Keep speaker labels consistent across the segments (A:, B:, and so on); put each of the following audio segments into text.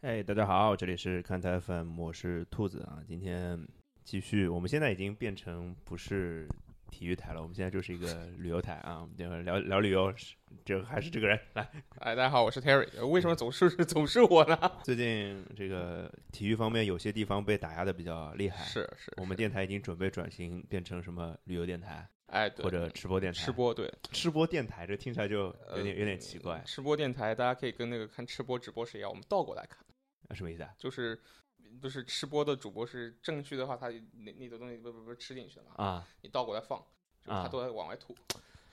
A: 哎，大家好，这里是看台 FM，我是兔子啊。今天继续，我们现在已经变成不是体育台了，我们现在就是一 个旅游台啊。我们就聊聊旅游，是这还是这个人来。
B: 哎，大家好，我是 Terry。呃
A: 嗯
B: 为什么总是 总是我呢？
A: 最近这个体育方面有些地方被打压的比较厉害，
B: 是是，
A: 哎我们电台已经准备转型变成什么旅游电台
B: 哎，对，
A: 或者吃播电台。
B: 吃播对，呃
A: 吃播电台，这听起来就有点有点奇怪，
B: 吃播电台，大家可以跟那个看吃播直播是一样，我们倒过来看，
A: 什么意思 啊？
B: 就是就是吃播的主播是正虚的话，他那那个东西不不不是吃进去了嘛，
A: 啊，
B: 你倒过来放，就是
A: 啊
B: 他都在往外吐，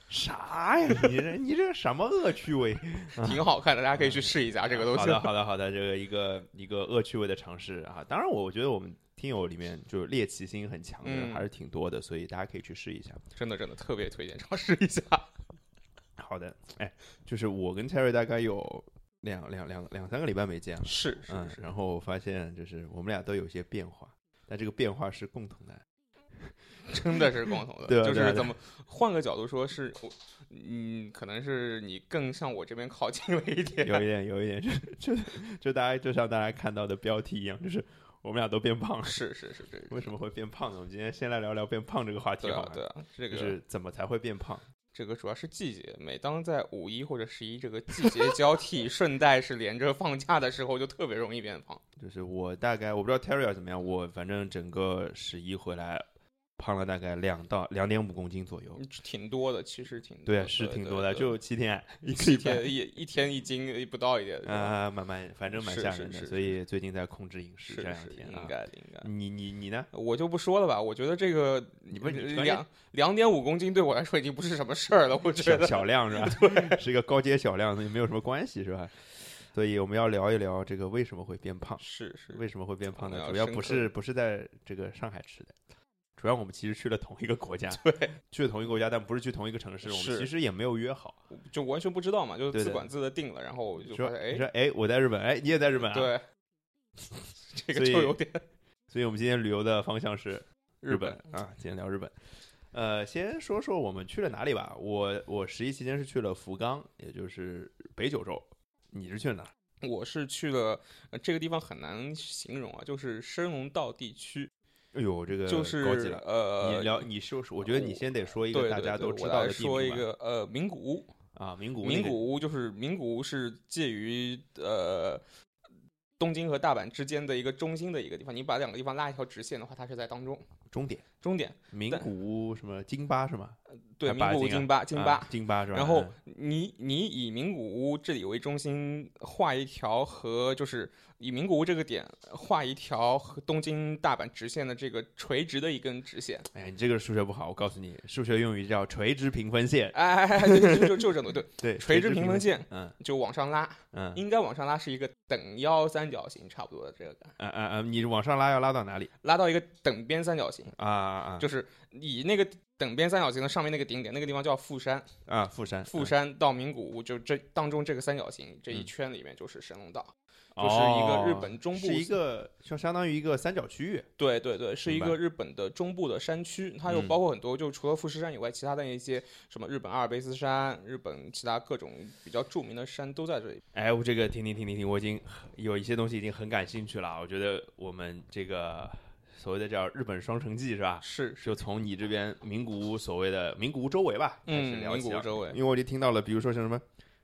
A: 啥呀？你这你这什么恶趣味？
B: 挺好看的，大家可以去试一下这个东
A: 啊嗯好
B: 西
A: 的，。好的，好的，这个一个一个恶趣味的尝试啊。当然我，我觉得我们听友里面就是猎奇心很强的人
B: 嗯
A: 还是挺多的，所以大家可以去试一下。
B: 真的真的特别推荐尝试 一下。
A: 好的，哎，就是我跟 Terry 大概有两两两两三个礼拜没见了，
B: 是是
A: 嗯，
B: 是，
A: 然后我发现就是我们俩都有一些变化，但这个变化是共同的，
B: 真的是共同的，
A: 对啊
B: 就
A: 对啊对啊
B: 是怎么换个角度说是，我嗯，可能是你更向我这边靠近了一点。
A: 有一点，有一点，就就就大家就像大家看到的标题一样，就是我们俩都变胖了。
B: 是是是，这
A: 为什么会变胖呢？我们今天先来聊聊变胖这个话题
B: 对
A: 好
B: 啊
A: 吗？
B: 对啊，这
A: 就
B: 个
A: 是怎么才会变胖？
B: 这个主要是季节，每当在五一或者十一这个 季节交替，顺带是连着放假的时候，就特别容易变胖。
A: 就是我大概我不知道 Terry 要怎么样，我反正整个十一回来胖了大概两到两点五公斤左右。
B: 挺多的，其实挺多
A: 对
B: 的
A: 啊，是挺
B: 嗯对
A: 多的，
B: 对
A: 就七天一个
B: 一
A: 礼拜
B: 天一一天一斤不到一点。对吧
A: 啊，蛮蛮反正蛮
B: 是
A: 吓
B: 是
A: 人的，
B: 是
A: 所以最近在控制饮食这
B: 是
A: 两
B: 是
A: 天
B: 应
A: 啊。
B: 该的应该的。
A: 你你你 呢？
B: 我就不说了吧，我觉得这个呃
A: 你不是你
B: 两两点五公斤对我来说已经不是什么事儿了，我觉
A: 小
B: 得
A: 小量是 吧？ 是一个高阶小量，那也没有什么关系是吧？所以我们要聊一聊这个为什么会变胖，
B: 是是
A: 为什么会变胖
B: 我们
A: 呢？
B: 要
A: 主要
B: 深
A: 不
B: 刻
A: 是不是在这个上海吃的，主要我们其实去了同一个国家，对，去了同一个国家，但不是去同一个城市，我们
B: 是
A: 其实也没有约好。
B: 就完全不知道嘛，就
A: 对
B: 自
A: 的
B: 管自的定了，然后我就
A: 你
B: 发
A: 说
B: 现
A: 你
B: 哎，
A: 说哎，我在日本，哎，你也在日本啊？，
B: 对，这
A: 所
B: 个
A: 以
B: 就有点
A: 所以我们今天旅游的方向是日
B: 本
A: 啊，今天聊日本。呃，先说说我们去了哪里吧。我我十一期间是去了福冈，也就是北九州。你是去了哪？
B: 我是去了、呃这个地方很难形容啊，就是升龙道地区，
A: 哎呦，这个
B: 就是
A: 高级了。你
B: 呃，
A: 聊，你说，我觉得你先得说一个
B: 对
A: 大
B: 对
A: 家
B: 对
A: 都
B: 我
A: 知
B: 来
A: 道的地名吧
B: 说一个呃名古屋，
A: 啊，名古屋那
B: 名
A: 个
B: 古屋就是名古屋是介于呃东京和大阪之间的一个中心的一个地方，你把两个地方拉一条直线的话，它是在当中
A: 终点，
B: 终点，
A: 名
B: 但
A: 古屋什么京巴是吗？
B: 对，
A: 啊
B: 名古屋
A: 巴京啊
B: 京巴京巴。
A: 啊京巴是吧？
B: 然后
A: 嗯
B: 你你以名古屋这里为中心画一条和就是以名古屋这个点画一条和东京大阪直线的这个垂直的一根直线，
A: 哎，你这个数学不好，我告诉你，数学用语叫垂直平分线。
B: 哎哎哎，对就就就这种对，
A: 对，
B: 垂直
A: 直
B: 平
A: 平
B: 分线
A: 嗯
B: 就往上拉，
A: 嗯
B: 应该往上拉是一个等腰三角形差不多的这个感，
A: 嗯嗯嗯，你往上拉要拉到哪里
B: 拉到一个等边三角形，
A: 啊啊
B: 就是以那个等边三角形的上面那个顶点，那个地方叫富山，
A: 啊啊！富山，
B: 富
A: 嗯
B: 山到名古屋就这当中这个三角形这一
A: 嗯
B: 圈里面就是神龙道，就是一个日
A: 哦
B: 本中部
A: 是一个就相当于一个三角区域
B: 对对对，是一
A: 明白
B: 个日本的中部的山区，它又
A: 嗯
B: 包括很多，就除了富士山以外，其他的一些什么日本阿尔卑斯山、日本其他各种比较著名的山都在这里。
A: 哎，我这个停停停停停，我已经很有一些东西已经很感兴趣了啊。我觉得我们这个所谓的叫日本双城记是吧？
B: 是，
A: 就从你这边名古屋所谓的名古屋周围吧开始
B: 嗯，
A: 聊
B: 名
A: 起
B: 古屋
A: 啊，
B: 周围
A: 因为我已经听到了，比如说像什么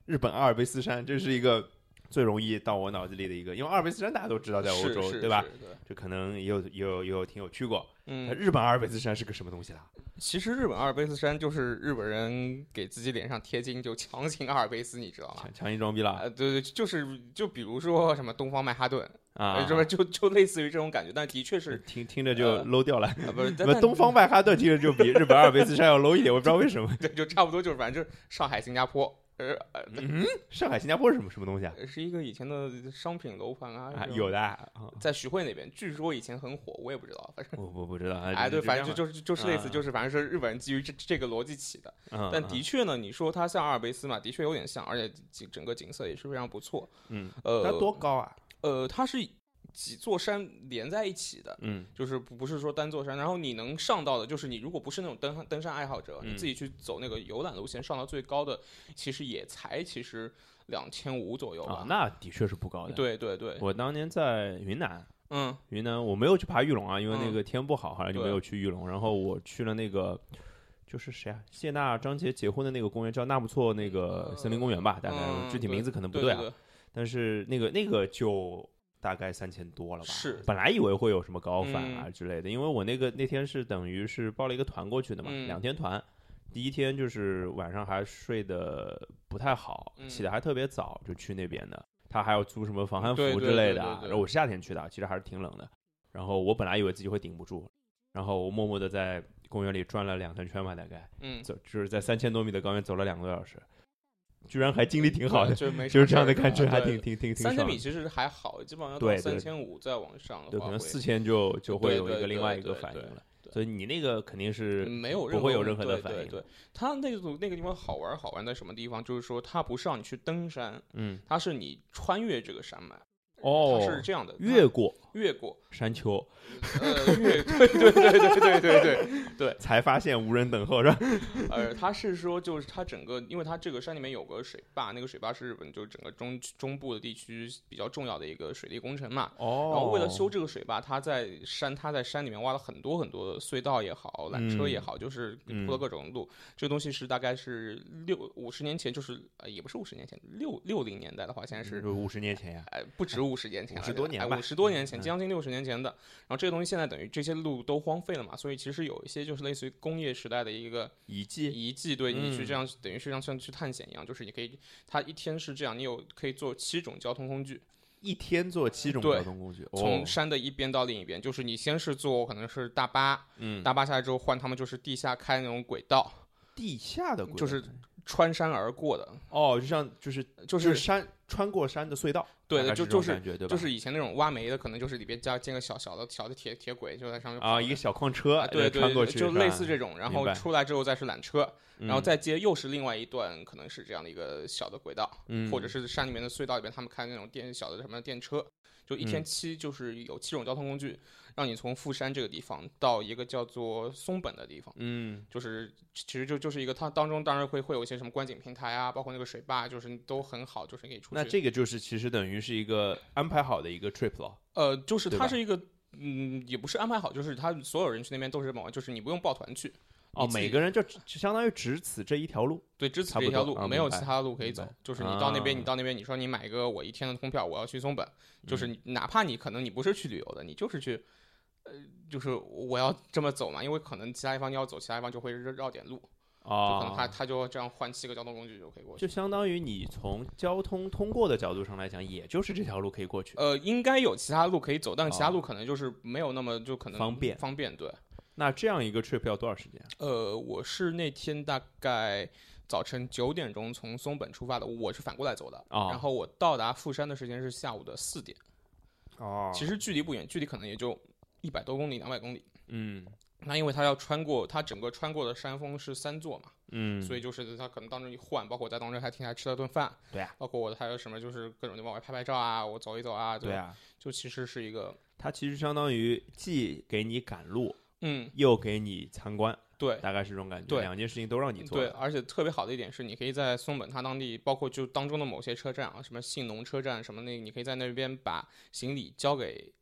A: 日本阿尔卑斯山，这是一个最容易到我脑子里的一个，因为阿尔卑斯山大家都知道在欧
B: 是
A: 洲
B: 是
A: 对吧？？
B: 是对，
A: 这可能也有也有也有挺有去过，那
B: 嗯，
A: 日本阿尔卑斯山是个什么东西啦？
B: 其实日本阿尔卑斯山就是日本人给自己脸上贴金，就强行阿尔卑斯，你知道吗？
A: 强强行装逼啦
B: 呃，对对，就是就比如说什么东方曼哈顿，
A: 啊！
B: 呃是吧？就就类似于这种感觉，但的确是，
A: 听听着就
B: 呃
A: low 掉了。
B: 呃，不是，但
A: 那
B: 但
A: 东方曼哈顿听着就比日本阿尔卑斯山要 low 一点，我不知道为什么。
B: 对，就差不多，就是反正就是上海、新加坡，呃，呃
A: 嗯，上海、新加坡是什么什么东西啊？
B: 是一个以前的商品楼盘啊，
A: 啊
B: 这种
A: 有的啊，啊
B: 在徐汇那边，据说以前很火，我也不知道，反正。
A: 我我不知道。
B: 哎，对，反正就
A: 啊就
B: 就是就是类
A: 啊
B: 似，就是反正是日本人基于这这个逻辑起的。
A: 这样吧，
B: 但
A: 嗯
B: 的确呢，你说它像阿尔卑斯嘛，的确有点像，而且景整个景色也是非常不错。
A: 嗯，
B: 呃，
A: 它多高啊？
B: 呃，它是几座山连在一起的，
A: 嗯，
B: 就是不不是说单座山。然后你能上到的，就是你如果不是那种登登山爱好者，
A: 嗯
B: 你自己去走那个游览路线，上到最高的，其实也才其实两千五左右吧
A: 啊，。那的确是不高的。，
B: 对对对，
A: 我当年在云南，
B: 嗯
A: 云南我没有去爬玉龙啊，因为那
B: 嗯
A: 个天不好，好像就没
B: 对
A: 有去玉龙。然后我去了那个，就是谁啊？谢娜、张杰结婚的那个公园叫纳木错那个森林公园吧，大概、
B: 嗯
A: 具体
B: 对
A: 名字可能不
B: 对
A: 啊，但是那个那个就大概三千多了吧。
B: 是
A: 本来以为会有什么高反啊
B: 嗯
A: 之类的，因为我那个那天是等于是报了一个团过去的嘛，
B: 嗯
A: 两天团。第一天就是晚上还睡得不太好，
B: 嗯
A: 起得还特别早，就去那边的。他还要租什么防寒服
B: 对对
A: 之类的
B: 对对
A: 啊。
B: 对对
A: 然后我是夏天去的啊，其实还是挺冷的。然后我本来以为自己会顶不住，然后我默默的在公园里转了两三圈吧，大概
B: 嗯，
A: 走就是在三千多米的高原走了两个多小时，居然还精力挺 好的，
B: 就没
A: 就是
B: 啥
A: 这样
B: 事
A: 的
B: 儿
A: 感觉
B: 啊
A: 还
B: 对
A: 挺挺挺挺
B: 三千
A: 爽
B: 米
A: 的。
B: 其实还好，基本上要到
A: 对
B: 三
A: 对
B: 千五再往上
A: 对，
B: 的
A: 可
B: 话
A: 能
B: 会，
A: 四千就就会
B: 对
A: 有一
B: 对
A: 个另
B: 对
A: 外一个
B: 对
A: 反应
B: 对
A: 了，
B: 对
A: 所以你那个肯定是
B: 嗯没有
A: 不会有
B: 问
A: 任何的
B: 对
A: 反
B: 对
A: 应。
B: 对，它那个那个地方好玩好玩在什么地方？就是说它不是让你去登山，
A: 嗯，
B: 它是你穿越这个山脉。
A: 哦
B: 它是这样的，它
A: 越过
B: 越过，
A: 山丘
B: 呃，越 对对对对对对对，
A: 才发现无人等候，是吧？
B: 呃，它是说就是它整个，因为它这个山里面有个水坝，那个水坝是日本就整个中中部的地区比较重要的一个水利工程嘛，
A: 哦
B: 然后为了修这个水坝，他在山他在山里面挖了很多很多的隧道也好，缆车
A: 嗯
B: 也好，就是铺了各种路。这个东西是大概是六五十年前，就是呃也不是五十年前，六六零年代的话，现在是。
A: 五十年前呀，
B: 哎，不止五十年前了，
A: 嗯50
B: 哎
A: 多年吧
B: 五十多年前，
A: 嗯
B: 将近六十年前的。然后这个东西现在等于这些路都荒废了嘛，所以其实有一些就是类似于工业时代的一个
A: 遗迹
B: 遗迹，对你去
A: 嗯
B: 这样，等于是像像去探险一样，就是你可以，它一天是这样，你有可以坐七种交通工具，
A: 一天坐七种
B: 对
A: 交通工具，哦
B: 从山的一边到另一边，就是你先是坐可能是大巴，
A: 嗯
B: 大巴下来之后换他们就是地下开那种轨道，
A: 地下的轨道
B: 就是穿山而过的，
A: 哦，就像就是
B: 就
A: 就是
B: 是
A: 山穿过山的隧道，
B: 对
A: 大概
B: 的，就
A: 这
B: 是
A: 种
B: 就是
A: 感觉对吧？
B: 就是以前那种挖煤的，可能就是里边加建个小小的小的铁铁轨，就在上面跑
A: 啊，一个小矿车
B: 啊对
A: 呃穿过
B: 对，
A: 去，
B: 就是
A: 吧
B: 类似这种，然
A: 明
B: 后
A: 白
B: 出来之后再是缆车，然后
A: 嗯
B: 再接又是另外一段，可能是这样的一个小的轨道，
A: 嗯
B: 或者是山里面的隧道里面，他们开那种电小的什么电车，就
A: 嗯
B: 一天七就是有七种交通工具，让你从富山这个地方到一个叫做松本的地方。
A: 嗯
B: 就是其实就就是一个它当中当然会会有一些什么观景平台啊，包括那个水坝，就是都很好，就是可以出
A: 那
B: 去。
A: 这个就是其实等于是一个安排好的一个 trip 了。
B: 呃，就是
A: 对
B: 它
A: 吧
B: 是一个嗯，也不是安排好，就是它所有人去那边都是这么玩，就是你不用抱团去。
A: 哦，
B: 你自己
A: 每个人就只就相当于只此这一条路。
B: 对，只此
A: 差不
B: 这条
A: 多
B: 路，
A: 啊
B: 没
A: 明
B: 有
A: 白
B: 其他的路可以走
A: 明白。
B: 就是你到那边，
A: 啊嗯
B: 你到那边，你说你买一个我一天的通票，我要去松本，就是你哪怕你可能你不是去旅游的，你就是去，呃，就是我要这么走嘛，因为可能其他地方你要走，其他地方就会绕绕点路，就可能他
A: 哦，
B: 他就这样换七个交通工具就可以过去。
A: 就相当于你从交通通过的角度上来讲，也就是这条路可以过去。
B: 呃，应该有其他路可以走，但是其他路可能就是没有那么就可
A: 哦
B: 能
A: 方便
B: 方便。对，
A: 那这样一个 trip 要多少时间啊？
B: 呃，我是那天大概早晨九点钟从松本出发的，我是反过来走的，
A: 哦
B: 然后我到达富山的时间是下午的四点。
A: 哦
B: 其实距离不远，距离可能也就一百多公里、两百公里。
A: 嗯
B: 那因为它要穿过，它整个穿过的山峰是三座嘛，
A: 嗯，
B: 所以就是它可能当中一换，包括我在当中还停下来吃了顿饭，
A: 对啊，
B: 包括我还有什么就是各种地方我拍拍照啊，我走一走啊，
A: 对
B: 吧，
A: 啊，
B: 就其实是一个，
A: 它其实相当于既给你赶路，
B: 嗯，
A: 又给你参观，
B: 对。
A: 大概是这种感觉。
B: 对
A: 两件事情都让你做
B: 对，啊
A: 了。
B: 而且特别好的一点是，你可以在松本它当地，包括就当中的某些车站啊，什么信浓车站什么那，你可以在那边把行李交给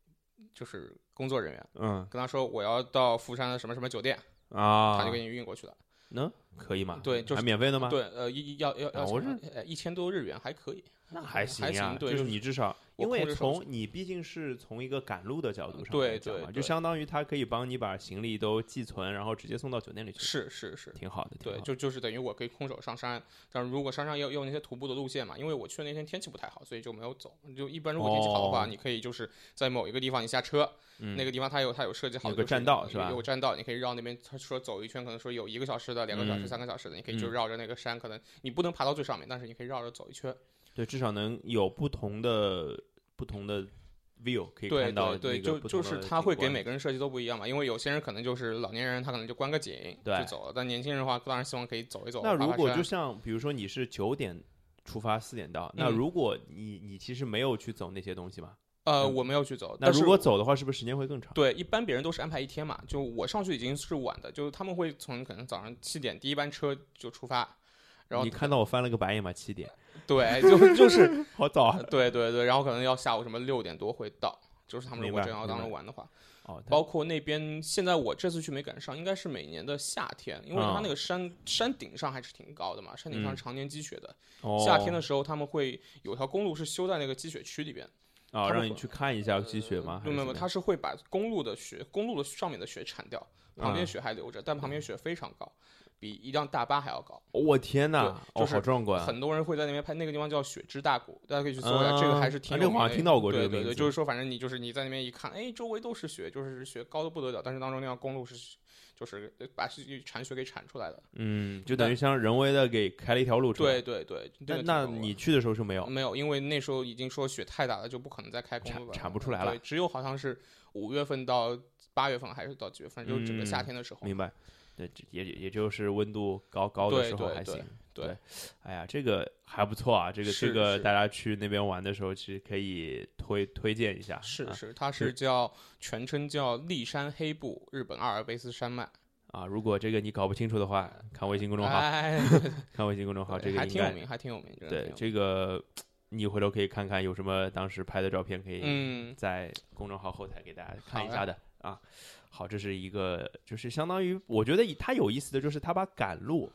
B: 就是工作人员，
A: 嗯
B: 跟他说我要到富山的什么什么酒店，他
A: 啊
B: 就，给你运过去了。
A: 能可以吗？
B: 对就是
A: 还免费的吗？，
B: 对，呃，一一要要
A: 啊
B: 要
A: 我
B: 什么
A: 是
B: 呃一千多日元还可以，
A: 那还行
B: 还
A: 呀
B: 行，对
A: 就是
B: 就是
A: 你至少。
B: 我
A: 因为
B: 控制手
A: 从你毕竟是从一个赶路的角度上
B: 对
A: 来讲
B: 对
A: 嘛，就
B: 对
A: 相当于它可以帮你把行李都寄存，然后直接送到酒店里去，
B: 是是是，
A: 挺好的。挺
B: 对，
A: 好的
B: 就就是等于我可以空手上山，但如果山上要要有那些徒步的路线嘛，因为我去的那天天气不太好，所以就没有走。就一般如果天气好的话，
A: 哦
B: 你可以就是在某一个地方你下车，
A: 嗯
B: 那个地方它有它有设计好的
A: 有个
B: 就是
A: 栈道是吧
B: 有有栈道，你可以绕那边，他说走一圈，可能说有一个小时的、两个小时、
A: 嗯
B: 三个小时的，你可以就
A: 嗯
B: 绕着那个山，可能你不能爬到最上面，但是你可以绕着走一圈。
A: 对，至少能有不同的不同的 view 可以
B: 对
A: 看到那
B: 对对，
A: 个
B: 就
A: 不
B: 就
A: 同
B: 是
A: 的
B: 他会
A: 景
B: 给
A: 观
B: 每个人设计都不一样嘛，因为有些人可能就是老年人，他可能就观个景
A: 对
B: 就走了，但年轻人的话，当然希望可以走一走。
A: 那如
B: 爬爬
A: 果
B: 山
A: 就像比如说你是九点出发四点到，那
B: 嗯
A: 如果你你其实没有去走那些东西嘛，
B: 呃，
A: 嗯
B: 我没有去走，
A: 那
B: 但是
A: 如果
B: 我
A: 走的话，是不是时间会更长？
B: 对，一般别人都是安排一天嘛，就我上去已经是晚的，就是他们会从可能早上七点第一班车就出发，然后
A: 你看到我翻了个白眼嘛，七点，
B: 对， 就就是呃
A: 好早啊！
B: 对对对，然后可能要下午什么六点多会到，就是他们如果
A: 明白
B: 真要当
A: 明
B: 时
A: 白
B: 玩的话，
A: 哦，它
B: 包括那边现在我这次去没赶上，应该是每年的夏天，因为它
A: 嗯
B: 那个山、山顶上还是挺高的嘛，山顶上常年积雪的，
A: 哦
B: 夏天的时候他们会有条公路是修在那个积雪区里边，
A: 哦，
B: 他们
A: 让
B: 会呃
A: 你去看一下积雪吗？啊还是
B: 没有没
A: 怎
B: 有，
A: 么
B: 它是会把公路的雪，公路的上面的雪铲掉，旁
A: 啊
B: 边雪还留着，但旁边
A: 嗯
B: 雪非常高，比一辆大巴还要高。
A: 哦我天哪，
B: 对
A: 哦，
B: 就是
A: 好壮观！
B: 很多人会在那边拍，那个地方叫雪之大谷，大家可以去搜一下，这个还是
A: 啊
B: 挺有
A: 这
B: 名
A: 个好
B: 的。
A: 像听到过这
B: 对
A: 个
B: 对
A: 名
B: 对，
A: 字
B: 就是说，反正你就是你在那边一看，哎，周围都是雪，就是雪高的不得了，但是当中那条公路是就是把铲雪给铲出来的。
A: 嗯，就等于像人为的给开了一条路出来。
B: 对对对，这
A: 那那
B: 个挺好玩嗯
A: 你去的时候是没有
B: 没有，因为那时候已经说雪太大了，就不可能再开公路
A: 铲
B: 了，
A: 铲不出来了
B: 对，只有好像是五月份到八月份，还是到几月份，就是整个夏
A: 嗯
B: 天的时候。
A: 明白？对，这也也就是温度高高的
B: 对
A: 时候
B: 对
A: 还
B: 对
A: 行。
B: 对
A: 哎呀，这个还不错啊！这个这
B: 是
A: 个，
B: 是
A: 大家去那边玩的时候，其实可以推推荐一下。
B: 是
A: 啊
B: 是，它
A: 就是
B: 叫全称叫立山黑部日本阿尔卑斯山脉。
A: 啊，如果这个你搞不清楚的话，看微信 公众号，
B: 哎，
A: 看微信公众号，这
B: 对
A: 个
B: 还
A: 应
B: 挺有
A: 该
B: 名，还挺有名。真的挺有
A: 对
B: 名
A: 这个，你回头可以看看有什么当时拍的照片，可以
B: 嗯，
A: 在公众号后台给大家看一
B: 好
A: 下的啊。好，这是一个，就是相当于我觉得它有意思的就是它把赶路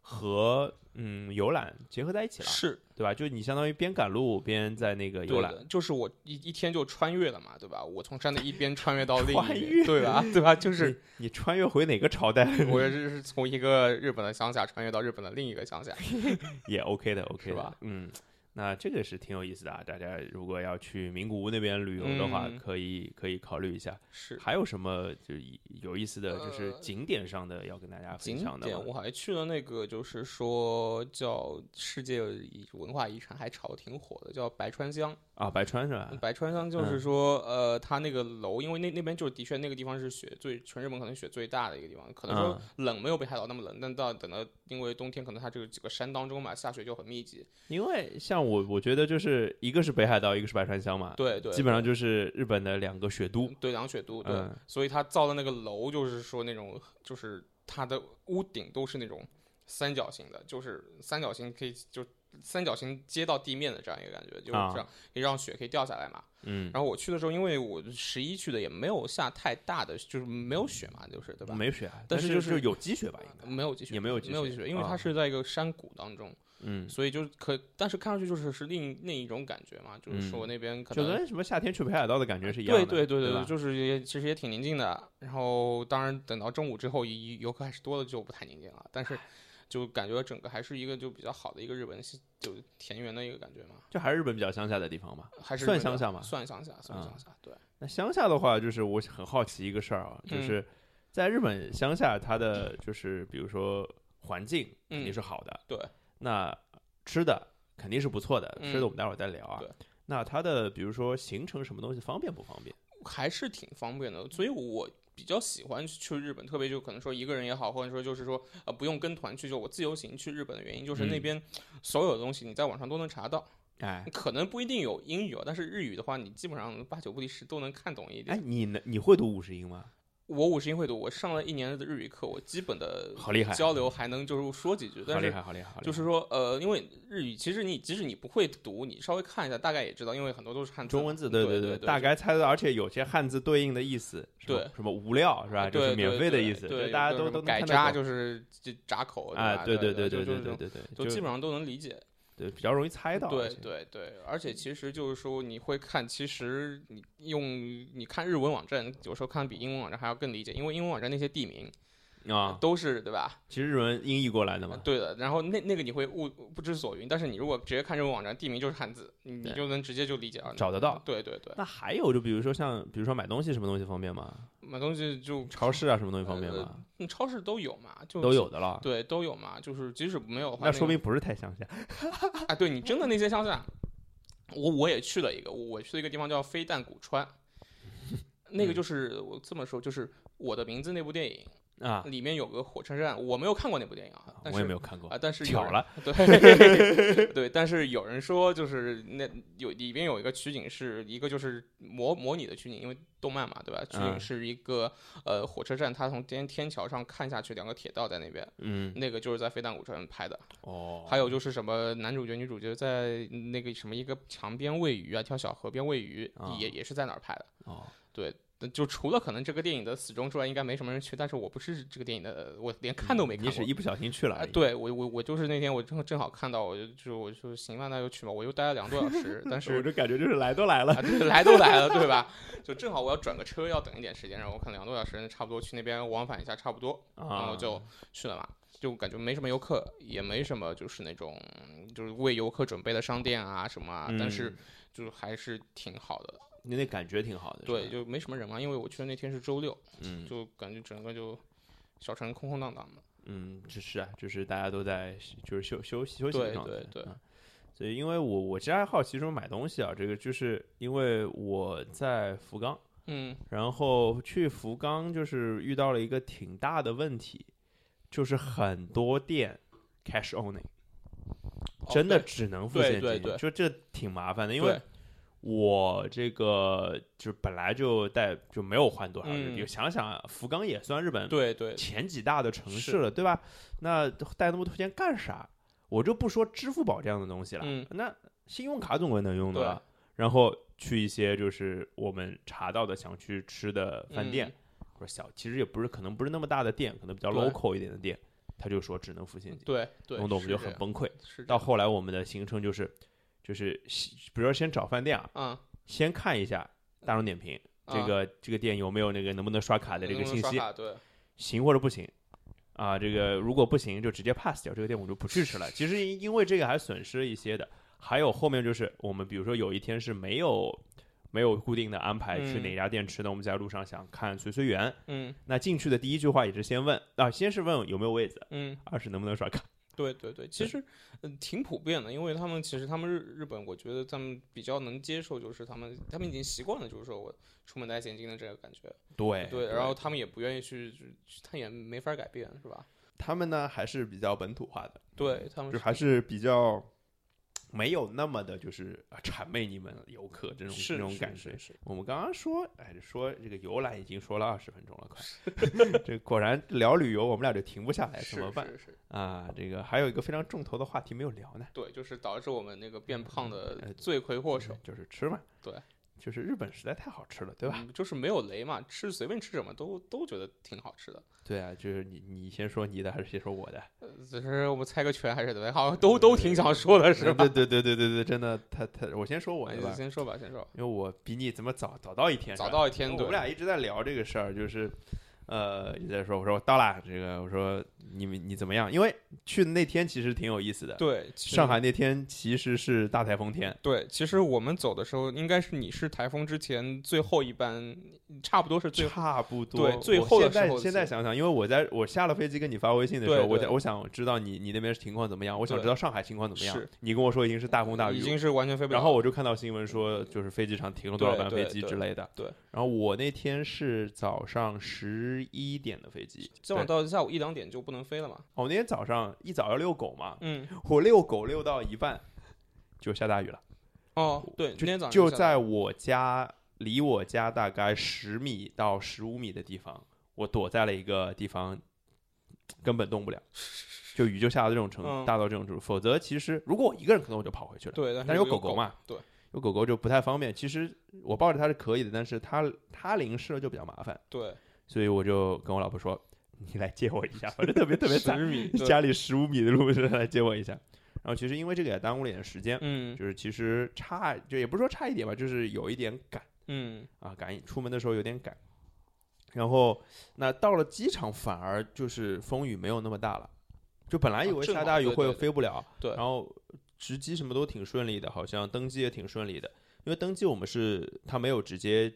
A: 和嗯游览结合在一起了，
B: 是
A: 对吧？就你相当于边赶路边在那个游
B: 对
A: 览，
B: 的，就是我一一天就穿越了嘛，对吧？我从山的一边穿越到另
A: 穿
B: 一边，
A: 越
B: 对吧？对吧？就
A: 就是 你你穿越回哪个朝代
B: 我是是从一个日本的乡下穿越到日本的另一个乡下。
A: 也 OK 的，OK
B: 是
A: 的
B: 吧？
A: 嗯，那这个是挺有意思的啊！大家如果要去名古屋那边旅游的话，
B: 嗯
A: 可以可以考虑一下。
B: 是
A: 还有什么就是有意思的，就是
B: 呃
A: 景点上的要跟大家分
B: 景
A: 享的
B: 点
A: 吗？
B: 我还去了那个，就是说叫世界遗文化遗产，还炒得挺火的，叫白川乡。
A: 啊，白川是吧？
B: 白川乡就是
A: 嗯
B: 说，呃，它那个楼，因为那那边就是的确那个地方是雪最全日本可能雪最大的一个地方，可能说
A: 嗯
B: 冷没有北海道那么冷，但到等到因为冬天可能它这个几个山当中嘛，下雪就很密集。
A: 因为像我，我觉得就是一个是北海道，一个是白川乡嘛，
B: 对对，
A: 啊基本上就是日本的两个雪都。
B: 对凉雪都对，
A: 嗯
B: 所以它造的那个楼就是说那种就是它的屋顶都是那种三角形的，就是三角形可以就三角形接到地面的这样一个感觉，就是这
A: 啊
B: 样、可以让雪可以掉下来嘛。
A: 嗯，
B: 然后我去的时候，因为我十一去的，也没有下太大的，就是没有雪嘛，就是对吧？
A: 没雪啊，
B: 嗯但
A: 但
B: 是
A: 就
B: 就是是嗯
A: 有积雪吧，应该。
B: 没有积雪，
A: 也没有积
B: 没有
A: 雪
B: 积雪，因为
A: 啊
B: 它是在一个山谷当中，
A: 嗯，
B: 所以就是可，但是看上去就是是另另一种感觉嘛，就是说
A: 嗯
B: 那边可
A: 就
B: 能、
A: 跟什么夏天去北海道的感觉是一样
B: 对
A: 的。
B: 对对
A: 对吧
B: 就是也其实也挺宁静的。然后当然等到中午之后，游游客还是多了，就不太宁静了。但是就感觉整个还是一个就比较好的一个日本系就田园的一个感觉嘛，
A: 就还是日本比较乡下的地方嘛。
B: 还是
A: 算
B: 日本的
A: 乡下吗
B: 算乡下，算
A: 啊
B: 乡下，对。
A: 那乡下的话，就是我很好奇一个事儿啊，就
B: 嗯
A: 是在日本乡下，它的就是比如说环境肯定
B: 嗯
A: 是好的，
B: 对，
A: 那吃的肯定是不错的，吃的
B: 嗯
A: 我们待会儿再聊啊
B: 对。
A: 那它的比如说行程什么东西方便不方便？
B: 还是挺方便的，所以我比较喜欢去日本，特别就可能说一个人也好，或者说就是说呃不用跟团去，就我自由行去日本的原因就是那
A: 嗯
B: 边所有的东西你在网上都能查到，
A: 哎
B: 可能不一定有英语啊，但是日语的话你基本上八九不离十都能看懂一
A: 哎，
B: 点。
A: 你能你会读五十音吗？
B: 我五十音会读，我上了一年的日语课，我基本的
A: 好厉害，
B: 交流还能就是说几句，
A: 好
B: 但
A: 厉
B: 是
A: 害，好厉害，好厉害
B: 就是说呃，因为日语其实你即使你不会读，你稍微看一下大概也知道，因为很多都是汉字
A: 中
B: 嘛
A: 文字，
B: 对
A: 对
B: 对，
A: 大概猜得到，而且有些汉字对应的意思，什么
B: 对
A: 什么无料是吧？就
B: 对
A: 是免
B: 对
A: 费的
B: 对
A: 意思，
B: 对，
A: 就大家
B: 有个
A: 都
B: 什么
A: 都能
B: 改
A: 看得
B: 扎
A: 懂
B: 就是这闸口
A: 啊，
B: 对
A: 对
B: 吧对
A: 对对
B: 就就
A: 对对
B: 是这种
A: 对对，
B: 就
A: 就
B: 基本上都能理解。
A: 对比较容易猜到，而
B: 对
A: 且
B: 对对，而且其实就是说，你会看，其实你用你看日文网站，有时候看比英文网站还要更理解，因为英文网站那些地名
A: 啊，
B: 都是对吧？
A: 其实日文音译过来的嘛。
B: 对的。然后那那个你会误不知所云，但是你如果直接看日文网站，地名就是汉字，你你
A: 对
B: 就能直接就理解啊。
A: 找得到
B: 对对对，
A: 那还有就比如说像，比如说买东西什么东西方便吗？
B: 买东西就
A: 超市啊什么东西方便
B: 呃
A: 吗？
B: 嗯超市都有嘛，就
A: 都有。的了。
B: 呃对，都有嘛，就是即使没有的话，
A: 那说
B: 个
A: 明不是太乡下
B: 啊，对你真的那些乡下，我我也去了一个，我去了一个地方叫 飞
A: 嗯
B: 弹谷川，那个就是我这么说，就是我的名字那部电影，
A: 啊，
B: 里面有个火车站，我没有看过那部电影啊，但
A: 我也
B: 是
A: 没有看过
B: 啊，，但是有
A: 巧
B: 人
A: 了，
B: 对对，但是有人说就是那有里边有一个取景是一个就是模模拟的取景，因为动漫嘛，对吧？取景
A: 嗯
B: 是一个、呃火车站，它从天天桥上看下去，两个铁道在那边，
A: 嗯，
B: 那个就是在飞弹古城拍的。
A: 哦，
B: 还有就是什么男主角女主角在那个什么一个墙边喂鱼啊，一条小河边喂鱼，
A: 啊
B: 也也是在哪儿拍的。
A: 哦，
B: 那就除了可能这个电影的死忠之外，应该没什么人去。但是我不是这个电影的，我连看都没看过。
A: 嗯你是一不小心去了
B: 啊，
A: 而已，
B: 对我我我就是那天我正正好看到，我就就我就行吧，那就去吧。我又待了两个多小时，但
A: 我
B: 是
A: 就感觉就是来都来了，
B: 啊，对，来都来了，对吧？就正好我要转个车，要等一点时间，然后我看两个多小时，差不多去那边往返一下，差不多，然
A: 啊，
B: 后就去了嘛。就感觉没什么游客，也没什么就是那种就是为游客准备的商店啊什么啊，但是
A: 嗯
B: 就是还是挺好的。
A: 你那感觉挺好的，
B: 对，
A: 是吧，
B: 就没什么人嘛，因为我去的那天是周六，
A: 嗯
B: 就感觉整个就小城空空荡荡的。
A: 嗯，只是啊，就是大家都在就是休休息休息的
B: 对
A: 状态，
B: 对对
A: 嗯所以，因为我我其实还好奇说买东西啊，这个就是因为我在福冈，
B: 嗯
A: 然后去福冈就是遇到了一个挺大的问题，就是很多店 cash only，、
B: 哦
A: 真的
B: 对
A: 只能付
B: 对
A: 现金，
B: 对对
A: 就这挺麻烦的，因
B: 对
A: 为我这个就本来就带就没有换多少日币，
B: 嗯
A: 想想福冈也算日本
B: 对对
A: 前几大的城市
B: 是
A: 了，对吧？那带那么多钱干啥？我就不说支付宝这样的东西了，
B: 嗯
A: 那信用卡总归能用的
B: 对
A: 吧？然后去一些就是我们查到的想去吃的饭店，
B: 嗯
A: 或者小，其实也不是可能不是那么大的店，可能比较
B: 对
A: local 一点的店，他就说只能付现金，
B: 对对，
A: 弄得我们
B: 是
A: 就
B: 这
A: 很
B: 样
A: 崩溃。
B: 是这
A: 到
B: 样
A: 后来我们的行程就是就是，比如说先找饭店啊，
B: 嗯，
A: 先看一下大众点评。这
B: 啊
A: 个、这个店有没有那个能不能刷卡的这
B: 能不
A: 个
B: 能
A: 信
B: 刷
A: 息？
B: 卡对，
A: 行或者不行啊。这个如果不行，就直接 pass 掉这个店，我就不去吃了。其实因因为这个还损失一些的。还有后面就是我们比如说有一天是没有没有固定的安排去
B: 嗯
A: 哪家店吃的，我们在路上想看随随缘，
B: 嗯
A: 那进去的第一句话也是先问啊，先是问有没有位子，
B: 嗯，
A: 二是能不能刷卡。
B: 对对对，其实呃挺普遍的，因为他们其实他们日日本，我觉得他们比较能接受，就是他们他们已经习惯了，就是说我出门带现金的这个感觉，
A: 哎对
B: 对，然后他们也不愿意去，去他也没法改变，是吧？
A: 他们呢还是比较本土化的，
B: 对他
A: 嗯
B: 们
A: 就还是比较。没有那么的，就是啊谄媚你们游客这种
B: 是
A: 这种
B: 是
A: 感
B: 是
A: 觉，
B: 是
A: 我们刚刚说，哎，说这个游览已经说了二十分钟了，快， 这果然聊旅游我们俩就停不下来，
B: 是
A: 哎怎么办
B: 是是，
A: 啊？这个还有一个非常重头的话题没有聊呢，
B: 对，就是导致我们那个变胖
A: 呃
B: 的罪魁祸首，
A: 就是吃嘛，
B: 对，
A: 就是日本实在太好吃了，对吧？
B: 嗯？就是没有雷嘛，吃随便吃什么都都觉得挺好吃的，
A: 对啊，就是你你先说你的还是先说我的？
B: 呃只是我们猜个拳还是怎么样，好像都都挺想说的是吧？
A: 对对对对对对，真的，他他我先说我的
B: 哎
A: 吧，
B: 先说吧，先说吧。
A: 因为我比你怎么早早到一天，
B: 早
A: 是吧
B: 到一天，
A: 我
B: 对
A: 们俩一直在聊这个事儿，就是呃一直在说，我说我到啦，这个我说你们你怎么样？因为去的那天其实挺有意思的，
B: 对其实
A: 上海那天其实是大台风天，
B: 对，其实我们走的时候，应该是你是台风之前最后一班，差不多是最后
A: 差不多。
B: 对最
A: 我
B: 后的
A: 现在
B: 时候
A: 现在
B: 是
A: 想想，因为我在我下了飞机跟你发微信的时候，
B: 对
A: 我
B: 对
A: 在我想知道你你那边情况怎么样，我想
B: 对
A: 知道上海情况怎么样
B: 是。
A: 你跟我说已经是大风大
B: 已
A: 雨，
B: 经是完全飞不了。
A: 然后我就看到新闻说就是飞机场停了多少
B: 对
A: 班飞
B: 对
A: 机
B: 对
A: 之类的。
B: 对
A: 然后我那天是早上十一点的飞机，
B: 今晚
A: 对
B: 到下午一两点就不能飞了嘛。
A: 我那天早上一早要遛狗嘛，
B: 嗯，
A: 我遛狗遛到一半就下大雨了。
B: 哦，对，
A: 就
B: 今天早上
A: 就
B: 下
A: 在我家离我家大概十米到十五米的地方，我躲在了一个地方，根本动不了。就雨就下到这种程度，
B: 嗯
A: 大到这种程度，否则其实如果我一个人，可能我就跑回去了。
B: 对，
A: 但
B: 是
A: 有
B: 狗
A: 狗嘛，
B: 对，
A: 有狗狗就不太方便。其实我抱着它是可以的，但是它它淋湿了就比较麻烦，
B: 对，
A: 所以我就跟我老婆说：“你来接我一下吧，我这特别特别
B: 十
A: 惨，
B: 米，对
A: 家里十五米的路，来接我一下。”然后其实因为这个也耽误了一点时间，
B: 嗯
A: 就是其实差，就也不是说差一点吧，就是有一点赶
B: 嗯，
A: 啊，赶出门的时候有点赶。然后那到了机场，反而就是风雨没有那么大了，就本来以
B: 啊
A: 为
B: 正
A: 下
B: 好
A: 大雨
B: 对
A: 会
B: 对对
A: 飞不了，
B: 对
A: 然后值机什么都挺顺利的，好像登机也挺顺利的，因为登机我们是他没有直接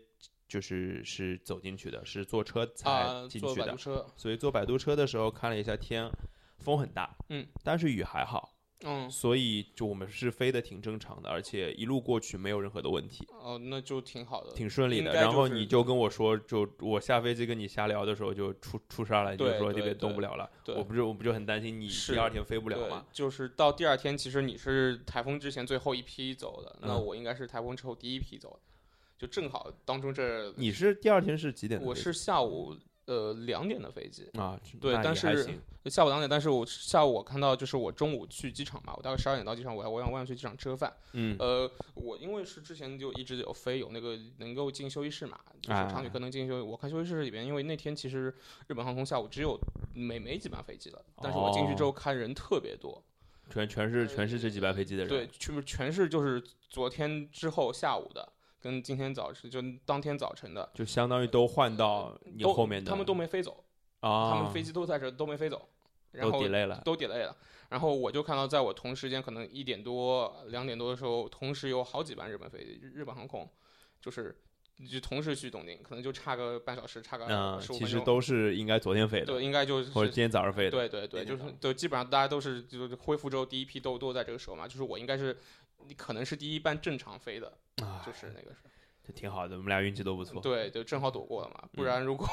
A: 就是是走进去的，是坐车才
B: 啊，
A: 进
B: 坐
A: 去
B: 摆
A: 的，
B: 渡车，
A: 所以坐摆渡车的时候看了一下天，风很大，
B: 嗯，
A: 但是雨还好，
B: 嗯，
A: 所以就我们是飞的挺正常的，而且一路过去没有任何的问题，
B: 哦，那就挺好的，
A: 挺顺利
B: 应
A: 的。
B: 该
A: 然后
B: 是
A: 你就跟我说，就我下飞机跟你瞎聊的时候就出出事儿了，你就
B: 对
A: 说
B: 对
A: 这个
B: 对
A: 动不了了，
B: 对
A: 我不就我不就很担心你
B: 是
A: 第二天飞不了
B: 对
A: 嘛？
B: 就是到第二天，其实你是台风之前最后一批走的，那
A: 嗯
B: 我应该是台风之后第一批走的，就正好当中这
A: 你是第二天是几点的
B: 我
A: 飞
B: 是下午呃两点的飞机，
A: 机啊，
B: 对
A: 那也
B: 但
A: 还
B: 是
A: 行
B: 下午两点，但是我下午我看到就是我中午去机场嘛，我大概十二点到机场，我要我想我想去机场吃个饭，
A: 嗯
B: 呃，我因为是之前就一直有飞有那个能够进休息室嘛，就是
A: 啊
B: 长旅客能进休息。我看休息室里边，因为那天其实日本航空下午只有没没几班飞机了，但是我进去
A: 哦
B: 之后看人特别多，
A: 全全是全是这几班飞机的人，
B: 对，全全是就是昨天之后下午的，跟今天早晨就当天早晨的，
A: 就相当于都换到你
B: 呃都
A: 后面的，
B: 他们都没飞走，
A: 啊，
B: 他们飞机都在这都没飞走，然
A: 都
B: 后
A: delay 了，
B: 都 delay 了。然后我就看到，在我同时间可能一点多、两点多的时候，同时有好几班日本飞机，日本航空，就是就同时去东京，可能就差个半小时，差
A: 嗯，
B: 呃个十五
A: 其
B: 分
A: 实
B: 钟。
A: 都是应该昨天飞的，
B: 对，应该就
A: 或者
B: 是。
A: 今天早上飞的，
B: 对对对，
A: 那天
B: 就是
A: 早上
B: 就基本上大家都是就是恢复之后第一批都都在这个时候嘛，就是我应该是，你可能是第一班正常飞的，
A: 啊，
B: 就是那个是，
A: 这挺好的，我们俩运气都不错，
B: 对，就正好躲过了嘛，
A: 嗯
B: 不然如果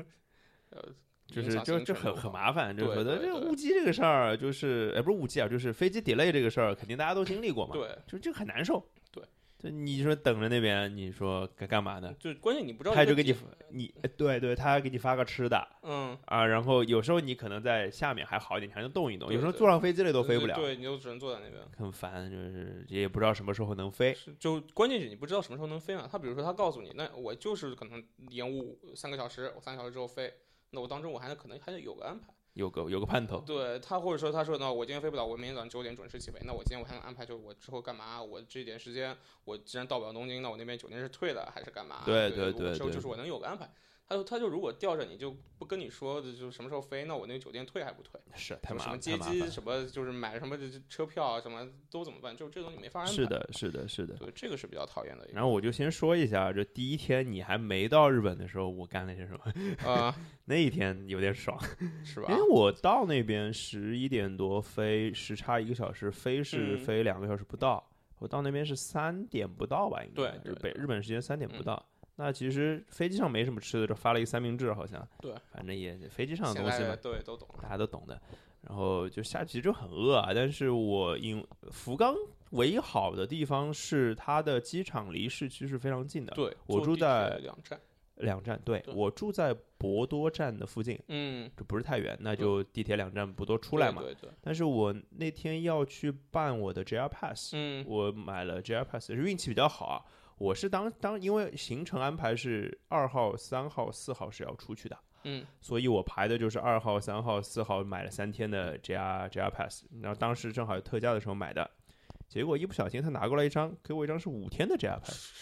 B: 呃
A: 就
B: 影
A: 是
B: 响
A: 就
B: 行
A: 就
B: 程
A: 很
B: 的
A: 很
B: 话
A: 麻烦，就是觉
B: 对
A: 得
B: 对
A: 这个
B: 对
A: 误机这个事儿，就是哎不是误机啊，就是飞机 delay 这个事儿，肯定大家都经历过嘛，，
B: 对，
A: 就这个很难受，
B: 对，
A: 就你说等着那边，你说该干嘛呢？
B: 就关键你不知道
A: 他
B: 这
A: 就
B: 个
A: 给你
B: 点
A: 你哎对对，他给你发个吃的
B: 嗯
A: 啊，然后有时候你可能在下面还好一点，你还能动一动，
B: 对
A: 有时候
B: 对
A: 坐上飞机了都飞不了，
B: 对，你就只能坐在那边。
A: 很烦，就是也不知道什么时候能飞，
B: 是，就关键是你不知道什么时候能飞嘛。他比如说他告诉你，那我就是可能延误三个小时，我三个小时之后飞，那我当中我还能可能还得有个安排。
A: 有个有个盼头，
B: 对他或者说他说那我今天飞不了，我明天早上九点准时起飞，那我今天我还能安排就是我之后干嘛，我这点时间我既然到不了东京，那我那边酒店是退了还是干嘛？
A: 对对对
B: 对我之后
A: 对
B: 就是我能有个安排。他就他就如果吊着你就不跟你说就是什么时候飞，那我那个酒店退还不退？
A: 是
B: 什
A: 太
B: 么
A: 麻
B: 什么
A: 烦，
B: 接
A: 太麻
B: 机
A: 烦，
B: 什么就是买什么车票啊什么都怎么办？就这东西没法安排。
A: 是，的，是的，是的。
B: 对，这个是比较讨厌的一个。
A: 然后我就先说一下，就第一天你还没到日本的时候，我干了些什么。
B: 啊、
A: 那一天有点爽，
B: 是
A: 因为
B: 吧？
A: 哎我到那边十一点多飞，时差一个小时，飞是
B: 嗯
A: 飞两个小时不到，我到那边是三点不到吧，应该
B: 对对
A: 日本
B: 对
A: 日本时间三点不
B: 嗯
A: 到。那其实飞机上没什么吃的，就发了一个三明治，好像
B: 对，
A: 反正也飞机上的
B: 现
A: 东
B: 在
A: 西嘛
B: 的，对都懂了。
A: 大家都懂的。然后就下棋就很饿啊，但是我因福冈唯一好的地方是它的机场离市区是非常近的，
B: 对，
A: 我
B: 坐
A: 住
B: 地铁
A: 在
B: 两站，
A: 两站。对
B: 对
A: 我住在博多站的附近，
B: 嗯，
A: 这不是太远，那
B: 对
A: 就地铁两站不多出来
B: 对
A: 嘛。
B: 对对，
A: 但是我那天要去办我的 JR Pass，、
B: 嗯
A: 我买了 JR Pass，运气比较好啊。我是当当因为行程安排是二号、三号、四号是要出去的，
B: 嗯
A: 所以我排的就是二号、三号、四号，买了三天的 JR JR Pass，然后当时正好有特价的时候买的，结果一不小心他拿过来一张，给我一张是五天的 JR Pass，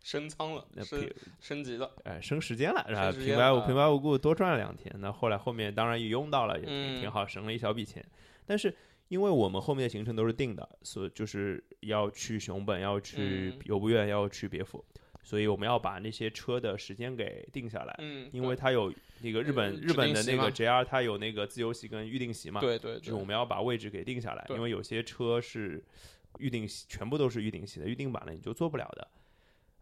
B: 升舱了，
A: 那
B: 升
A: 平
B: 升级了，
A: 呃升时间了，然后
B: 升时间
A: 平白无
B: 了
A: 平白无故多赚了两天，那后来后面当然也用到了，也挺
B: 嗯
A: 挺好，省了一小笔钱，但是。因为我们后面的行程都是定的，所以就是要去熊本，要去
B: 嗯
A: 游步院，要去别府，所以我们要把那些车的时间给定下来。
B: 嗯，
A: 因为它有那个日本
B: 呃
A: 日本的
B: 指定席
A: 那个
B: 嘛
A: JR，它有那个自由席跟预定席嘛，
B: 对对
A: 就是我
B: 对，
A: 们要把位置给定下来，
B: 对
A: 因为有些车是预定席，全部都是预定席的，预定满了你就坐不了的。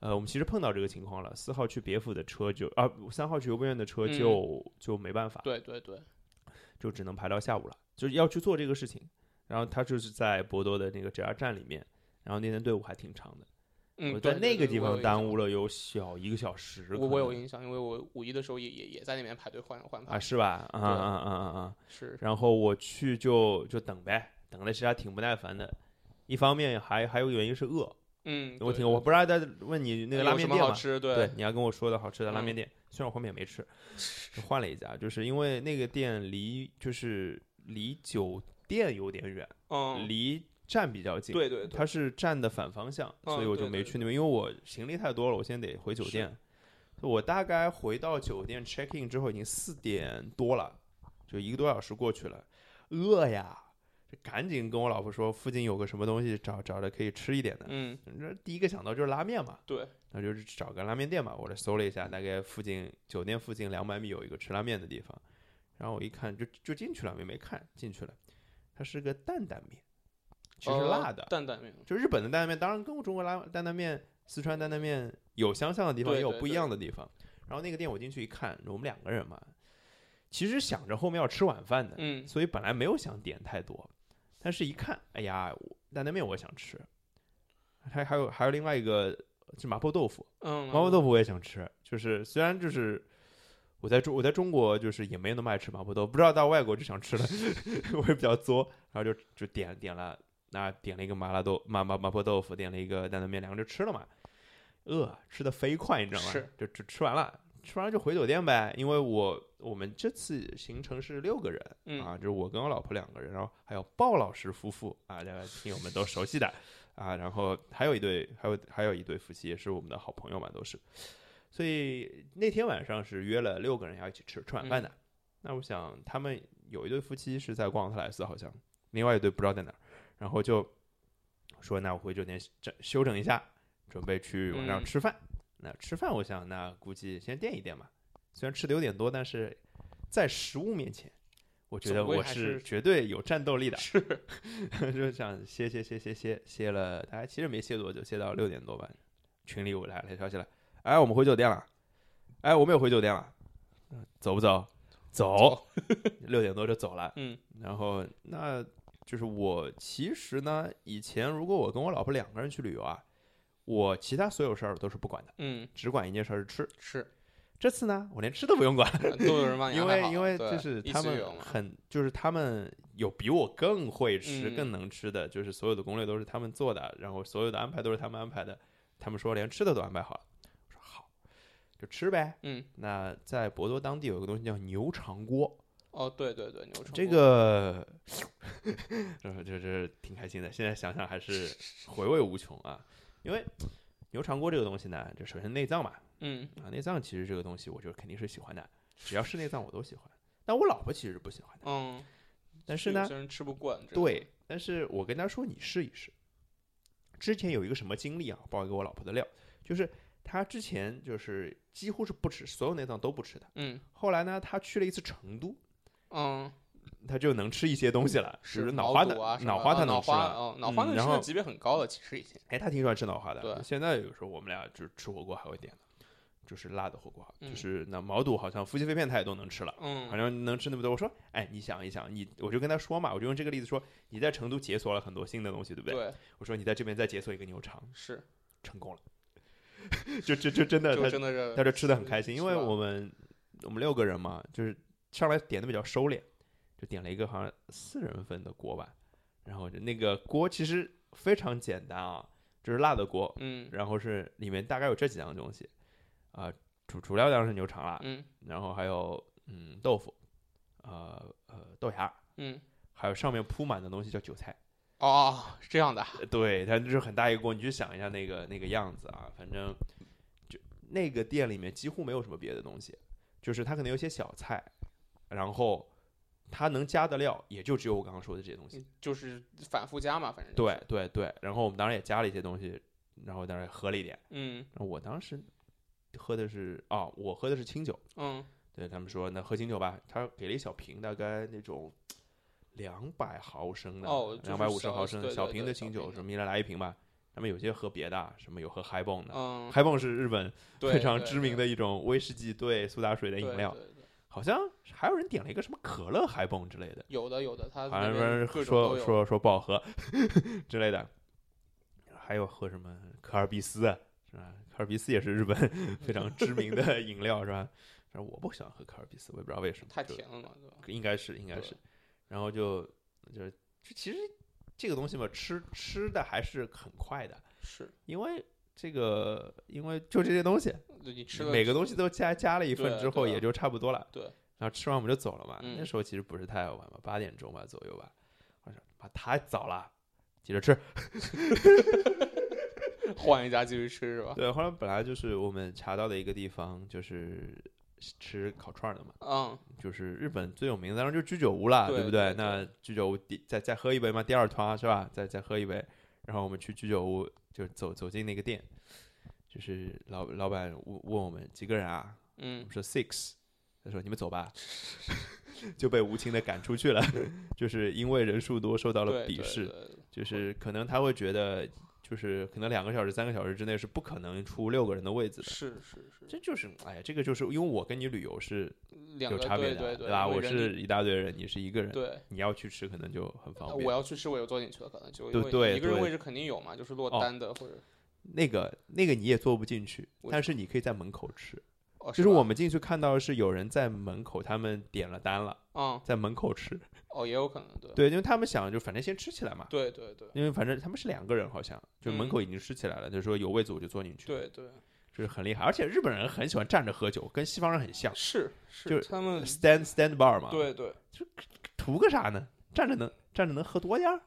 A: 呃，我们其实碰到这个情况了，四号去别府的车就啊，三号去游步院的车
B: 嗯
A: 就、就没办法，
B: 对对对，
A: 就只能排到下午了，就是要去做这个事情。然后他就是在博多的那个 JR 站里面，然后那天队伍还挺长的，
B: 嗯，
A: 我
B: 对
A: 在那个地方耽。
B: 对对我有印象
A: 误了有小一个小时可能，
B: 我我有印象，因为我五一的时候也也也在那边排队换换
A: 啊，
B: 牌，
A: 是吧？啊啊啊啊啊！
B: 是
A: 然后我去就就等呗，等的其实还挺不耐烦的。一方面还还有原因是饿，
B: 嗯，
A: 我
B: 对
A: 挺我不是还在问你那个
B: 有
A: 拉面
B: 什么
A: 店
B: 好
A: 嘛？
B: 吃？对
A: 对，你还跟我说的好吃的拉面
B: 嗯
A: 店，虽然我后面也没吃，就换了一家，就是因为那个店离就是离酒店有点远，
B: 嗯，
A: 离站比较近，
B: 对对对，
A: 它是站的反方向，所以
B: 嗯
A: 我就
B: 对
A: 没
B: 对
A: 去
B: 对
A: 那边，因为我行李太多了，我现在得回酒
B: 是
A: 店。我大概回到酒店 check in 之后已经四点多了，就一个多小时过去了，饿呀，就赶紧跟我老婆说附近有个什么东西找找着可以吃一点的。
B: 嗯
A: 这第一个想到就是拉面嘛，
B: 对，
A: 那就是找个拉面店嘛。我这搜了一下，大概附近酒店附近两百米有一个吃拉面的地方，然后我一看就就进去了，没没看进去了，它是个担担面，其实是辣的
B: 呃。担担面，
A: 就日本的担担面，当然跟中国拉担担面、四川担担面有相像的地方，
B: 对
A: 也有
B: 对
A: 不一样的地方。然后那个店我进去一看，我们两个人嘛，其实想着后面要吃晚饭的，
B: 嗯，
A: 所以本来没有想点太多，但是一看，哎呀，我担担面我想吃，还还有还有另外一个呃是麻婆豆腐，
B: 嗯，
A: 麻婆豆腐我也想吃，就是虽然就是我在中我在中国就是也没那么爱吃麻婆豆腐，不知道到外国就想吃了， 我也比较作，然后就就点点了，那点了一个麻辣豆麻麻麻婆豆腐，点了一个担担面，两个就吃了嘛，饿吃的飞快，你知道吗？
B: 是，
A: 就就吃完了。吃完了就回酒店呗，因为我我们这次行程是六个人、
B: 嗯
A: 啊，就是我跟我老婆两个人，然后还有鲍老师夫妇啊，这个听友们都熟悉的，啊，然后还有一对，还有还有一对夫妻也是我们的好朋友嘛，都是。所以那天晚上是约了六个人要一起吃吃晚饭的。那我想他们有一对夫妻是在逛特莱斯，好像另外一对不知道在哪儿，然后就说那我回酒店整休整一下，准备去晚上
B: 嗯
A: 吃饭。那吃饭我想那估计先垫一垫嘛，虽然吃的有点多，但是在食物面前，我觉得
B: 总归
A: 我
B: 还
A: 是
B: 是
A: 绝对有战斗力的。
B: 是
A: 就想歇歇歇歇歇歇了，大概其实没歇多久，歇到六点多吧。群里我来来消息了，哎，我们回酒店了，哎，我们也回酒店了，嗯走不走？ 走，六点多就走了。
B: 嗯，
A: 然后那就是我其实呢，以前如果我跟我老婆两个人去旅游啊，我其他所有事儿我都是不管的，
B: 嗯
A: 只管一件事儿是吃。
B: 是，嗯
A: 这次呢，我连吃都不用管，
B: 都有人帮你
A: 因
B: 安排
A: 为
B: 好
A: 因为
B: 对
A: 就是
B: 一
A: 他
B: 起
A: 们
B: 有嘛
A: 很就是他们有比我更会吃、
B: 嗯
A: 更能吃的，就是所有的攻略都是他们做的，然后所有的安排都是他们安排的。他们说连吃的都安排好了，我说好，就吃呗。
B: 嗯
A: 那在博多当地有一个东西叫牛肠锅，
B: 哦对对对牛肠
A: 这
B: 锅
A: 个就是就是挺开心的，现在想想还是回味无穷啊。因为牛肠锅这个东西呢，就首先内脏嘛，
B: 嗯
A: 啊，内脏其实这个东西，我就肯定是喜欢的，只要是内脏我都喜欢。但我老婆其实是不喜欢的，
B: 嗯，
A: 但是
B: 有
A: 呢
B: 些，人吃不惯这个，
A: 对，但是我跟她说你试一试。之前有一个什么经历啊，爆一个我老婆的料，就是她之前就是几乎是不吃，所有内脏都不吃的。
B: 嗯
A: 后来呢，她去了一次成都，
B: 嗯
A: 她就能吃一些东西了，比如
B: 是
A: 脑
B: 毛
A: 花
B: 肚
A: 的，
B: 啊什么
A: 脑花
B: 啊
A: 她能
B: 脑
A: 吃
B: 花
A: 了。
B: 哦脑
A: 嗯
B: 花能
A: 然
B: 吃的
A: 后
B: 级别很高了，其实已经
A: 哎，她挺喜欢吃脑花的。
B: 对
A: 现在有时候我们俩就是吃火锅还会点的，就是辣的火锅，就
B: 嗯
A: 是那毛肚好像夫妻肺片她也都能吃了。反
B: 嗯
A: 正能吃那么多。我说，哎，你想一想，你我就跟他说嘛，我就用这个例子说，你在成都解锁了很多新的东西，对不对？
B: 对
A: 我说你在这边再解锁一个牛肠，
B: 是
A: 成功了， 就就就真的
B: 就
A: 他
B: 真的是嗯
A: 他就吃的很开心，
B: 是
A: 因为
B: 吧
A: 我们我们六个人嘛，就是上来点的比较收敛，就点了一个好像四人份的锅吧，然后就那个锅其实非常简单啊，就是辣的锅，
B: 嗯
A: 然后是里面大概有这几样东西，啊、主主料当然是牛肠啦，
B: 嗯
A: 然后还有嗯豆腐，呃呃豆芽，
B: 嗯
A: 还有上面铺满的东西叫韭菜。
B: 哦这样的啊
A: 呃对，它就是很大一锅，你去想一下那个那个样子啊，反正就那个店里面几乎没有什么别的东西，就是它可能有些小菜，然后它能加的料也就只有我刚刚说的这些东西。
B: 就是反复加嘛，反正就是
A: 对对对，然后我们当然也加了一些东西，然后当然也喝了一点。
B: 嗯
A: 然后我当时喝的是啊，我喝的是清酒。
B: 嗯
A: 对他们说，那喝清酒吧。他给了一小瓶，大概那种两百毫升的，
B: 哦就是
A: 两百五十
B: 小
A: 毫升
B: 对对
A: 小
B: 对
A: 瓶的
B: 小
A: 清
B: 瓶
A: 酒，
B: 的
A: 什么一人来一瓶吧。他们有些喝别的啊，什么有喝 Highbone 的
B: 嗯
A: ，Highbone 是日本
B: 对
A: 非常
B: 对
A: 知名
B: 对
A: 的一种威士忌兑苏打水的饮
B: 对
A: 料，
B: 对对
A: 好像还有人点了一个什么可乐 Highbone 之类的，
B: 有的有的，他
A: 好像
B: 是
A: 说说说说不好喝之类的。还有喝什么可尔必斯啊是吧？可尔必斯也是 日本非常知名的饮料是吧？反正我不喜欢喝可尔必斯，我也不知道为什么，
B: 太
A: 就
B: 甜了嘛，对吧？
A: 应该是应该
B: 对
A: 是，然后就就是就其实这个东西嘛，吃吃的还是很快的，
B: 是，
A: 因为这个因为就这些东西，
B: 就你吃了
A: 每个东西都加加了一份
B: 对
A: 之后
B: 对啊
A: 也就差不多了，
B: 对
A: 然后吃完我们就走了嘛，
B: 嗯
A: 那时候其实不是太晚嘛，八点钟吧左右吧，我说妈太早了，接着 吃，
B: 换一家继续吃是吧？
A: 对，后来本来就是我们查到的一个地方就是。吃烤串儿的嘛，
B: 嗯，
A: 就是日本最有名的，当然就是居酒屋啦，
B: 对
A: 不
B: 对对
A: 那居酒屋第再再喝一杯嘛，第二团是吧？再再喝一杯，然后我们去居酒屋，就走走进那个店，就是老老板问问我们几个人啊，我
B: 嗯
A: 们说 six，他说你们走吧， 就被无情的赶出去了，就是因为人数多受到了
B: 对
A: 鄙视。
B: 对对
A: 就是可能他会觉得，就是可能两个小时、三个小时之内是不可能出六个人的位置的。
B: 是是是，
A: 这就是，哎呀，这个就是因为我跟你旅游是
B: 两
A: 有
B: 个
A: 差别
B: 对
A: 的，
B: 对
A: 吧？
B: 因为
A: 我
B: 人力
A: 是一大堆人，你是一个人，
B: 对。呃
A: 你要去吃可能就很方
B: 我
A: 便。
B: 要去吃，我就坐进去了，可能就
A: 啊对
B: 因为
A: 对
B: 一个人
A: 对
B: 位置肯定有嘛，就是落
A: 哦
B: 单的或者
A: 那个那个你也坐不进去
B: 为，
A: 但是你可以在门口吃。
B: 哦，
A: 就是我
B: 吧
A: 们进去看到是有人在门口，他们点了单了，
B: 嗯
A: 在门口吃。
B: 哦也有可能对
A: 对，因为他们想就反正先吃起来嘛。
B: 对对对
A: 因为反正他们是两个人，好像就门口已经吃起来了，就是说有位置我就坐进去，，
B: 对对
A: 就是很厉害。而且日本人很喜欢站着喝酒，跟西方人很像
B: 是
A: 就是
B: 他们
A: ，stand stand bar 嘛，，
B: 对对
A: 图个啥呢？站着能站着能喝多点儿，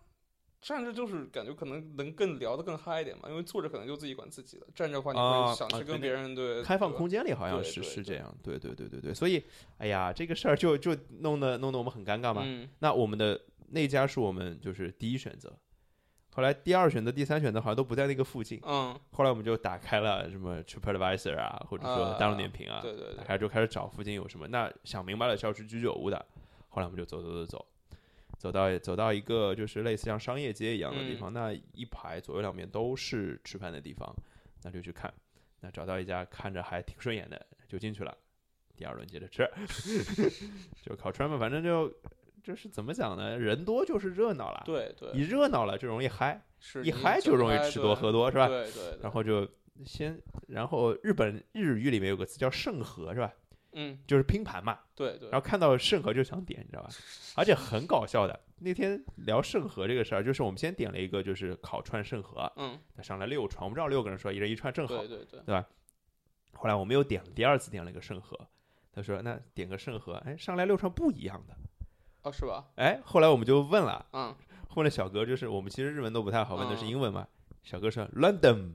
B: 站着就是感觉可能能更聊得更嗨一点嘛，因为坐着可能就自己管自己了，站着的话你
A: 啊
B: 会想
A: 啊对
B: 去
A: 对
B: 跟别人对
A: 开放
B: 对
A: 空间里好像
B: 对
A: 是
B: 对
A: 是这
B: 对
A: 样，对对对对对，所以哎呀，这个事儿就就弄得弄得我们很尴尬嘛。
B: 嗯
A: 那我们的那家是我们就是第一选择，后来第二选择、第三选择好像都不在那个附近，
B: 嗯
A: 后来我们就打开了什么 TripAdvisor 啊，或者说大众点评啊，
B: 对对
A: 打
B: 对
A: 开就开始找附近有什么。那想明白了是要去居酒屋的，后来我们就走走走走，走到走到一个就是类似像商业街一样的
B: 嗯
A: 地方，那一排左右两边都是吃饭的地方，那就去看，那找到一家看着还挺顺眼的就进去了，第二轮接着 吃，就烤串嘛，反正就就是怎么讲呢，人多就是热闹了，
B: 对对
A: 一热闹了就容易嗨，
B: 是
A: 一
B: 你
A: 嗨就
B: 整
A: 容易
B: 嗨
A: 吃
B: 对
A: 多喝多是吧？
B: 对对，
A: 然
B: 后
A: 后就先，然后日本日语里面有个词叫盛和是吧？
B: 嗯
A: 就是拼盘嘛。
B: 对对
A: 然后看到盛和就想点，你知道吧？而且很搞笑的，那天聊盛和这个事儿，就是我们先点了一个就是烤串盛和，
B: 嗯
A: 那上来六串，我们知道六个人说一人一串正好
B: 对。对对
A: 后来我们又点了第二次点了一个盛和，他说那点个盛和，哎，上来六串不一样的。
B: 哦是吧
A: 哎，后来我们就问了，
B: 嗯
A: 问了小哥，就是我们其实日文都不太好，问的是
B: 嗯
A: 英文嘛。小哥说 random，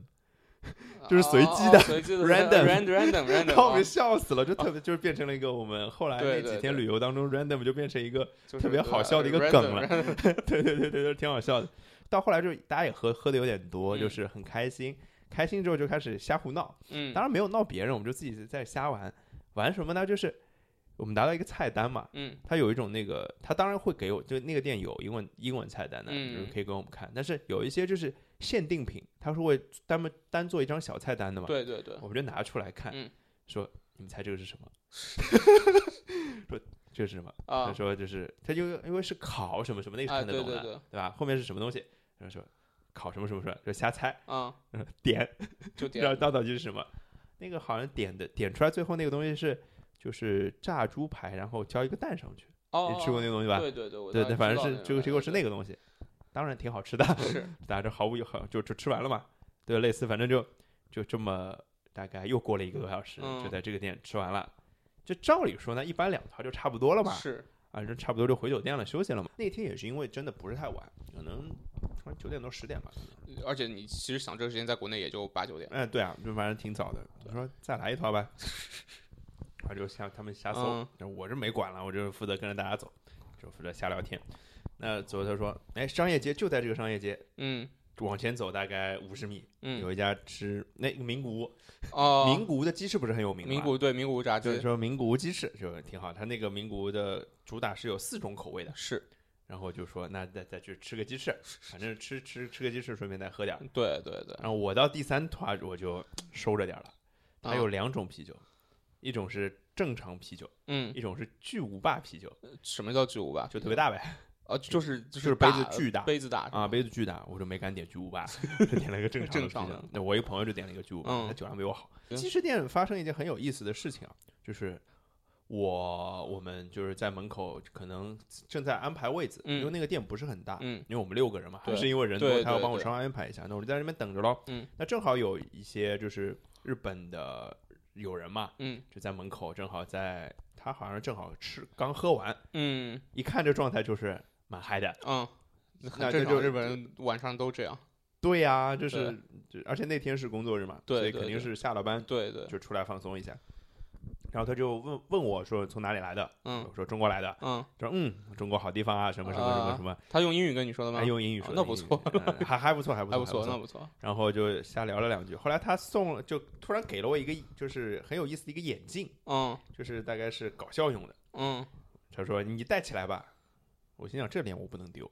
A: 就是
B: 啊
A: 随
B: 哦
A: 机
B: 哦
A: 的
B: 随机的
A: random
B: random random
A: 把我
B: random，
A: 们
B: 啊
A: 笑死了，就 特别就是变成了一个我们后来那
B: 对
A: 几
B: 对
A: 天
B: 对
A: 旅游当中 random 就变成一个，
B: 就是
A: 特别
B: 对
A: 好
B: 啊
A: 笑的一个
B: random，
A: 梗了
B: random
A: 对对对对，对，挺好笑的。到后来就大家也喝喝的有点多，
B: 嗯
A: 就是很开心，开心之后就开始瞎胡闹，
B: 嗯
A: 当然没有闹别人，我们就自己在瞎玩，玩什么呢？就是我们拿到一个菜单嘛，
B: 嗯
A: 它有一种那个，它当然会给我，就那个店有英文英文菜单的，
B: 嗯
A: 就是可以给我们看，但是有一些就是限定品，它是会单门单做一张小菜单的嘛，
B: 对对对
A: 我们就拿出来看，
B: 嗯
A: 说你们猜这个是什么？ 说这是什么？他
B: 啊
A: 说就是他就因为是烤什么什么，那个是
B: 啊
A: 看得
B: 对
A: 懂的，
B: 对对
A: 对吧？后面是什么东西？然后说烤什么什么什么，就瞎猜，
B: 啊
A: 然后点，
B: 就点
A: 然后到到底是什么？那个好像点的点出来，最后那个东西是就是炸猪排，然后浇一个蛋上去。
B: 哦
A: 你吃过那个东西吧？
B: 对对对，我
A: 对
B: 大概
A: 反
B: 知
A: 正
B: 道
A: 是
B: 种
A: 结果结果是
B: 感
A: 那个东西，当然挺好吃的。
B: 觉 是
A: 大家就毫无有好就就吃完了嘛，对，类似反正就就这么大概又过了一个多小时，
B: 嗯
A: 就在这个店吃完了。就照理说呢，一般两套就差不多了嘛，
B: 是
A: 啊，就差不多就回酒店了，休息了嘛。那天也是因为真的不是太晚，可能可能九点多十点吧。
B: 而且你其实想这个时间在国内也就八九点，
A: 哎，对啊，就反正挺早的。我说再来一套吧， 然后就瞎他们瞎搜，
B: 嗯
A: 就我这没管了，我就负责跟着大家走，就负责瞎聊天。那走他说，哎，商业街就在这个商业街，
B: 嗯
A: 往前走大概五十米，
B: 嗯
A: 有一家吃那个名古屋，
B: 哦，
A: 名古屋的鸡翅不是很有名吗？
B: 名古屋对名古屋炸
A: 就是
B: 鸡
A: 说名古屋鸡翅就挺好，它那个名古屋的主打是有四种口味的，
B: 是
A: 然后我就说那再再去吃个鸡翅，反正吃吃吃个鸡翅，顺便再喝点儿。
B: 对对对，
A: 然后我到第三团我就收着点儿了，它
B: 啊
A: 有两种啤酒，一种是正常啤酒，
B: 嗯，
A: 一种是巨无霸啤酒，
B: 什么叫巨无霸？
A: 就特别大呗
B: 啊，就是就是是
A: 杯子
B: 大
A: 巨大
B: 杯子大
A: 啊，杯子巨大，我就没敢点巨无霸，就点了个正常的
B: 嗯 正
A: 啤
B: 常
A: 酒
B: 的。
A: 那我一个朋友就点了一个巨无霸，
B: 嗯
A: 他酒量比我好。
B: 嗯
A: 鸡翅店发生一件很有意思的事情啊，就是我我们就是在门口可能正在安排位子，
B: 嗯
A: 因为那个店不是很大，
B: 嗯
A: 因为我们六个人嘛，还
B: 对
A: 是因为人多，
B: 对
A: 他要
B: 对
A: 帮我
B: 对
A: 稍微安排一下，那我就在那边等着喽。
B: 嗯，
A: 那正好有一些就是日本的友人嘛，
B: 嗯
A: 就在门口，正好在他好像正好吃刚喝完，
B: 嗯
A: 一看这状态就是蛮嗨的。
B: 嗯，
A: 那
B: 很正
A: 这就
B: 常，日本人晚上都这样，
A: 对呀、就是，就而且那天是工作日嘛，
B: 对
A: 所以
B: 对
A: 肯定
B: 对
A: 是下了班
B: 对对，
A: 就出来放松一下。然后他就问问我说从哪里来的，
B: 嗯
A: 我说中国来的，
B: 嗯，
A: 他说嗯中国好地方啊，什么什么什么
B: 啊
A: 什么，
B: 他用英语跟你说的吗
A: 还？用英语
B: 哦
A: 说的英语，
B: 那不错
A: 嗯，还还不错，还不
B: 还
A: 错，还哎不
B: 不错，那
A: 错。
B: 不错，
A: 然后就瞎聊了两句，后来他送了，就突然给了我一个就是很有意思的一个眼镜，
B: 嗯
A: 就是大概是搞笑用的。
B: 嗯，
A: 他说你戴起来吧，我心想这脸我不能丢，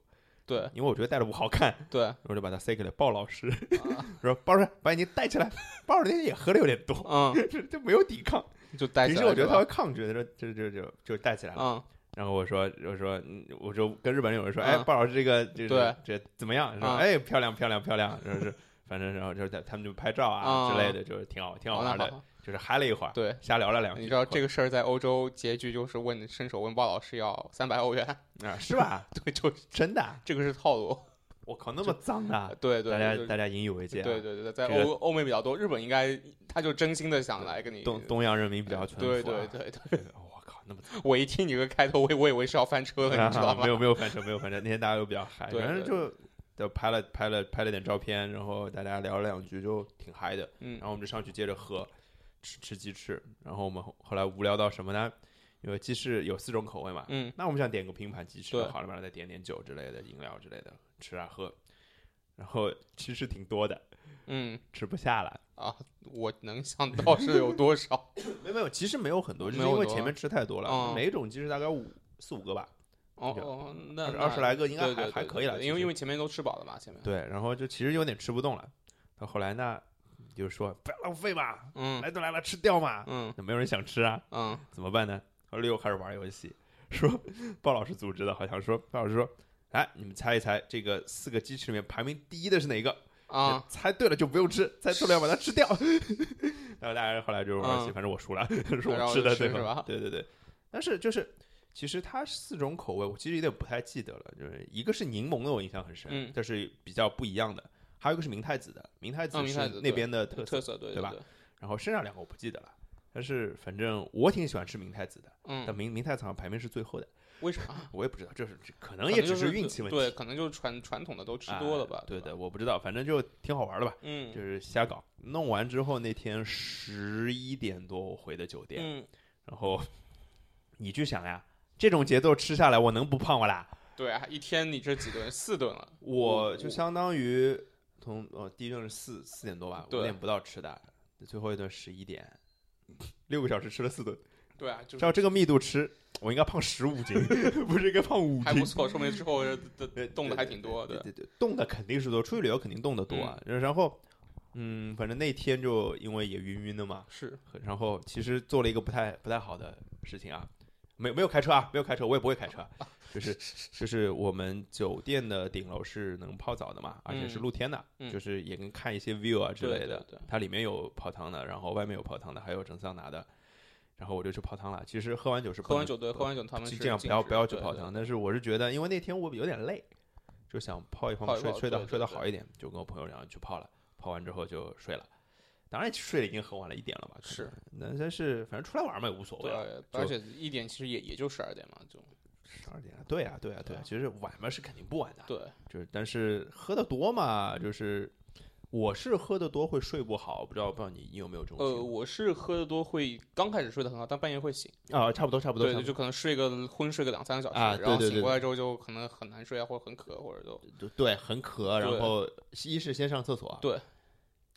B: 对
A: 因为我觉得戴着不好看，
B: 对，
A: 我就把它塞给了鲍老师，
B: 啊
A: 说鲍老师把你戴起来。鲍老师那天也喝的有点多，
B: 嗯，
A: 就就没有抵抗。
B: 就戴起
A: 平
B: 来。
A: 时我觉得他
B: 是
A: 会
B: 吧
A: 抗拒，他说就就就就戴起来了。
B: 嗯，
A: 然后我说我说嗯我就跟日本友人说，哎，
B: 嗯
A: 鲍老师这个这
B: 对
A: 个这怎么样？说
B: 嗯
A: 哎漂亮漂亮漂亮，就是反正然后就是他他们就拍照啊
B: 嗯
A: 之类的，就是挺好挺好
B: 好，那
A: 玩
B: 好
A: 的，
B: 好。
A: 就是嗨了一会儿，
B: 对，
A: 瞎聊了两句。
B: 你知道这
A: 个
B: 个事儿在欧洲结局就是问伸手问鲍老师要三百欧元，
A: 啊是吧？
B: 对，就
A: 真的啊，
B: 这个是套路。
A: 我靠，那么脏的啊，
B: 对对，
A: 大
B: 就
A: 家
B: 是
A: 大家引以为戒啊。
B: 对对对，在
A: 这个
B: 欧欧美比较多，日本应该他就真心的想来跟你
A: 东东洋人民比较淳
B: 对
A: 朴啊
B: 对对对，
A: 我靠，那么
B: 我一听你这个开头，我我以为是要翻 车了，你知道吗
A: 啊没？有没有翻车，没有翻车。那天大家都比较嗨，
B: 对
A: 反正
B: 对
A: 就就拍了拍了拍了点照片，然后大家聊了两句，就挺嗨的。
B: 嗯
A: 然后我们就上去接着喝，吃吃鸡翅。然后我们后后来无聊到什么呢？因为鸡翅有四种口味嘛，
B: 嗯
A: 那我们想点个拼盘鸡翅
B: 对
A: 就好了嘛，然后再点点酒之类的饮料之类的吃啊喝。然后其实挺多的，
B: 嗯
A: 吃不下了。
B: 啊，我能想到是有多少？
A: 没有没有，其实没有很多，就是
B: 没有
A: 因为
B: 多
A: 前面吃太多了，
B: 嗯
A: 每一种鸡翅大概五四五个吧，
B: 哦
A: 这
B: 哦，那
A: 二十来个应该
B: 对
A: 还
B: 对
A: 还
B: 对
A: 可以了。
B: 对
A: 其
B: 因为
A: 实
B: 因为前面都吃饱了嘛，前面
A: 对，然后就其实有点吃不动了。到后来呢，就说不要浪费嘛，
B: 嗯
A: 来都来了，吃掉嘛。
B: 嗯
A: 那没有人想吃啊，
B: 嗯
A: 怎么办呢？后来又开始玩游戏，说鲍老师组织的，好像说鲍老师说，哎，你们猜一猜，这个四个鸡翅里面排名第一的是哪个？
B: 啊，
A: 猜对了就不用 吃，猜错了要把它吃掉。然后大家后来就玩游戏，
B: 嗯
A: 反正我输了， 是
B: 然
A: 我
B: 后
A: 吃的
B: 就吃
A: 最
B: 是吧
A: 后。对对对，但是就是其实它四种口味，我其实有点不太记得了。就是一个是柠檬的，我印象很
B: 嗯
A: 深，这是比较不一样的；还有一个是明太子的，明太
B: 啊
A: 子
B: 明
A: 是
B: 太子
A: 那边的
B: 特
A: 特色。
B: 色对
A: 对吧
B: 对？
A: 然后剩下两个我不记得了，但是反正我挺喜欢吃明太子的，但
B: 嗯，
A: 明明太子好像排名是最后的，
B: 为啥？啊
A: 我也不知道，这是这可
B: 可
A: 能也
B: 就
A: 只是运气问题。
B: 对，可能就是传传统的都吃
A: 啊
B: 多了吧，
A: 对
B: 吧
A: 的，，我不知道，反正就挺好玩的吧。
B: 嗯
A: 就是瞎搞。弄完之后那天十一点多我回的酒店，
B: 嗯，
A: 然后你去想呀，这种节奏吃下来，我能不胖不啦？
B: 对啊，一天你这几顿四顿了，
A: 我
B: 我
A: 就相当于从呃第一顿是四四点多吧，
B: 对
A: 五点不到吃的，最后一顿十一点，六个小时吃了四顿，
B: 对啊，就是
A: 照这个密度吃，我应该胖十五斤， 不是应该胖五
B: 还不
A: 斤。
B: 错，说明之后的
A: 对
B: 动的还挺多
A: 对
B: 的。
A: 对对，动的肯定是多，出去旅游肯定动的多啊。然后，嗯，反正那天就因为也晕晕的嘛，
B: 是，
A: 然后其实做了一个不太不太好的事情啊，没有没有开车啊，没有开车，我也不会开 车，就是就是我们酒店的顶楼是能泡澡的嘛，而且是露天的，
B: 嗯
A: 就是也能看一些 view 啊之类的，
B: 对对对
A: 它里面有泡汤的，然后外面有泡汤的，还有整桑拿的，然后我就去泡汤了。其实喝完酒是不
B: 喝完
A: 能
B: 酒对，喝完酒他们是
A: 尽量不要
B: 禁止
A: 不要去
B: 对
A: 泡
B: 对
A: 汤，但是我是觉得，因为那天我有点累，就想泡一泡
B: 泡
A: 嘛，
B: 一
A: 睡
B: 泡
A: 睡
B: 对
A: 的
B: 对
A: 睡得
B: 对
A: 好一点，就跟我朋友两个人去泡了，泡完之后就睡了。当然睡得已经很晚了，一点了吧？可能
B: 是，
A: 那但是反正出来玩嘛也无所谓
B: 对
A: 了。
B: 啊，
A: 就啊
B: 而且一点其实也也就十二点嘛，就
A: 十二点了，对呀、对呀、对呀、
B: 对啊
A: 其实晚嘛是肯定不晚的，
B: 对，
A: 就是但是喝的多嘛，就是我是喝的多会睡不好，不知道不知道你你有没有这种
B: 呃，
A: 情
B: 我是喝的多会，刚开始睡得很好，但半夜会醒，
A: 况啊？差不多差不多，
B: 对，
A: 差
B: 就
A: 不
B: 就可能睡个昏睡个两三个小时，
A: 啊
B: 然后
A: 对对
B: 醒
A: 对
B: 过来之后就可能很难睡啊，或者很渴，或者都
A: 多对很渴，然
B: 对
A: 后一是先上厕所，
B: 对，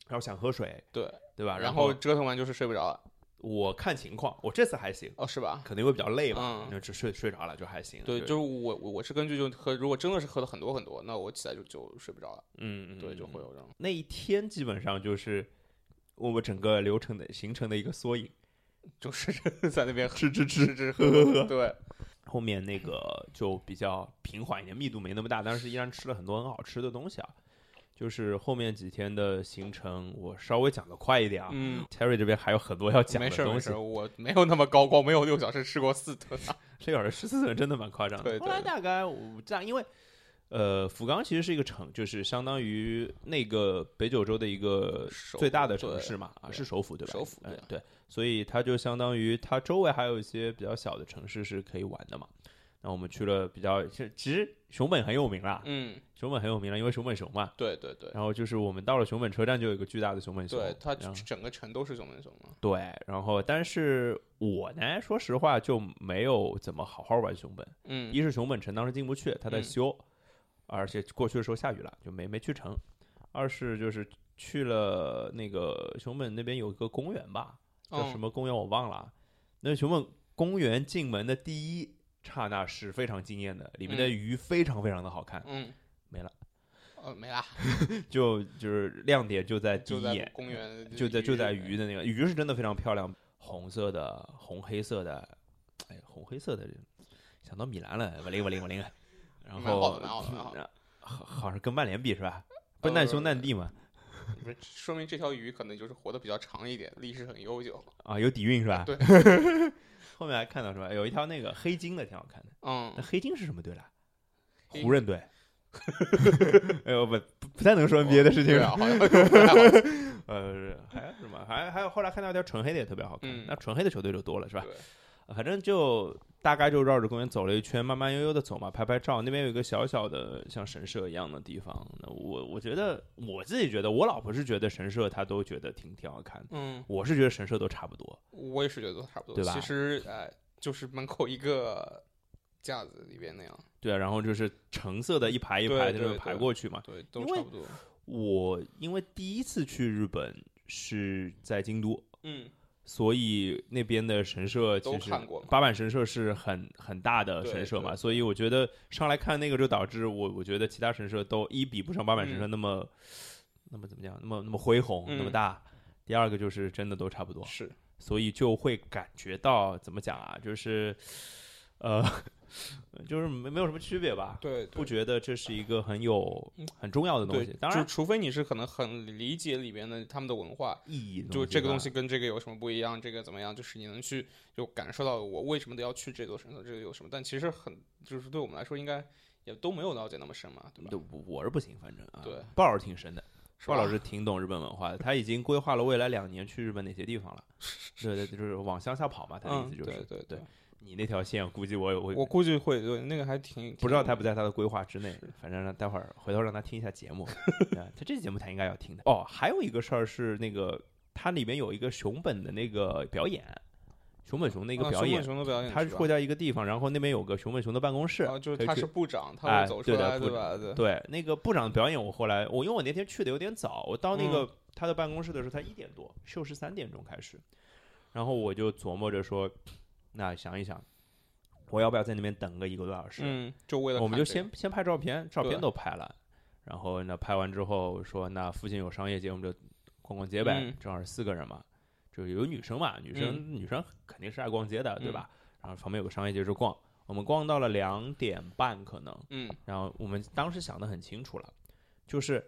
A: 然后想喝水，
B: 对，
A: 对吧？
B: 然
A: 后
B: 后折腾完就是睡不着了，
A: 我看情况，我这次还行，
B: 哦，是吧？
A: 可能会比较累吧
B: 嗯，
A: 就只睡睡着了就还行。
B: 对，就是我我我是根据就喝，如果真的是喝了很多很多，那我起来就就睡不着了，
A: 嗯，嗯
B: 对，就
A: 嗯
B: 会有这种，
A: 那一天基本上就是我们整个流程的形成的一个缩影，
B: 就是 在那边
A: 吃吃吃。
B: 吃吃喝喝，对，
A: 后面那个就比较平缓一点，密度没那么大，但是依然吃了很多很好吃的东西啊。就是后面几天的行程，我稍微讲的快一点啊。
B: 嗯，
A: Terry 这边还有很多要讲
B: 没
A: 的
B: 事儿没
A: 东
B: 事
A: 西
B: 儿，，我没有那么高光，没有六小时吃过四顿。
A: 这小时十四顿真的蛮夸张的。
B: 对对
A: 后来大概我这样，因为呃，福冈其实是一个城，就是相当于那个北九州的一个
B: 首
A: 最大的
B: 对
A: 城市嘛，啊
B: 对
A: 是首府对吧？
B: 首府
A: 哎
B: 对
A: 对，所以它就相当于它周围还有一些比较小的城市是可以玩的嘛。那我们去了比较，其实其实熊本很有名啦，
B: 嗯，
A: 熊本很有名了，因为熊本熊嘛。
B: 对对对，
A: 然后就是我们到了熊本车站就有一个巨大的熊本熊，
B: 对，它
A: 然后
B: 整个城都是熊本熊嘛。
A: 对，然后但是我呢，说实话就没有怎么好好玩熊本。
B: 嗯
A: 一是熊本城当时进不去，它在
B: 嗯
A: 修，而且过去的时候下雨了，就没没去成。二是就是去了那个熊本那边有一个公园吧，叫
B: 嗯
A: 什么公园我忘了啊。那熊本公园进门的第一刹那是非常惊艳的，里面的
B: 嗯
A: 鱼非常非常的好看，
B: 嗯，
A: 没了，
B: 呃，没啦，
A: 就就是亮点就在第
B: 就
A: 一
B: 在
A: 眼，
B: 公园，
A: 就在就在
B: 鱼。
A: 鱼的那个鱼是真的非常漂亮，红色的、红黑色的，哎，红黑色的，想到米兰了，不灵不灵不灵。然
B: 蛮好
A: 后
B: 的蛮好的蛮呃好
A: 嗯好好像跟曼联比是吧？不是难兄难弟嘛，
B: 不是说明这条鱼可能就是活得比较长一点，历史很悠久。
A: 啊，有底蕴是吧？
B: 对。
A: 后面还看到什么？有一条那个黑金的挺好看的，
B: 嗯
A: 那，黑金是什么队来？
B: 黑
A: 湖人队。 哎呦，不不不太能说 NBA 的事情
B: 对
A: 了
B: 啊，好像不太好
A: 呃，还有什么？还还有后来看到一条纯黑的也特别好看，
B: 嗯
A: 那纯黑的球队就多了是吧？
B: 对
A: 呃反正就大概就绕着公园走了一圈，慢慢悠悠的走嘛，拍拍照。那边有一个小小的像神社一样的地方，那我我觉得我自己觉得，我老婆是觉得神社她都觉得挺挺好看的，
B: 嗯，
A: 我是觉得神社都差不多。
B: 我也是觉得都差不多。
A: 对吧
B: 其实呃，就是门口一个架子里边那样，
A: 对啊，然后就是橙色的一排一排的
B: 对对
A: 那种排
B: 对
A: 过去嘛。
B: 对，都
A: 因为
B: 差不多。
A: 我因为第一次去日本是在京都，
B: 嗯，
A: 所以那边的神社其
B: 都
A: 实
B: 看过嘛
A: 八坂神社是很很大的神社
B: 对
A: 嘛，
B: 对
A: 所以我觉得上来看那个就导致我我觉得其他神社都一比不上八坂神社那么、那么怎么讲，那么那么恢宏，
B: 嗯
A: 那么大。第二个就是真的都差不多，
B: 是
A: 所以就会感觉到怎么讲啊，就是呃，就是没没有什么区别吧。
B: 对，
A: 不
B: 对
A: 觉得这是一个很有很重要的东
B: 嗯对
A: 西，，当
B: 就
A: 然
B: 除非你是可能很理解里边的他们的文化，
A: 意义的
B: 就这个
A: 吧
B: 东西跟这个有什么不一样？这个怎么样？就是你能去就感受到我为什么都要去这座神社，这个有什么？但其实很就是对我们来说，应该也都没有了解那么深嘛，对吧？
A: 对，我我是不行，反正啊，
B: 对，
A: 鲍老师挺深的，
B: 是
A: 鲍
B: 吧
A: 老师挺懂日本文化的，他已经规划了未来两年去日本哪些地方了。对对，就是往乡下跑嘛，他的意
B: 嗯，
A: 思就是，
B: 对对
A: 对，你那条线，估计我有
B: 我
A: 我
B: 估计会对那个还挺
A: 不知道
B: 挺
A: 他不在他的规划之内，反正让待会儿回头让他听一下节 目，啊他这期节目他应该要听的。哦，还有一个事儿是那个，它里面有一个熊本的那个表演，熊本熊的一个
B: 啊
A: 表演，
B: 熊本熊的表演，
A: 他
B: 是吧
A: 会在一个地方，然后那边有个熊本熊的办公室，
B: 啊，就
A: 可
B: 是
A: 以
B: 他
A: 去
B: 是部长，他
A: 哎
B: 会走出
A: 对的
B: 来，
A: 部
B: 对吧？对，
A: 对，那个部长的表演，我后来我因为我那天去的有点早，我
B: 嗯
A: 到那个他的办公室的时候才一点多，秀是三点钟开始，然后我就琢磨着说，那想一想，我要不要在那边等个一个多小时？
B: 嗯，就为了
A: 我们
B: 看
A: 就
B: 这个
A: 先先拍照片，照片
B: 对
A: 都拍了，然后那拍完之后说，那附近有商业街，我们就逛逛街呗，
B: 嗯
A: 正好是四个人嘛，就有女生嘛，女生、女生肯定是爱逛街的，对
B: 嗯
A: 吧？然后旁边有个商业街就逛，我们逛到了两点半可能。
B: 嗯
A: 然后我们当时想的很清楚了，就是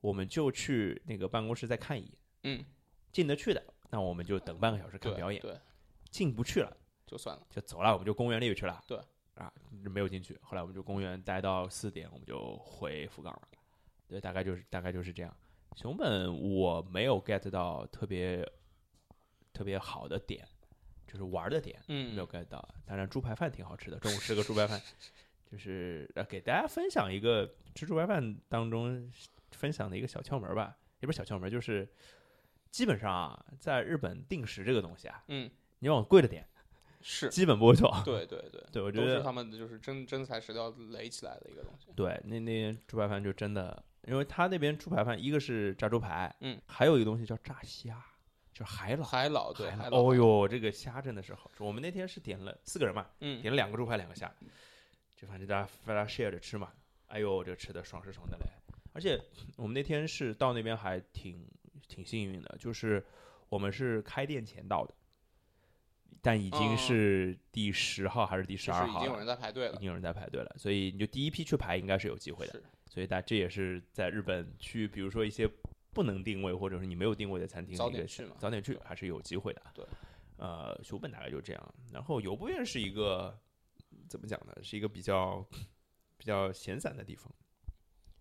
A: 我们就去那个办公室再看一眼，
B: 嗯，
A: 进得去的，那我们就等半个小时看
B: 对
A: 表演；
B: 对，
A: 进不去了
B: 就算了，
A: 就走了，我们就公园里去了。
B: 对，
A: 啊，没有进去。后来我们就公园待到四点，我们就回福冈了。对，大概就是大概就是这样。熊本我没有 get 到特别特别好的点，就是玩的点。没有
B: 嗯
A: get 到。啊当然，猪排饭挺好吃的，中午吃个猪排饭，就是呃给大家分享一个吃猪排饭当中分享的一个小窍门吧，也不是小窍门，就是基本上啊，在日本定时这个东西啊，
B: 嗯，
A: 你往贵了点，
B: 是，
A: 基本不会错。
B: 对对对，
A: 对，我觉
B: 都是
A: 得
B: 他们就是真真材实料垒起来的一个东西，
A: 对，那那猪排饭就真的，因为他那边猪排饭一个是炸猪排，
B: 嗯，
A: 还有一个东西叫炸虾，就是海老。
B: 海老对
A: 海
B: 海
A: 老，
B: 老，
A: 哦呦，这个虾真的是好吃。我们那天是点了四个人嘛，
B: 嗯，
A: 点了两个猪排，两个虾，就反正大家大家 share 着吃嘛。哎呦，这吃的爽是爽的嘞！而且我们那天是到那边还挺挺幸运的，就是我们是开店前到的，但已经
B: 嗯
A: 是第十号还是第十
B: 就
A: 二
B: 是已
A: 号
B: 经有
A: 了，
B: 人在排队
A: 已
B: 了，
A: 经有人在排队了，所以你就第一批去排应该是有机会的。
B: 是
A: 所以大这也是在日本去，比如说一些不能定位或者是你没有定位的餐厅，
B: 早
A: 一个
B: 点去嘛
A: 早点去还是有机会的。
B: 啊
A: 啊
B: 对，
A: 呃，熊本大概就这样。然后游步院是一个怎么讲呢？是一个比较比较闲散的地方。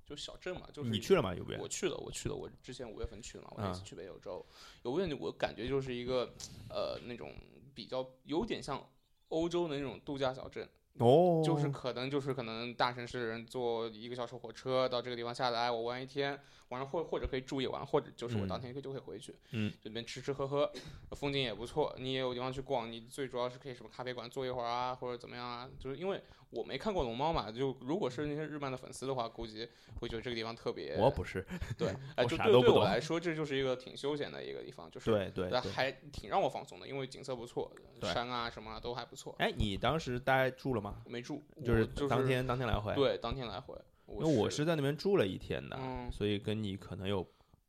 B: 就小镇嘛，就是
A: 你去了吗？游步院
B: 我？去了，我去了，我之前五月份去了嘛，我
A: 啊
B: 那次去北九州，有问我感觉就是一个呃那种比较有点像欧洲的那种度假小镇，
A: 哦
B: 就是可能就是可能大城市的人坐一个小时火车到这个地方下来，我玩一天，晚上或或者可以住一晚，或者就是我
A: 嗯
B: 当天就可以回去，
A: 嗯，
B: 这边吃吃喝喝，风景也不错，你也有地方去逛，你最主要是可以什么咖啡馆坐一会儿啊，或者怎么样啊，就是因为我没看过龙猫嘛，就如果是那些日漫的粉丝的话，估计会觉得这个地方特别，
A: 我不是，
B: 对，
A: 我
B: 哎，就
A: 啥
B: 对
A: 都
B: 对
A: 不
B: 我
A: 懂
B: 来说，这就是一个挺休闲的一个地方，就是
A: 对对
B: 但
A: 对。
B: 还挺让我放松的，因为景色不错，
A: 对
B: 山啊什么啊都还不错。
A: 哎，你当时待住了吗？
B: 没住，
A: 就
B: 我
A: 是
B: 就是
A: 当天当天来回。
B: 对，当天来回。
A: 因为我
B: 是
A: 是在那边住了一天的，
B: 嗯
A: 所以跟你可能有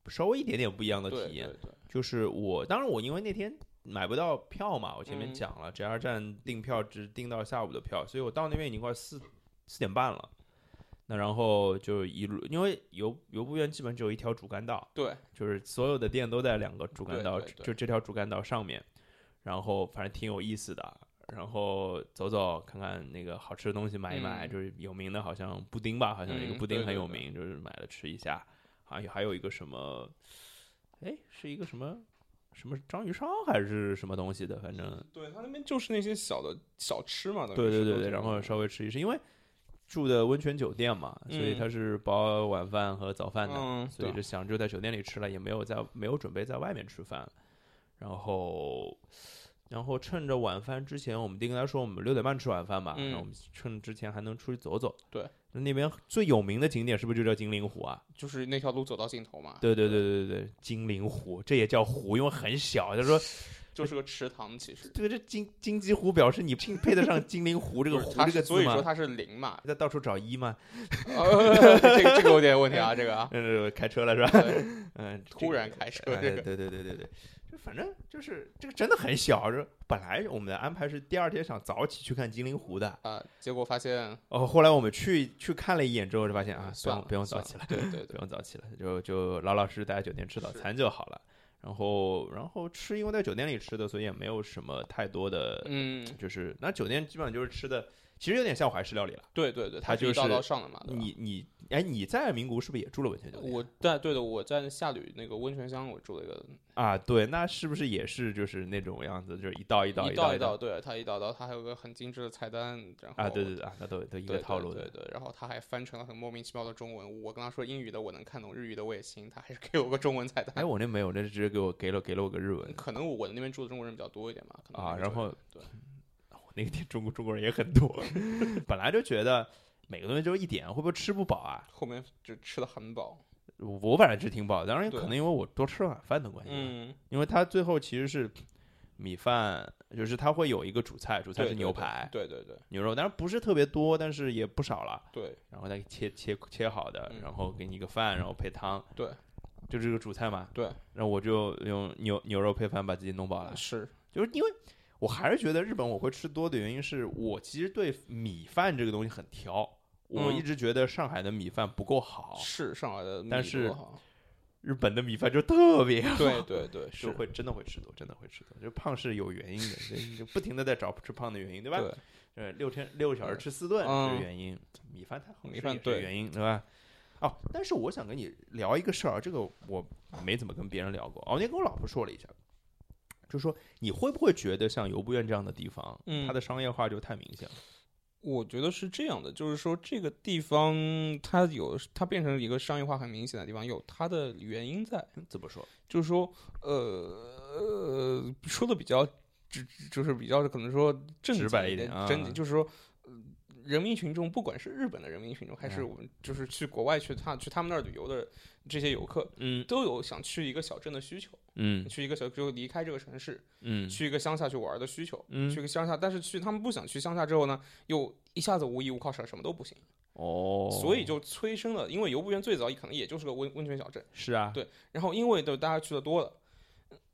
A: 稍微一点点不一样的
B: 对
A: 体验。
B: 对对
A: 就是我，当然我因为那天买不到票嘛，我前面
B: 嗯
A: 讲了，JR 站订票只订到下午的票，所以我到那边已经快四四点半了。那然后就一路，因为游游步院基本只有一条主干道，
B: 对，
A: 就是所有的店都在两个主干
B: 对
A: 道，
B: 对对
A: 就这条主干道上面。然后反正挺有意思的，然后走走看看那个好吃的东西买一买，
B: 嗯
A: 就是有名的，好像布丁吧，好像有一个
B: 嗯
A: 布丁
B: 对
A: 很
B: 对
A: 有
B: 对
A: 名，就是买了吃一下。还有还有一个什么，哎，是一个什么什么章鱼烧还是什么东西的，反正
B: 对他那边就是那些小的小吃嘛，
A: 嗯对对对对，然后稍
B: 微
A: 微吃一吃，因为住的温泉酒店嘛，所以
B: 嗯
A: 它是包晚饭和早饭的，
B: 嗯，
A: 所以就想就在酒店里吃了，也没有在没有准备在外面吃饭。然后，然后趁着晚饭之前，我们丁跟他说我们六点半吃晚饭吧，
B: 嗯
A: 然后我们趁之前还能出去走走。
B: 对，
A: 那边最有名的景点是不是就叫金陵湖啊？
B: 就是那条路走到尽头嘛，
A: 对对对对对对，金陵湖这也叫湖，因为很小。他 说
B: 就是个池塘，其实
A: 这个这金金鸡湖表示你配配得上金陵湖这个
B: 不是
A: 湖
B: 它
A: 这
B: 是
A: 个
B: 所
A: 字
B: 以说
A: 吗？
B: 它是零嘛，
A: 在到处找一吗？，
B: 呃，这个这个有点问题啊，这个啊
A: 呃，开车了是吧？
B: 对
A: 嗯，
B: 突然开车
A: 哎
B: 这个
A: 对对对对对，就反正就是这个真的很小。就本来我们的安排是第二天想早起去看金陵湖的，
B: 啊，结果发现嗯
A: 哦，后来我们去去看了一眼之后，就发现 啊，
B: 算了，
A: 不用不用
B: 算
A: 早起了，
B: 了，对对
A: 不
B: 对，
A: 用早起了，就就老老实实待在酒店吃早
B: 是
A: 餐就好了。然后然后吃，因为在酒店里吃的，所以也没有什么太多的，
B: 嗯，
A: 就是那酒店基本上就是吃的，其实有点像怀石料理了。
B: 对对对，
A: 它
B: 它
A: 就
B: 一道
A: 是
B: 道上的嘛，对吧
A: 你你哎，你在名古屋是不是也住了温泉酒店？
B: 我在对的，我在夏旅那个温泉乡，我住了一个
A: 啊，对，那是不是也是就是那种样子，就是一道一道
B: 一
A: 道
B: 一
A: 道
B: 道，对，它一道道，它还有个很精致的菜单，然后
A: 啊，对对对啊，那都都一
B: 对
A: 个套路
B: 对
A: 的。
B: 对对，然后他还翻成了很莫名其妙的中文。我跟他说英语的我能看懂，日语的我也行，他还是给我个中文菜
A: 哎，
B: 单。
A: 我那没有，那直接给我给了给了我个日文
B: 可能我那边住的中国人比较多一点吧。可能
A: 啊
B: 那边
A: 然
B: 就
A: 后
B: 对，
A: 那个店中国中国人也很多， 本来就觉得每个东西就一点，会不会吃不饱啊？
B: 后面就吃的很饱。
A: 我反正吃挺饱的，当然
B: 对
A: 可能因为我多吃了晚饭的关系吧，
B: 嗯，
A: 因为它最后其实是米饭，就是它会有一个主菜，主菜
B: 对
A: 是
B: 对
A: 牛
B: 对
A: 排、
B: 对对对
A: 牛肉，当然不是特别多，但是也不少了。
B: 对
A: 然后再切切切好的，
B: 嗯
A: 然后给你一个饭，然后配汤，
B: 对，
A: 就这个主菜嘛。
B: 对，
A: 然后我就用牛牛肉配饭把自己弄饱了。
B: 是，
A: 就是因为我还是觉得日本我会吃多的原因是我其实对米饭这个东西很挑，我
B: 嗯
A: 一直觉得上海的米饭不够好，
B: 是上海的米
A: 但
B: 多
A: 是
B: 哈，
A: 日本的米饭就特别好，
B: 对对 对，
A: 就是会真的会吃多，真的会吃多。就胖是有原因的，就就不停的在找吃胖的原因， 对吧？
B: 对
A: 呃，六天六个小时吃四顿
B: 嗯
A: 是原因，米饭太好吃
B: 米饭
A: 也是
B: 对
A: 原因，对吧？哦，但是我想跟你聊一个事儿啊，这个我没怎么跟别人聊过。哦，那天跟我老婆说了一下，就说你会不会觉得像游步院这样的地方，
B: 嗯
A: 它的商业化就太明显了？
B: 我觉得是这样的，就是说这个地方它有它变成一个商业化很明显的地方，有它的原因在。
A: 嗯怎么说？
B: 就是说，呃，呃说的比较直，就是比较可能说正
A: 直
B: 经
A: 白一
B: 一
A: 点啊
B: 真就是说。呃人民群众，不管是日本的人民群众，还是
A: 嗯
B: 我们就是去国外去他去他们那儿旅游的这些游客，
A: 嗯
B: 都有想去一个小镇的需求，
A: 嗯
B: 去一个小就离开这个城市，
A: 嗯
B: 去一个乡下去玩的需求，去
A: 嗯
B: 一个乡下，但是去他们不想去乡下之后呢，又一下子无依无靠，什什么都不行，
A: 哦，
B: 所以就催生了，因为游步园最早可能也就是个温温泉小镇。
A: 是啊，
B: 对然后因为都大家去的多了，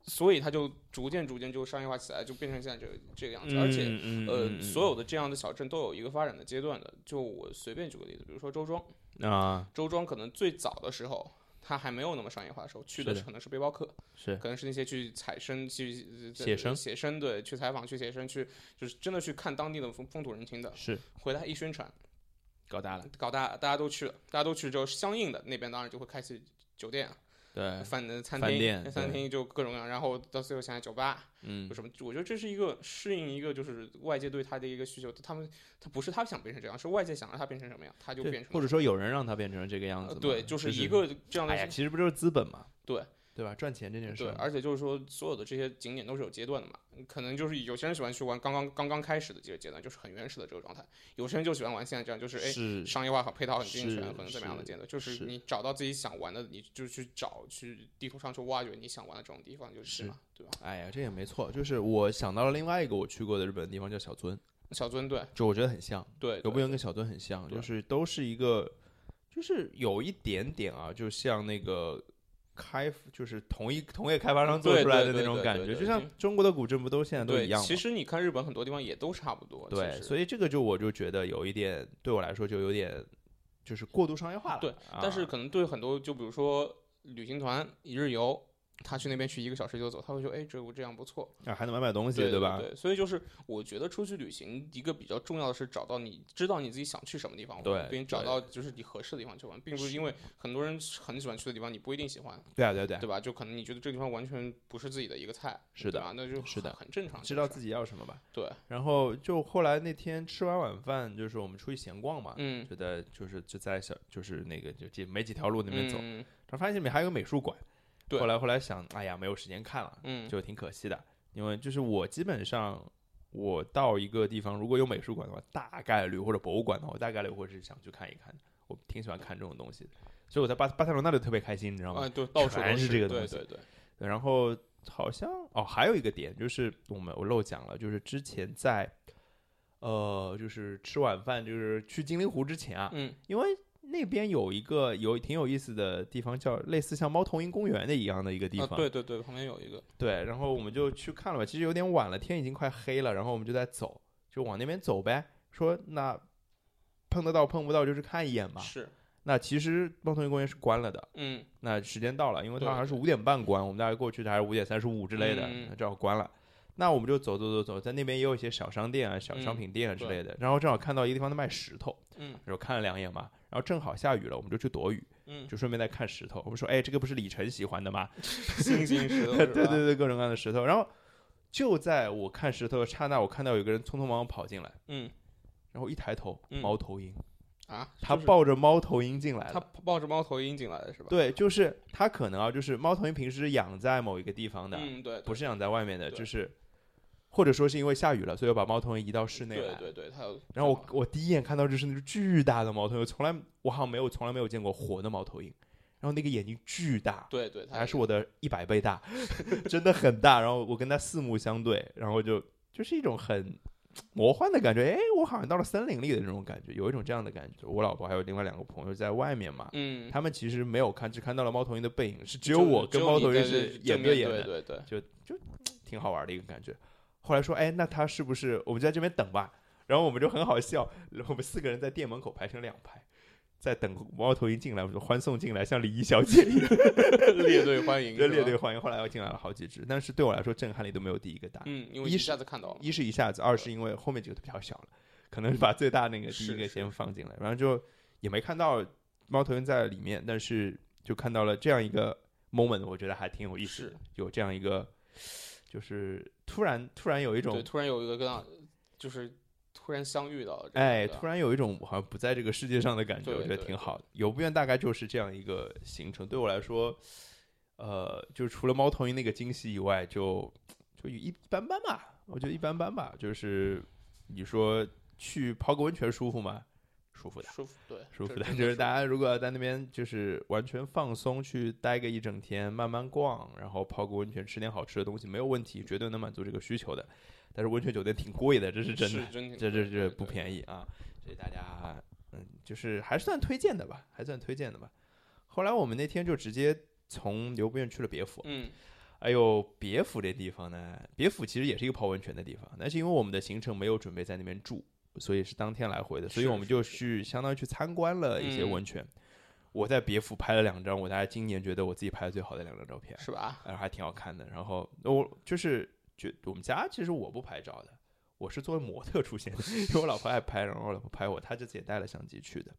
B: 所以它就逐渐逐渐就商业化起来，就变成现在这个这个样子。
A: 嗯，
B: 而且，
A: 嗯
B: 呃，所有的这样的小镇都有一个发展的阶段的。就我随便举个例子，比如说周庄，
A: 有啊
B: 周庄可能最早的时候。它还没有那么商业化的时候，去的
A: 是的
B: 可能是背包客，
A: 是
B: 可能是那些去采参、去
A: 写生
B: 写生对，去采访、去写生、去就是真的去看当地的风风土人情的。
A: 是
B: 回来一宣传，
A: 搞大了，
B: 搞大大家都去了，大家都去之后，相应的那边当然就会开始酒店、
A: 对，
B: 饭呃餐
A: 饭
B: 厅、
A: 店
B: 餐
A: 对
B: 厅就各种各样，然后到最后想想酒吧
A: 嗯
B: 有什么，我觉得这是一个适应一个就是外界对他的一个需求，他们他不是他想变成这样，是外界想让他变成什么样，他就
A: 对
B: 变成
A: 或
B: 了
A: 者说有人让它变成了这个样
B: 呃
A: 子嘛，
B: 对，
A: 就是
B: 一个这样的
A: 哎呀，其实不就是资本嘛？
B: 对
A: 对吧？赚钱这件事
B: 对，
A: 儿嘛，
B: 而且就是说所有的这些景点都是有阶段的嘛，可能就是有些人喜欢去玩刚刚刚刚开始的这个阶段，就是很原始的这个状态，有些人就喜欢玩现在这样，就是哎。
A: 是
B: 商业化和配套很健
A: 是
B: 全，很怎么样的
A: 是
B: 阶段，就是
A: 是
B: 你找到自己想玩的，你就去找，去地图上去挖掘你想玩的这种地方，就是
A: 是
B: 嘛，对吧？
A: 哎呀，这也没错。就是我想到了另外一个我去过的日本地方叫小樽，
B: 小樽对
A: 就我觉得很像，
B: 对，
A: 游
B: 哎对
A: 步园跟小樽很像，
B: 对
A: 就是都是一个就是有一点点啊，就像那个开，就是同一同业开发商做出来的那种感
B: 对对
A: 觉，
B: 对对对
A: 就像中国的古镇不都现在都
B: 对
A: 一样，吗？
B: 其实你看日本很多地方也都差不多。
A: 对，
B: 其实
A: 所以这个就我就觉得有一点，对我来说就有点就是过度商业化了。
B: 对
A: 啊
B: 但是可能对很多，就比如说旅行团一日游，他去那边去一个小时就走，他会觉得哎，这我这样不错，
A: 啊还能买买东西，
B: 对
A: 吧？
B: 对，所以就是我觉得出去旅行一个比较重要的是找到你知道你自己想去什么地方玩，
A: 对
B: 并找
A: 对
B: 到就是你合适的地方去玩，并不是因为很多人很喜欢去的地方你不一定喜欢，
A: 对啊，对啊对啊
B: 对吧？就可能你觉得这个地方完全不是自己的一个菜，
A: 是的
B: 对吧？那就很
A: 是的
B: 很正常，
A: 知道自
B: 己
A: 己要什么吧。
B: 对，
A: 然后就后来那天吃完晚饭，就是我们出去闲逛嘛，
B: 嗯，
A: 觉得就是就在小就是那个就这没几条路那边走，
B: 嗯
A: 然后发现里面还有个美术馆。
B: 对
A: 后来后来想，哎呀，没有时间看了，
B: 嗯，
A: 就挺可惜的。因为就是我基本上，我到一个地方如果有美术馆的话，大概率或者博物馆的话，我大概率会是想去看一看的。我挺喜欢看这种东西的，所以我在巴巴塞罗那就特别开心，你知道吗？
B: 啊，对，到处
A: 全
B: 都
A: 是这个东
B: 对
A: 西
B: 对对，
A: 对然后好像哦，还有一个点就是我们我漏讲了，就是之前在呃，就是吃晚饭，就是去金陵湖之前啊，
B: 嗯
A: 因为那边有一个有挺有意思的地方，叫类似像猫头鹰公园的一样的一个地
B: 啊
A: 方，
B: 对对对，旁边有一个，
A: 对，然后我们就去看了吧，其实有点晚了，天已经快黑了，然后我们就在走，就往那边走呗。说那碰得到碰不到就是看一眼嘛。
B: 是，
A: 那其实猫头鹰公园是关了的，
B: 嗯
A: 那时间到了，因为它
B: 对
A: 好像是
B: 对
A: 五点半关，我们大概过去的还是五点三十五之类的，
B: 嗯
A: 那正好关了。那我们就走走走走，在那边也有一些小商店啊、小商
B: 嗯
A: 品店啊之
B: 对
A: 类的，然后正好看到一个地方在卖石头，
B: 嗯
A: 然后看了两眼嘛，然后正好下雨了，我们就去躲雨，
B: 嗯，
A: 就顺便再看石头。我们说，哎，这个不是李晨喜欢的吗？
B: 星星石头，
A: 对对，对，各种各样的石头。然后就在我看石头的刹那，我看到有个人匆匆忙忙跑进来，
B: 嗯
A: 然后一抬头，
B: 嗯
A: 猫头鹰，
B: 啊，
A: 他
B: 就是
A: 抱着猫头鹰进来
B: 他
A: 了。
B: 抱着猫头鹰进来的是吧？
A: 对，就是他可能啊，就是猫头鹰平时养在某一个地方的，
B: 嗯，对，
A: 不是养在外面的，
B: 对
A: 就是或者说是因为下雨了，所以我把猫头鹰移到室内
B: 对
A: 来。
B: 对对，他有。
A: 然后我我第一眼看到就是那只巨大的猫头鹰，从来我好像没有从来没有见过活的猫头鹰，然后那个眼睛巨大，
B: 对对，他
A: 还是我的一百倍大， 真的很大。然后我跟它四目相对，然后就就是一种很魔幻的感觉。哎，我好像到了森林里的那种感觉，有一种这样的感觉。我老婆还有另外两个朋友在外面嘛，
B: 嗯，
A: 他们其实没有看，只看到了猫头鹰的背影，是只
B: 只
A: 有我跟猫
B: 你
A: 头鹰
B: 在这
A: 是眼
B: 正
A: 对
B: 面
A: 眼
B: 对
A: 的，
B: 对对，
A: 挺好玩的一个感觉。后来说，哎，那他是不是我们就在这边等吧？然后我们就很好笑，我们四个人在店门口排成两排，在等猫头鹰进来，我们就欢送进来，像礼仪小姐一样。
B: 列队欢迎，
A: 这
B: 是
A: 列
B: 吧
A: 队，欢迎，后来又进来了好几只，但是对我来说震撼力都没有第一个大。
B: 嗯，因为
A: 一
B: 一
A: 是
B: 下子看到了，
A: 一是一下子，二是因为后面几个都比较小了，可能把最大那个第
B: 是
A: 一个
B: 是
A: 先放进来，然后就也没看到猫头鹰在里面，但是就看到了这样一个 moment，我觉得还挺有意思的
B: 是，
A: 有这样一个就是突然突然有一
B: 对，
A: 种
B: 突然有一个跟他就是突然相遇到了这样
A: 哎，
B: 的，
A: 突然有一种好像不在这个世界上的感觉，
B: 对
A: 我觉得
B: 对
A: 挺好的。游不远大概就是这样一个行程，对我来说，呃，就除了猫头鹰那个惊喜以外，就就一一般般吧，我觉得一般般吧。就是你说去泡个温泉舒服吗？舒服的，
B: 舒服，对，
A: 舒服
B: 这
A: 的。
B: 真
A: 就是
B: 舒
A: 大家如果在那边就是完全放松，去待个一整天，慢慢逛，然后泡个温泉，吃点好吃的东西，没有问题，绝对能满足这个需求的。但是温泉酒店挺贵的，这是
B: 服
A: 真的。
B: 是真挺
A: 这这
B: 对
A: 这不
B: 宜。
A: 便宜啊，所以大家嗯，就是还算推荐的吧，还算推荐的吧。后来我们那天就直接从牛不院去了别府，
B: 嗯，
A: 哎呦，别府这地方呢，别府其实也是一个泡温泉的地方，但是因为我们的行程没有准备在那边住，所以是当天来回的，所以
B: 是
A: 我们
B: 是
A: 就是去相当于去参观了一些
B: 嗯
A: 温泉。我在别府拍了两张，我大概今年觉得我自己拍的最好的两张照片。
B: 是吧？
A: 然后哎还挺好看的。然后我就是觉我们家其实我不拍照的，我是作为模特出现的，因为我老婆爱拍，然后我老婆拍我，她这次也带了相机去的。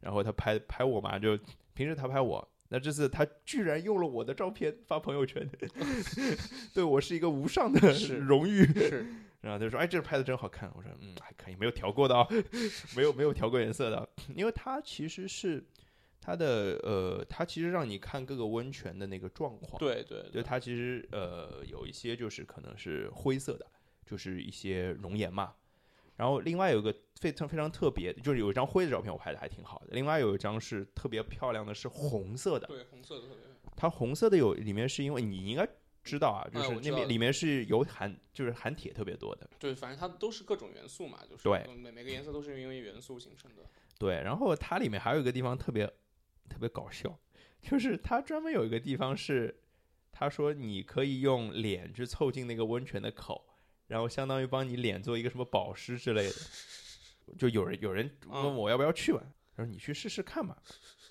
A: 然后她拍拍我嘛，就平时她拍我，那这次她居然用了我的照片发朋友圈， 对我是一个无上的
B: 是
A: 荣誉。
B: 是，
A: 然后他就说：“哎，这拍的真好看。”我说：“嗯，还可以，没有调过的啊、没有没有调过颜色的啊，因为它其实是它的呃，它其实让你看各个温泉的那个状况。
B: 对对
A: 就
B: 对，
A: 它其实呃有一些就是可能是灰色的，就是一些熔岩嘛。然后另外有一个非常非常特别，就是有一张灰的照片，我拍的还挺好的。另外有一张是特别漂亮的，是红色的。
B: 对红色的特别
A: 它红色的有里面是因为你应该知道啊，就
B: 哎
A: 是
B: 我知
A: 那
B: 道
A: 边
B: 的
A: 里面是有含就是含铁特别多的。
B: 对，反正它都是各种元素嘛，就是
A: 对
B: 每每个颜色都是因为元素形成的。
A: 对，然后它里面还有一个地方特别特别搞笑，就是它专门有一个地方是，他说你可以用脸去凑近那个温泉的口，然后相当于帮你脸做一个什么保湿之类的。就有人有人
B: 嗯
A: 问我要不要去玩，他说你去试试看吧。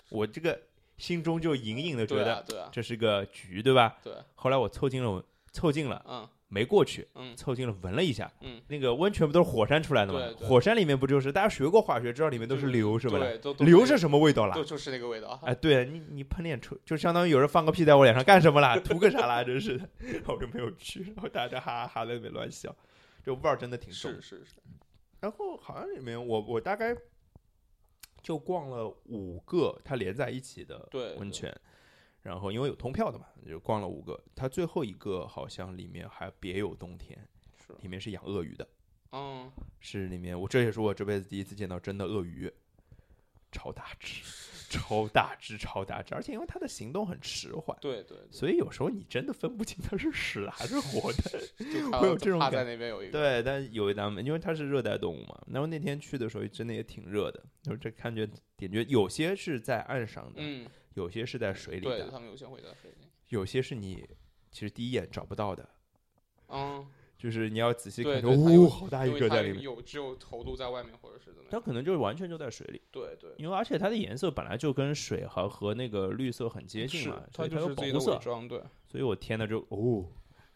A: 我这个心中就隐隐的觉
B: 对啊
A: 得
B: 对啊
A: 这是个局，对吧？
B: 对，
A: 后来我凑近了，凑近了，
B: 嗯
A: 没过去，
B: 嗯
A: 凑近了闻了一下，
B: 嗯，
A: 那个温泉不都是火山出来的
B: 对
A: 吗？
B: 对
A: 火山里面不就是大家学过化学，知道里面都是硫是吧？
B: 对，都
A: 硫是什么味道啦
B: 都？就是那个味道。
A: 哎，对你你喷脸出，就相当于有人放个屁在我脸上干什么啦？图个啥啦？真是的，然后我就没有去，然后大家哈哈哈在那边乱笑，这味儿真的挺重
B: 是是是，
A: 然后好像里面我我大概就逛了五个它连在一起的
B: 对
A: 温
B: 对
A: 泉，然后因为有通票的嘛，就逛了五个。它最后一个好像里面还别有洞天，
B: 是
A: 里面是养鳄鱼的，
B: 嗯，
A: 是里面我这也是我这辈子第一次见到真的鳄鱼，超大只，超大只，超大只，而且因为它的行动很迟缓。
B: 对对 对，
A: 所以有时候你真的分不清它是死的还是活的，
B: 就看
A: 会
B: 到
A: 有这种
B: 趴
A: 感
B: 在那边有一个，
A: 对，但有一咱们，因为它是热带动物嘛，然后那天去的时候真的也挺热的，就是这感觉感觉有些是在岸上的，
B: 嗯，
A: 有些是在水里
B: 对
A: 的，
B: 他们有些会在水里，
A: 有些是你其实第一眼找不到的，
B: 嗯，
A: 就是你要仔细看
B: 对
A: 说，
B: 对它有
A: 呜，好大
B: 因
A: 一
B: 为
A: 个
B: 它
A: 在里面，
B: 有只有头露在外面或者是怎么
A: 它
B: 样，
A: 可能就完全就在水里，
B: 对对，
A: 因为而且它的颜色本来就跟水和和那个绿色很接近
B: 是
A: 嘛，所
B: 它
A: 以它
B: 就
A: 有
B: 是自
A: 保
B: 己的
A: 护色
B: 伪，装， 对，
A: 所以我天呐，就哦，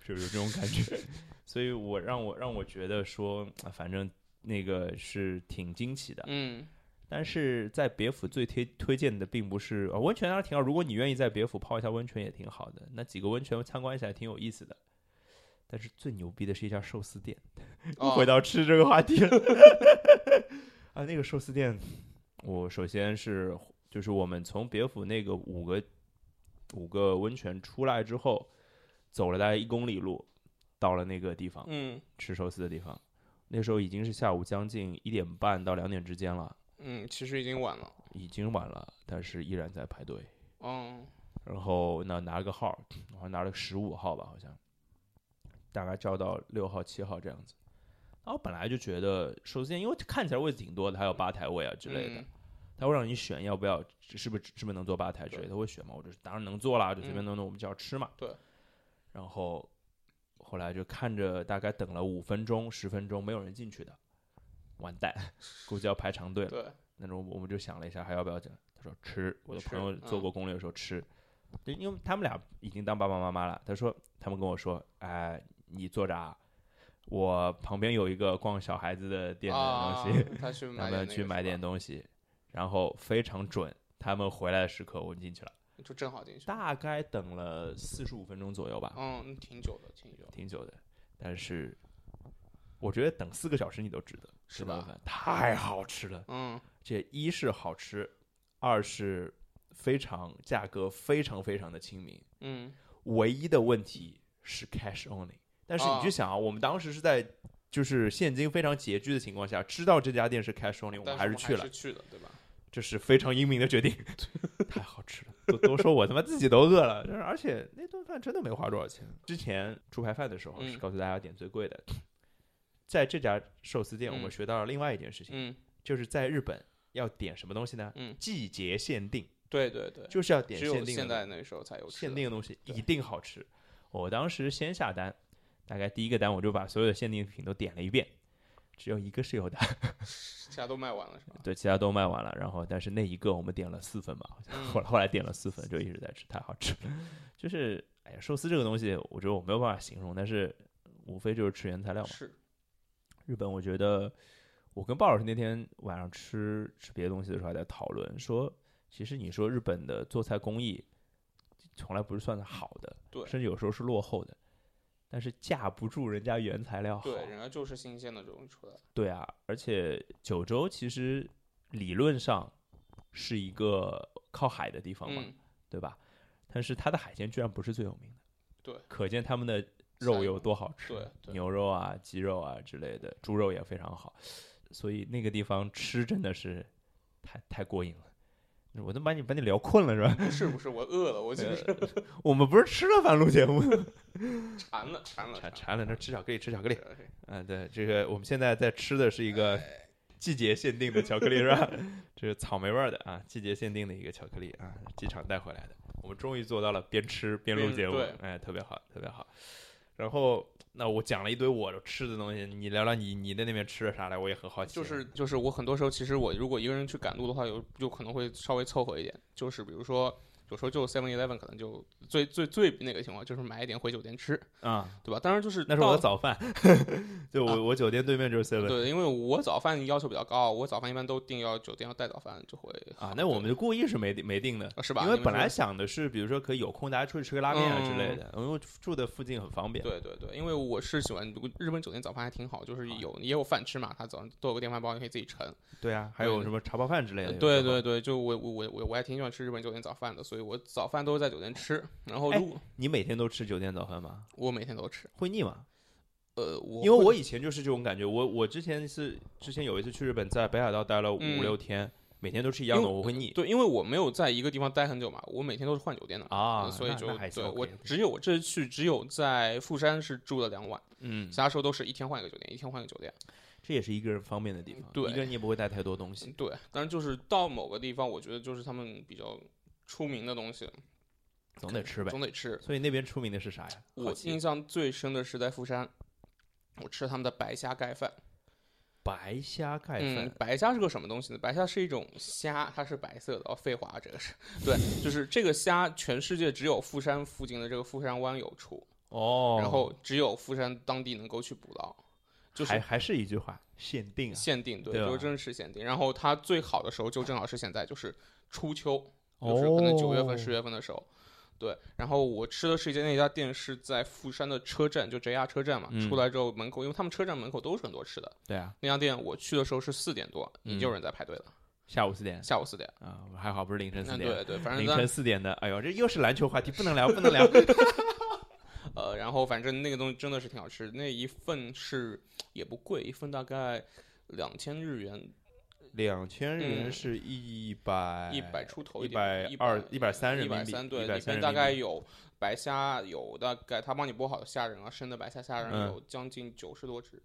A: 就有这种感觉， 所以我让我让我觉得说，啊反正那个是挺惊奇的。
B: 嗯，
A: 但是在别府最推推荐的并不是、呃温泉，当然挺好。如果你愿意在别府泡一下温泉也挺好的，那几个温泉参观一下也挺有意思的。但是最牛逼的是一家寿司店，
B: 哦
A: 回到吃这个话题了。 啊，那个寿司店，我首先是就是我们从别府那个五个五个温泉出来之后，走了大概一公里路，到了那个地方
B: 嗯
A: 吃寿司的地方。那时候已经是下午将近一点半到两点之间了。
B: 嗯，其实已经晚了，
A: 已经晚了，但是依然在排队。
B: 嗯
A: 然后那拿了个号，我好像拿了个十五号吧，好像，大概叫到六号、七号这样子。然后本来就觉得寿司店，因为看起来位置挺多的，还有吧台位啊之类的，
B: 嗯
A: 他会让你选要不要，是不是是不是能坐吧台之类的，他会选嘛，我就是当然能坐啦，就随便弄弄，我们就要吃嘛。
B: 对。
A: 然后后来就看着大概等了五分钟、十分钟，没有人进去的，完蛋，估计要排长队了。
B: 对，
A: 那种我们就想了一下，还要不要整？他说吃，我的
B: 吃
A: 朋友做
B: 嗯
A: 过攻略的时候吃，对因为他们俩已经当爸爸妈妈了。他说他们跟我说，哎，你坐着啊，我旁边有一个逛小孩子的店的
B: 啊
A: 东西，，
B: 他去
A: 咱
B: 买
A: 们
B: 点那
A: 去
B: 个
A: 买
B: 是
A: 点
B: 吧
A: 东西，然后非常准。他们回来的时刻，我进去了，
B: 就正好进去，
A: 大概等了四十五分钟左右吧，
B: 嗯，挺久的，挺久的，
A: 挺久的。但是我觉得等四个小时你都值得，
B: 是
A: 这顿
B: 吧
A: 饭太好吃了。
B: 嗯
A: 这一是好吃，二是非常价格非常非常的亲民。
B: 嗯，
A: 唯一的问题是 cash only，但是你
B: 啊
A: 去想啊，我们当时是在就是现金非常拮据的情况下，知道这家店是 cash only，我们
B: 但是
A: 还是
B: 我们
A: 去了
B: 是，去了，对吧？
A: 这是非常英明的决定。 太好吃了，都都说我他妈自己都饿了，就是而且那顿饭真的没花多少钱。之前猪排饭的时候是
B: 嗯
A: 告诉大家点最贵的，在这家寿司店我们
B: 嗯
A: 学到了另外一件事情，
B: 嗯，
A: 就是在日本要点什么东西呢？
B: 嗯
A: 季节限定，
B: 对对对，
A: 就是要点
B: 只
A: 限
B: 有
A: 定
B: 现
A: 的
B: 在那时候才有
A: 东西
B: 吃
A: 限
B: 的
A: 定的东西，
B: 对
A: 一定好吃。我当时先下单，大概第一个单我就把所有的限定品都点了一遍，只有一个是有的，
B: 其他都卖完了是吧？
A: 对，其他都卖完了。然后但是那一个我们点了四份吧，好像
B: 嗯
A: 后来后来点了四份，就一直在吃，太好吃了。 就是哎呀，寿司这个东西，我觉得我没有办法形容，但是无非就是吃原材料嘛。
B: 是，
A: 日本，我觉得我跟鲍老师那天晚上吃吃别的东西的时候还在讨论，说其实你说日本的做菜工艺从来不是算是好的，
B: 对
A: 甚至有时候是落后的，但是架不住人家原材料好，
B: 对，人家就是新鲜的东西出来，
A: 对啊，而且九州其实理论上是一个靠海的地方嘛，
B: 嗯，
A: 对吧？但是它的海鲜居然不是最有名的，
B: 对，
A: 可见他们的
B: 菜
A: 肉有多好吃，
B: 对对
A: 牛肉啊、鸡肉啊之类的，猪肉也非常好，所以那个地方吃真的是太太过瘾了。我都把你把你聊困了是吧？
B: 不是不是，我饿了，我就是
A: 我们不是吃了饭录节 目，
B: 馋了，馋了，
A: 馋
B: 馋
A: 馋了，那吃巧克力吃巧克力。
B: 了。哎
A: 嗯，对，这个我们现在在吃的是一个季节限定的巧克力是吧？ 这是草莓味儿的啊，季节限定的一个巧克力啊，机场带回来的。我们终于做到了边吃边录
B: 边
A: 节目
B: 对，
A: 哎，特别好，特别好。然后，那我讲了一堆我吃的东西，你聊聊你你在那边吃了啥来？我也很好奇。啊
B: 就是就是我很多时候，其实我如果一个人去赶路的话，有有可能会稍微凑合一点。就是比如说，有时候就 Seven Eleven 可能就最最最那个情况，就是买一点回酒店吃，
A: 啊、
B: 对吧？当然就是
A: 那是我
B: 到
A: 的早饭， 就我、
B: 啊
A: 我酒店对面就是 seven
B: 对，因为我早饭要求比较高，我早饭一般都定要酒店要带早饭，就会呃
A: 啊，那我们就故意是没定没定的，
B: 啊是吧
A: 因为
B: 你们
A: 本来
B: 是嗯
A: 想的是，比如说可以有空大家出去吃个拉面啊之类的，因为住的附近很方便。
B: 对对对，因为我是喜欢日本酒店早饭还挺好，
A: 啊
B: 就是有也有饭吃嘛，它早上都有个电饭煲，你可以自己盛。呃
A: 对啊，还有什么茶泡饭之类的。
B: 对
A: 有时候
B: 对，对，就我我我我我还挺喜欢吃日本酒店早饭的，所以我早饭都是在酒店吃。然后
A: 哎
B: 如果
A: 你每天都吃酒店早饭吗？
B: 我每天都吃，
A: 会腻吗？
B: 呃，我
A: 因为
B: 会
A: 我以前就是这种感觉，我我之前是之前有一次去日本，在北海道待了五
B: 嗯
A: 六天，每天都吃一样的，
B: 因为
A: 我会腻
B: 对，因为我没有在一个地方待很久嘛，我每天都是换酒店的。
A: 啊。
B: 呃所以
A: 那
B: 就
A: 那还
B: 对
A: 行，
B: 我
A: OK
B: 只有我这次去只有在富山是住了两晚，
A: 嗯
B: 其，他时候都是一天换一个酒店，一天换一个酒店。
A: 这也是一个人方便的地方，
B: 对
A: 一个人也不会带太多东西。
B: 对，但是就是到某个地方，我觉得就是他们比较出名的东西，
A: 总得吃呗。
B: 总得吃。
A: 所以那边出名的是啥呀？
B: 我
A: 好奇
B: 印象最深的是在富山，我吃了他们的白虾盖饭。
A: 白虾盖
B: 嗯
A: 饭，，
B: 白虾是个什么东西呢？白虾是一种虾，它是白色的。哦，废话，这个是对，就是这个虾，全世界只有富山附近的这个富山湾有出，
A: 哦，
B: 然后只有富山当地能够去捕到，就是
A: 还还是一句话，限定啊。
B: 限定，对，
A: 对吧
B: 就是真是限定。然后它最好的时候就正好是现在，就是初秋，就是可能九月份、十
A: 月
B: 月份的时候。对，然后我吃的是一家那家店是在富山的车站，就 JR 车站嘛，
A: 嗯
B: 出来之后门口，因为他们车站门口都是很多吃的。
A: 对啊，
B: 那家店我去的时候是四点多，已经有
A: 嗯
B: 人在排队了，
A: 下午四点
B: 下午四点。
A: 啊，还好不是凌晨四
B: 嗯，
A: 点，
B: 对对，反正
A: 凌
B: 咱
A: 晨四点的，哎呦，这又是篮球话题，不能聊，不 能聊。
B: 呃，然后反正那个东西真的是挺好吃，那一份是也不贵，一份大概两千日元，
A: 两千日元
B: 嗯
A: 是一百
B: 一百出头
A: 哎一
B: 点，
A: 百二一百三人
B: 一
A: 民
B: 百
A: 币，
B: 三对，
A: 一
B: 里
A: 百三
B: 面
A: 人
B: 大
A: 民
B: 概
A: 币
B: 有白虾，有大概他帮你剥好的虾仁啊，生的白虾虾仁
A: 嗯
B: 有将近九十多只，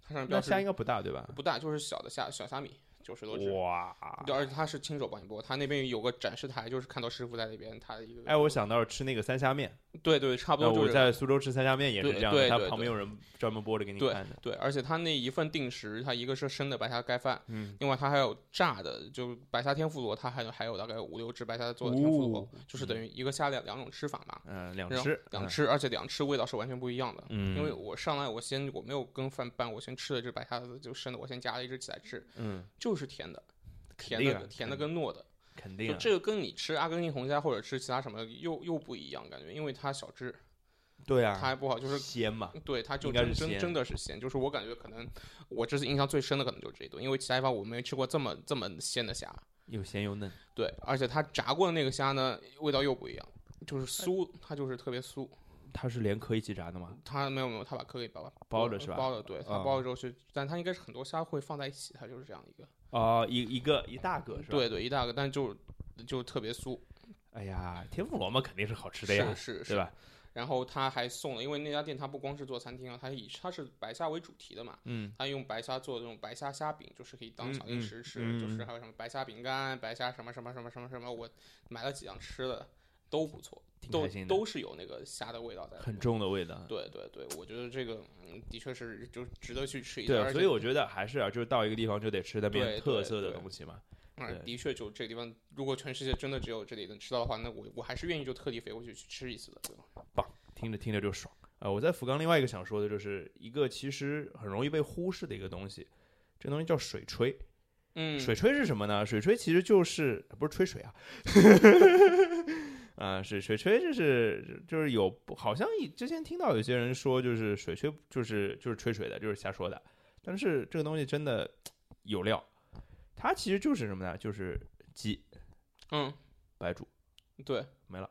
B: 它上面标
A: 那虾应
B: 示
A: 该不大对吧？
B: 不大，就是小的虾小虾米，九十多只。
A: 哇！
B: 对，而且他是亲手帮你剥，他那边有个展示台，就是看到师傅在那边，他的一个
A: 哎，我想到了吃那个三虾面，
B: 对对，差不
A: 那
B: 多就
A: 我
B: 是
A: 在苏州吃三虾面也是这
B: 对
A: 样的，
B: 对
A: 它
B: 对
A: 旁边有人专门剥着给你
B: 对
A: 看的。
B: 对，而且他那一份定时，他一个是生的白虾盖饭，
A: 嗯，
B: 另外它还有炸的，就白虾天妇罗，它还有还有大概五六只白虾做的天妇罗，
A: 哦
B: 就是等于一个虾两两种吃法嘛，
A: 嗯，两
B: 然后
A: 吃
B: 哎两，吃，而且两吃味道是完全不一样的。
A: 嗯，
B: 因为我上来我先我没有跟饭拌，我先吃了这白虾子就生的，我先夹了一只起来吃，
A: 嗯，
B: 就是甜的，甜
A: 定
B: 的
A: 啊
B: 甜的
A: 肯
B: 跟糯的，
A: 肯
B: 就
A: 定啊
B: 这个跟你吃阿根廷红虾或者吃其他什么又又不一样感觉，因为它小只，
A: 对
B: 它
A: 啊，
B: 还不好，就是嗯
A: 鲜嘛，
B: 对，它就
A: 应该
B: 真
A: 是
B: 真
A: 鲜
B: 真的是鲜，就是我感觉可能我这次印象最深的可能就是这一顿，因为其他地方我没吃过这么这么鲜的虾。
A: 又咸又嫩。
B: 对，而且它炸过的那个虾呢，味道又不一样，就是
A: 哎
B: 酥，它就是特别酥。
A: 它是连壳一起炸的吗？
B: 它没有没有，它把壳给包
A: 包着是吧
B: 包着，对，它
A: 啊
B: 包了之后是，但它应该是很多虾会放在一起，它就是这样一个。
A: 哦，一一个一大个是吧？，
B: 对对，一大个，但就就特别酥。
A: 哎呀，天妇罗嘛肯定是好吃的呀
B: 是，啊是
A: 对
B: 是。
A: 吧？
B: 然后它还送了，因为那家店它不光是做餐厅啊，它以它是白虾为主题的嘛，
A: 嗯，
B: 它用白虾做的这种白虾虾饼，就是可以当
A: 嗯
B: 小零
A: 嗯
B: 食吃，
A: 嗯
B: 就是
A: 嗯
B: 还有什么白虾饼干、白虾什么什么什么什么什么，我买了几样吃的都不错，
A: 挺
B: 都
A: 开心的，
B: 都是有那个虾的味道在里面。
A: 很重的味道。啊
B: 对对对，我觉得这个嗯，的确是就值得去吃一下。
A: 对，
B: 而
A: 所
B: 且
A: 以我觉得还是啊，就是到一个地方就得吃那边
B: 对
A: 特
B: 对
A: 色的
B: 对
A: 东西嘛。
B: 嗯
A: 对
B: 的确就这个地方，如果全世界真的只有这里能吃到的话，那我我还是愿意就特地飞过去去吃一次的。对吧
A: 听着听着就爽。呃，我在福冈另外一个想说的就是一个其实很容易被忽视的一个东西，这个东西叫水吹。
B: 嗯，
A: 水吹是什么呢？水吹其实就是不是吹水 啊，啊，水水吹就是就是有好像以之前听到有些人说就是水吹就是就是吹水的，就是瞎说的，但是这个东西真的有料，它其实就是什么呢？就是鸡
B: 嗯，
A: 白煮，
B: 对，
A: 没了，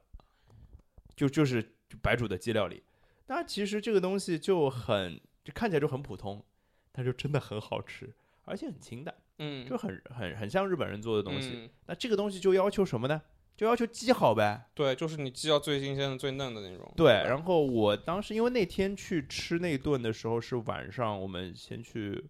A: 就就是就白煮的鸡料理。那其实这个东西就很就看起来就很普通，但就真的很好吃，而且很清淡，
B: 嗯，
A: 就很很很像日本人做的东西。
B: 嗯
A: 那这个东西就要求什么呢？就要求鸡好呗。
B: 对，就是你既要最新鲜的、最嫩的那种。
A: 对，
B: 吧
A: 然后我当时因为那天去吃那顿的时候是晚上，我们先去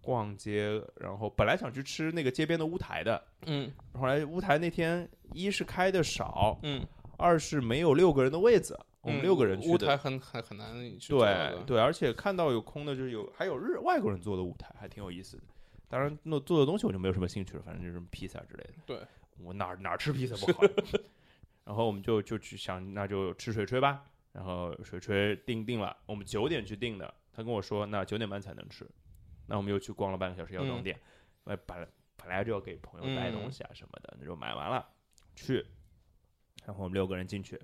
A: 逛街，然后本来想去吃那个街边的乌台的，
B: 嗯
A: 后来乌台那天一是开的少，
B: 嗯，
A: 二是没有六个人的位子，我们
B: 嗯
A: 六个人去
B: 乌
A: 的
B: 台很很很难去找的
A: 对，对，而且看到有空的，就是有还有日外国人做的舞台，还挺有意思的。当然，那做的东西我就没有什么兴趣了，反正就是披萨之类的。
B: 对，
A: 我哪儿哪儿吃披萨不好？ 然后我们就就去想，那就吃水炊吧。然后水炊定定了，我们九点去定的，他跟我说那九点半才能吃。那我们又去逛了半个小时药妆
B: 嗯
A: 店，呃、本来本来就要给朋友带东西啊什么的，那就买完了去。然后我们六个人进去，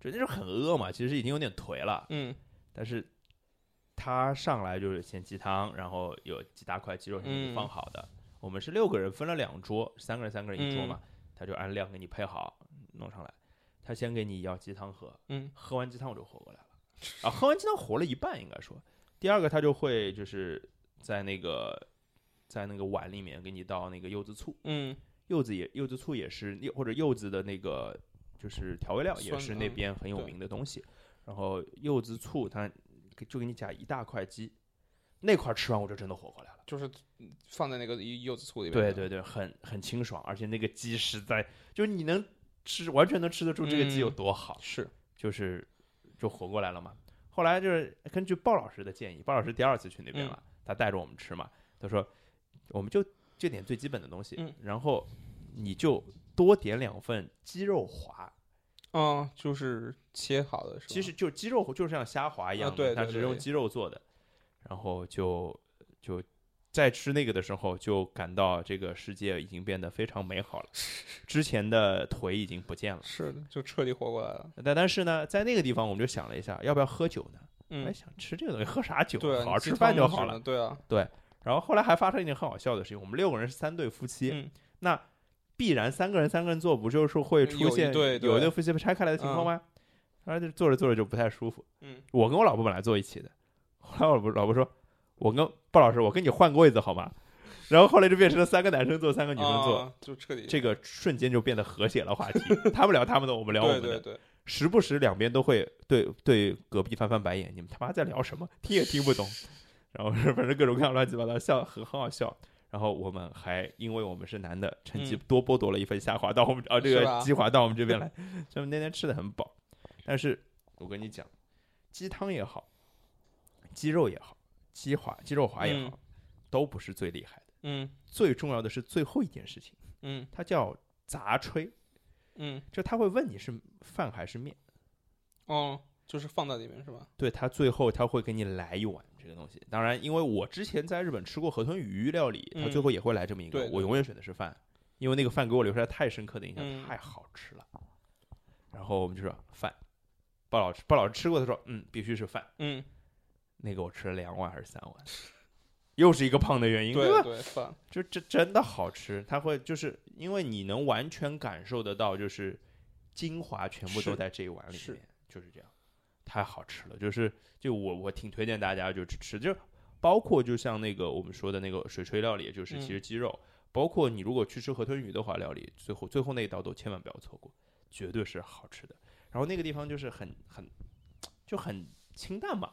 A: 就那就很饿嘛，其实已经有点颓了。
B: 嗯
A: 但是他上来就是先鸡汤，然后有几大块鸡肉是你放好的。我们是六个人分了两桌，三个人三个人一桌嘛，他就按量给你配好弄上来。他先给你要鸡汤喝，
B: 嗯
A: 喝完鸡汤我就活过来了。啊，喝完鸡汤活了一半应该说。第二个他就会就是在那个在那个碗里面给你倒那个柚子醋，
B: 嗯
A: 柚子也柚子醋也是，柚或者柚子的那个就是调味料也
B: 酸
A: 是
B: 的
A: 那
B: 嗯
A: 边很有
B: 对
A: 名的东西。然后柚子醋它给就给你夹一大块鸡，那块吃完我就真的活过来了。
B: 就是放在那个柚子醋里面
A: 对
B: 的，
A: 对对，很很清爽，而且那个鸡实在就是你能吃完全能吃得出这个鸡有
B: 嗯
A: 多好，
B: 是
A: 就是就活过来了嘛。后来就是根据鲍老师的建议，鲍老师第二次去那边
B: 嗯
A: 了，他带着我们吃嘛，他说我们就就点最基本的东西，
B: 嗯
A: 然后你就多点两份鸡肉滑，
B: 嗯，就是切好的是吧？
A: 其实就鸡肉就是像虾滑一样的，
B: 啊对
A: 它
B: 对
A: 只是
B: 对
A: 用鸡肉做的，然后就就在吃那个的时候，就感到这个世界已经变得非常美好了，之前的腿已经不见了。
B: 是的，就彻底活过来了。
A: 但但是呢，在那个地方我们就想了一下，要不要喝酒呢？我还
B: 嗯，
A: 想吃这个东西，喝啥酒？
B: 对啊，
A: 哎好好
B: 你鸡
A: 吃饭
B: 汤
A: 就
B: 不
A: 好
B: 止
A: 了
B: 呢。对啊，
A: 然后后来还发生一件很好笑的事情，我们六个人是三对夫妻，
B: 嗯
A: 那必然三个人三个人坐，不就是会出
B: 有一
A: 现
B: 对对
A: 有一对夫妻被拆开来的情况
B: 嗯
A: 吗？然后就坐着坐着就不太舒服。
B: 嗯，
A: 我跟我老婆本来坐一起的，后来我老婆老婆说，我跟鲍老师，我跟你换个位子好吗？然后后来就变成了三个男生坐，三个女生坐，
B: 啊就彻底
A: 这个瞬间就变得和谐了话题，他们聊他们的，我们聊我
B: 对
A: 们的
B: 对，对，
A: 时不时两边都会对对隔壁翻翻白眼，你们他妈在聊什么？听也听不懂。然后是反正各种各样乱七八糟，笑很很好笑。然后我们还因为我们是男的，趁机
B: 嗯
A: 多剥夺了一份虾滑到我们啊这
B: 是
A: 个
B: 吧
A: 鸡滑到我们这 边来，所以我们那天吃的很饱。但是我跟你讲，鸡汤也好，鸡肉也好，鸡滑鸡肉滑也好，都不是最厉害的。
B: 嗯
A: 最重要的是最后一件事情，
B: 嗯
A: 它叫杂炊，
B: 嗯，
A: 就他会问你是饭还是面。
B: 哦，就是放在里面是吧？
A: 对他最后他会给你来一碗这个东西。当然，因为我之前在日本吃过河豚鱼料理，他
B: 嗯
A: 最后也会来这么一个。
B: 对对
A: 我永远选的是饭，因为那个饭给我留下太深刻的印象，
B: 嗯
A: 太好吃了。然后我们就说饭，鲍老师鲍老师吃过，他说嗯，必须是饭。
B: 嗯，
A: 那个我吃了两碗还是三碗， 又是一个胖的原因，对吧
B: 对？对，放
A: 就这真的好吃，它会就是因为你能完全感受得到，就是精华全部都
B: 是
A: 在这一碗里
B: 是
A: 面，就是这样，太好吃了。就是就我我挺推荐大家就去吃，就包括就像那个我们说的那个水炊料理，就是
B: 嗯
A: 其实鸡肉，包括你如果去吃河豚鱼的话，料理最后最后那一道都千万不要错过，绝对是好吃的。然后那个地方就是很很就很清淡嘛，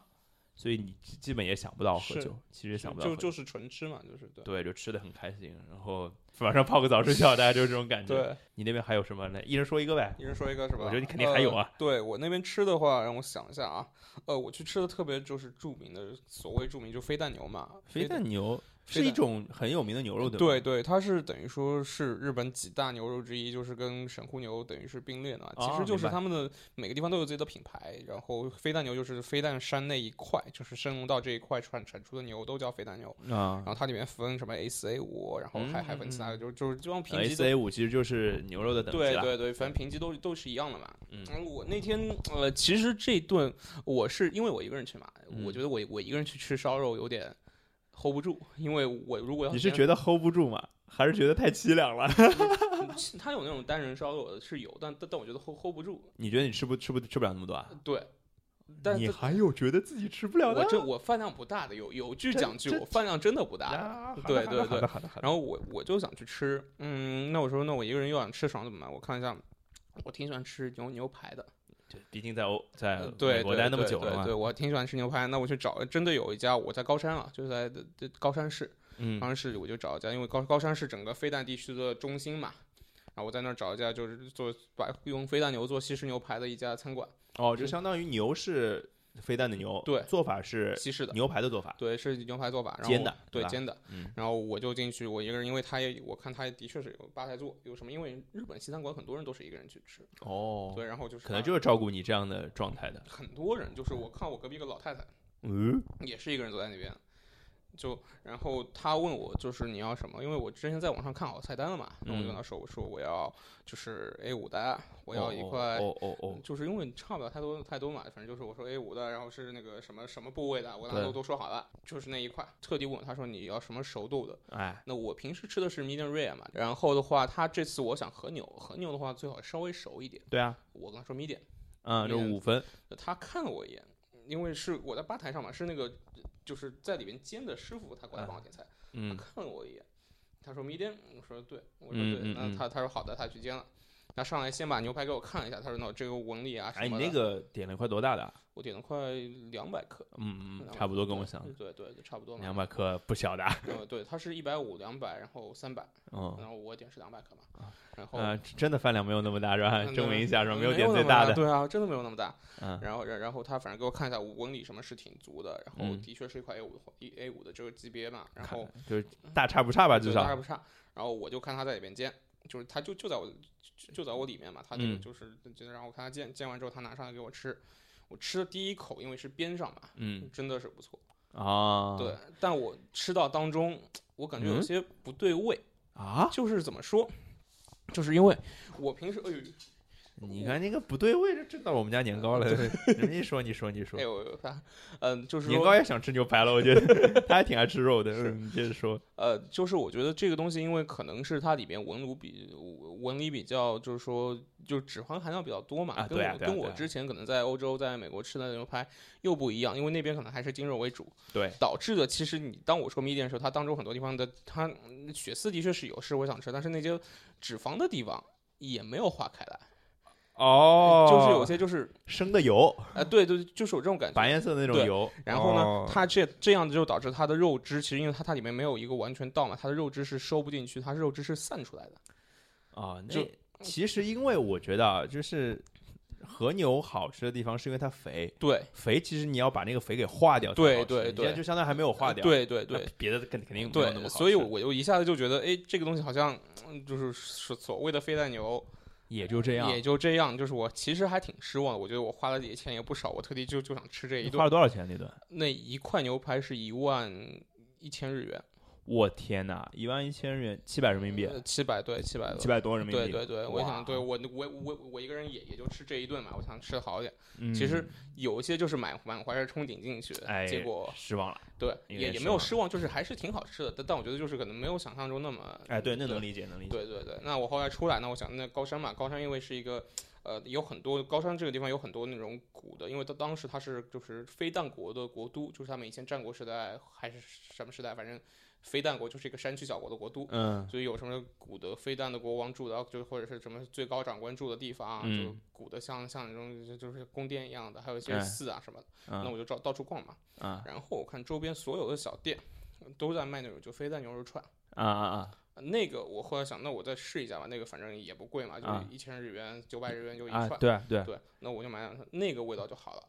A: 所以你基基本也想不到喝
B: 是
A: 酒，其实想不到
B: 就
A: 喝酒
B: 就是纯吃嘛，就是对
A: 对，就吃的很开心，然后 晚上泡个澡睡觉，大家就是这种感觉。
B: 对，
A: 你那边还有什么呢？一人说一个呗。
B: 一人说一个是吧？
A: 我觉得你肯定还有啊
B: 呃对我那边吃的话，让我想一下啊，呃，我去吃的特别就是著名的，所谓著名就飞蛋牛嘛，
A: 肥蛋牛是
B: 肥
A: 一
B: 蛋
A: 种很有名的牛肉，对
B: 对
A: 对
B: 对，它是等于说是日本几大牛肉之一，就是跟神户牛等于是并列的嘛。
A: 哦
B: 其实就
A: 明
B: 是
A: 白
B: 他们的每个地方都有自己的品牌，然后飞蛋牛就是飞蛋山那一块，就是神龙道这一块产产出的牛都叫飞蛋牛。
A: 啊
B: 然后它里面分什么 A 四 A 五，然后
A: 嗯
B: 还还分其他的，就是就是这帮评级
A: ，S
B: 都
A: 呃哎 A 五其实就是牛肉的等级
B: 对
A: 了。
B: 对对，反正评级都都是一样的嘛。
A: 嗯
B: 我那天呃，其实这顿我是因为我一个人去嘛，
A: 嗯
B: 我觉得我我一个人去吃烧肉有点 hold 不住，因为我如果要
A: 你是
B: 点
A: 觉得 hold 不住吗？还是觉得太凄凉了？
B: 其嗯他有那种单人烧肉的是有，但但但我觉得 hold hold 不住。
A: 你觉得你吃不吃不吃不了那么多啊？
B: 对， 但
A: 你
B: 是
A: 还有觉得自己吃不了的
B: 我？这我饭量不大的，有有句
A: 这
B: 讲究，
A: 这
B: 我饭量真的不大。
A: 啊，好的
B: 对
A: 好
B: 对
A: 的好
B: 对
A: 的好的好的。
B: 然后我我就想去吃，嗯，那我说那我一个人又想吃爽怎么办？我看一下，我挺喜欢吃牛牛排的，
A: 就毕竟在欧在
B: 呃对
A: 美国待那么久了
B: 对对对
A: 嘛
B: 对，，我挺喜欢吃牛排，那我去找，真的有一家我在高山啊，就是在在高山市，
A: 嗯
B: 高山市我就找一家，因为高高山是整个飞弹地区的中心嘛。然后我在那儿找一家，就是做把用飞弹牛做西式牛排的一家餐馆，
A: 哦，就相当于牛是飞弹的牛，
B: 对
A: 做法是
B: 西式的，
A: 牛排的做法，
B: 对，是牛排做法，然后
A: 煎的
B: 对
A: 对吧
B: 煎的
A: 嗯。
B: 然后我就进去，我一个人，因为他也我看他的确是有吧台座，有什么？因为日本西餐馆很多人都是一个人去吃，
A: 哦，
B: 对，然后就是
A: 可能
B: 他
A: 就是照顾你这样的状态的，
B: 很多人，就是我看我隔壁一个老太太。
A: 嗯，
B: 也是一个人走在那边，就然后他问我就是你要什么，因为我之前在网上看好菜单了嘛，那我就跟
A: 嗯
B: 他说我说我要就是 A 五的，我要一块，嗯
A: 哦哦哦，
B: 就是因为差不了太多太多嘛，反正就是我说 A 五的，然后是那个什么什么部位的，我大家
A: 对
B: 都都说好了，就是那一块，特地问我他说你要什么熟度的，
A: 哎，
B: 那我平时吃的是 medium rare 嘛，然后的话他这次我想和牛，和牛的话最好稍微熟一点，
A: 对啊，
B: 我跟他说 medium。
A: 嗯，就
B: 那个
A: 五分，
B: 他看了我一眼，因为是我在吧台上嘛，是那个就是在里面煎的师傅，他过来帮我点菜，他
A: 啊嗯，
B: 看了我一眼，他说 medium，我说对，我说
A: 嗯
B: 对，
A: 嗯
B: 那
A: 嗯
B: 他他说好的，他去煎了。他上来先把牛排给我看了一下，他说：“那这个纹理啊
A: 哎，你
B: 什么的，
A: 那个点了一块多大的啊？
B: 我点了快两百克，
A: 嗯嗯，
B: 200
A: 差不多跟我
B: 对
A: 想的，
B: 对对对，差不多嘛。
A: 两百克不小的啊，
B: 呃，对，它是一百五、两百，然后三百，
A: 嗯。
B: 然后我点是两百克嘛，然后
A: 啊，真的饭量没有那么大是吧？
B: 嗯
A: 证明一下是吧？
B: 嗯
A: 没有点最大
B: 那么
A: 的，
B: 对啊，真的没有那么大。
A: 嗯
B: 然后，然然后他反正给我看一下纹理什么是挺足的，然后
A: 嗯
B: 的确是一块 A 五一 A 五的这个级别嘛，然
A: 看
B: 后
A: 就是大差不差吧，
B: 就
A: 至
B: 大差
A: 少，
B: 不差。然后我就看他在里边煎，就是他就就在我就就在我里面嘛，他这个
A: 嗯
B: 就是就然后我看他煎煎完之后，他拿上来给我吃，我吃的第一口因为是边上嘛，
A: 嗯
B: 真的是不错。
A: 啊，
B: 对，但我吃到当中，我感觉有
A: 嗯
B: 些不对味，
A: 啊，
B: 就是怎么说，就是因为我平时哎呦。
A: 你看那个不对位，这这到我们家年糕了， 你说你说你说
B: 嗯哎，呦，他，嗯，就是
A: 年
B: 说
A: 糕也想吃牛排了，我觉得 他还挺爱吃肉的。嗯，你接着说，
B: 呃，就是我觉得这个东西，因为可能是它里面纹路比纹理比较，就是说就脂肪含量比较多嘛，
A: 啊
B: 跟我、
A: 对啊对啊
B: 跟我
A: 对啊
B: 之前可能在欧洲、在美国吃的牛排又不一样，因为那边可能还是精肉为主，
A: 对，
B: 导致的其实你当我说 medium 的时候，它当中很多地方的它嗯血丝的确是有，是我想吃，但是那些脂肪的地方也没有化开来，
A: 哦
B: 哎就是有些就是
A: 生的油，
B: 呃，对对，就是有这种感觉。
A: 白颜色的那种
B: 对
A: 油。
B: 然后
A: 哦
B: 呢，它这这样就导致它的肉汁，其实因为它它里面没有一个完全到嘛，它的肉汁是收不进去，它肉汁是散出来的。
A: 啊，那
B: 就
A: 其实因为我觉得啊，就是和牛好吃的地方是因为它肥，
B: 对
A: 肥其实你要把那个肥给化掉才好吃，
B: 对对
A: 你现在
B: 对
A: 就相当于还没有化掉，，
B: 对对
A: 那
B: 对
A: 别的肯肯定没有那
B: 对，
A: 么好吃，
B: 所以我就一下子就觉得，哎，这个东西好像嗯就是所所谓的飞弹牛
A: 也就这样
B: 也。就这样，就是我其实还挺失望的。我觉得我花了也钱也不少，我特地就就想吃这一
A: 你花
B: 顿。
A: 了多少钱那顿？
B: 那一块牛排是一万一千日元，
A: 我天哪，一万一千日元，七百人民币，
B: 呃七百对七百
A: 七百多人民币。
B: 对对对，我
A: 哇
B: 想对我我我我一个人也也就吃这一顿嘛，我想吃好一点。
A: 嗯
B: 其实有一些就是满满怀着憧憬进去的，
A: 哎
B: 结果
A: 失望了。
B: 对
A: 有
B: 也
A: 点
B: 也
A: 失
B: 没有
A: 望
B: 失望，就是还是挺好吃的，但但我觉得就是可能没有想象中那么
A: 哎，对，那能理解，能理解。
B: 对对对，那我后来出来呢，我想那高山嘛，高山因为是一个，呃，有很多高山这个地方有很多那种古的，因为它当时它是就是非弹国的国都，就是他们以前战国时代还是什么时代，反正非弹国就是一个山区小国的国都，
A: 嗯，
B: 所以有什么古的非但的国王住的，就或者是什么最高长官住的地方，啊
A: 嗯
B: 就古的像像那种就就是宫殿一样的，还有一些
A: 哎
B: 寺啊什么的。那
A: 嗯
B: 我就到到处逛嘛，
A: 啊
B: 然后我看周边所有的小店都在卖那种就非但牛肉串。
A: 啊啊！
B: 那个我后来想，那我再试一下吧，那个反正也不贵嘛，就
A: 啊
B: 是一千日元、九百日元就一
A: 啊
B: 串，。
A: 对啊对啊，
B: 对，那我就买两串，那个味道就好了。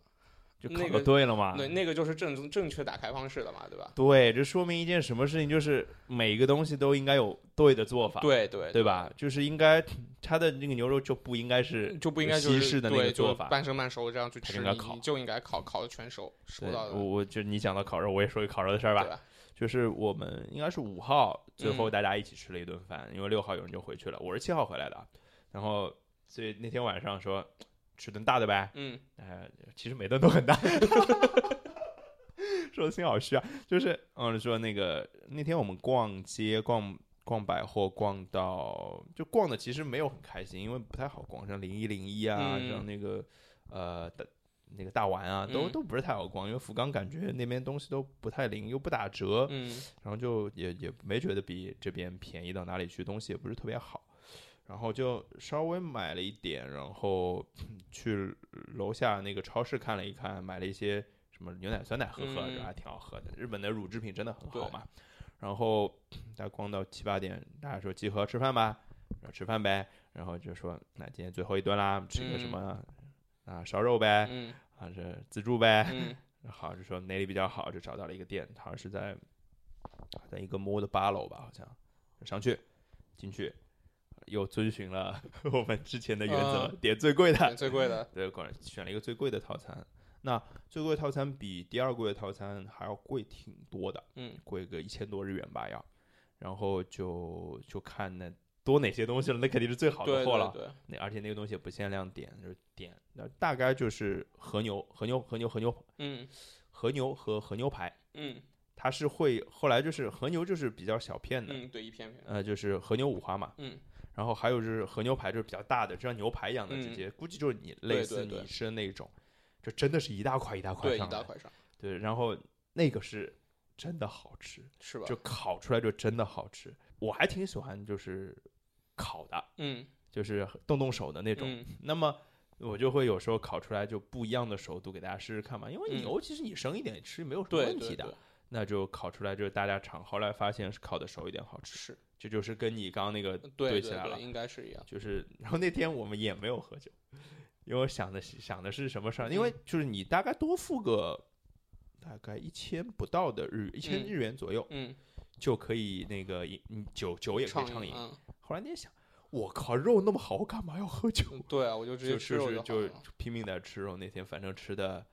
A: 就
B: 那
A: 考
B: 个
A: 的对了嘛。
B: 对，那个就是正正确打开方式了嘛，对吧？
A: 对，这说明一件什么事情，就是每个东西都应该有对的做法，
B: 对对
A: 啊对吧？？就是应该它的那个牛肉就不应该是
B: 就不应该就
A: 西
B: 是
A: 式的那
B: 对
A: 个做
B: 就
A: 法。
B: 半生半熟这样去
A: 它
B: 吃，
A: 应该
B: 你
A: 烤
B: 你就应该烤烤的全熟，熟
A: 对
B: 到的
A: 我我就你讲到烤肉，我也说一个烤肉的事儿吧。
B: 对吧？
A: 就是我们应该是五号，最后
B: 嗯
A: 大家一起吃了一顿饭，因为六号有人就回去了，我是七号回来的啊。然后所以那天晚上说吃顿大的呗，
B: 嗯，
A: 呃，其实每顿都很大， 说的心好虚啊。就是嗯，说那个那天我们逛街逛。逛百货逛到就逛的其实没有很开心，因为不太好逛，像零一零一啊，
B: 嗯
A: 像那个呃大那个大丸啊，都
B: 嗯
A: 都不是太好逛，因为福冈感觉那边东西都不太灵，又不打折，
B: 嗯
A: 然后就也也没觉得比这边便宜到哪里去，东西也不是特别好。然后就稍微买了一点，然后去楼下那个超市看了一看，买了一些什么牛奶、酸奶喝喝，
B: 嗯
A: 这还挺好喝的。日本的乳制品真的很好
B: 对
A: 嘛。然后大家逛到七八点，大家说集合吃饭吧，然后吃饭呗，然后就说那今天最后一顿啦，吃个什
B: 嗯
A: 么、啊烧肉呗，
B: 嗯
A: 啊这自助呗，
B: 嗯
A: 好，就说哪里比较好，就找到了一个店，好像是在在一个 mall 的八楼吧，好像上去进去，又遵循了 我们之前的原则，
B: 嗯
A: 点最贵的，
B: 点最贵的，
A: 对，果然选了一个最贵的套餐。那最贵的套餐比第二贵的套餐还要贵挺多的，
B: 嗯，
A: 贵个一千多日元吧要，然后就就看那多哪些东西了，那肯定是 最好
B: 对
A: 的货了。
B: 对对，
A: 那而且那个东西也不限量点，就是点，那大概就是和牛和牛和牛和牛
B: 嗯
A: 和牛和和牛排，
B: 嗯
A: 它是会后来就是和牛就是比较小片的，
B: 嗯，对，一 片片，
A: 呃，就是和牛五花嘛，
B: 嗯，
A: 然后还有就是和牛排就是比较大的，就像牛排一样的，直
B: 嗯
A: 接估计就是你
B: 对
A: 类
B: 对
A: 似
B: 对
A: 你吃的那种，就真的是一大块一大块
B: 对，
A: 上
B: 一
A: 来，
B: 大块上，
A: 对，然后那个是真的好吃，
B: 是吧？
A: 就烤出来就真的好吃，我还挺喜欢就是烤的，
B: 嗯
A: 就是动动手的那种，
B: 嗯
A: 那么我就会有时候烤出来就不一样的熟度给大家试试看嘛，因为
B: 嗯
A: 牛其实你生一点吃没有什么
B: 对
A: 问
B: 对
A: 题的，
B: 对，
A: 那就烤出来就是大家尝，后来发现是烤的熟一点好吃，
B: 是
A: 这就是跟你刚刚那个
B: 嗯对
A: 起来了
B: 对，。应该是一样，
A: 就是然后那天我们也没有喝酒，因为我想的是想的是什么事儿，
B: 嗯
A: 因为就是你大概多付个大概一千不到的日一千
B: 嗯
A: 日元左右、
B: 嗯，
A: 就可以那个饮嗯酒酒也可以畅
B: 畅
A: 饮。
B: 嗯，
A: 后来你也想，我靠，肉那么好，我干嘛要喝酒？
B: 嗯对啊，我就直接
A: 就
B: 吃
A: 就
B: 肉
A: 是
B: 好了
A: 就拼命的吃肉，那天反正吃的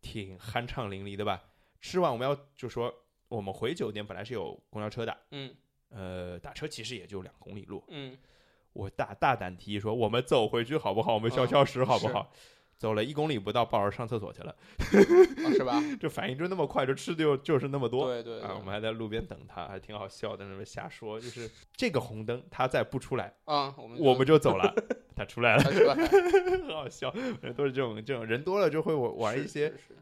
A: 挺酣畅淋漓的吧。吃完我们要就说我们回酒店本来是有公交车的，
B: 嗯
A: 呃，打车其实也就两公里路。
B: 嗯
A: 我大大胆提议说，我们走回去好不好？我们
B: 嗯
A: 消消食好不好？走了一公里不到，抱着上厕所去了。
B: 啊 是吧？
A: 这反应就那么快，就吃的就就是那么多。
B: 对对对
A: 啊，我们还在路边等他，还挺好笑的，那么瞎说。就是 这个红灯，他再不出来，
B: 啊，我们
A: 我们就走了。 他出来了，
B: 啊 是吧？
A: 很好笑。 都是这种这种人多了就会玩玩一
B: 是
A: 些
B: 是是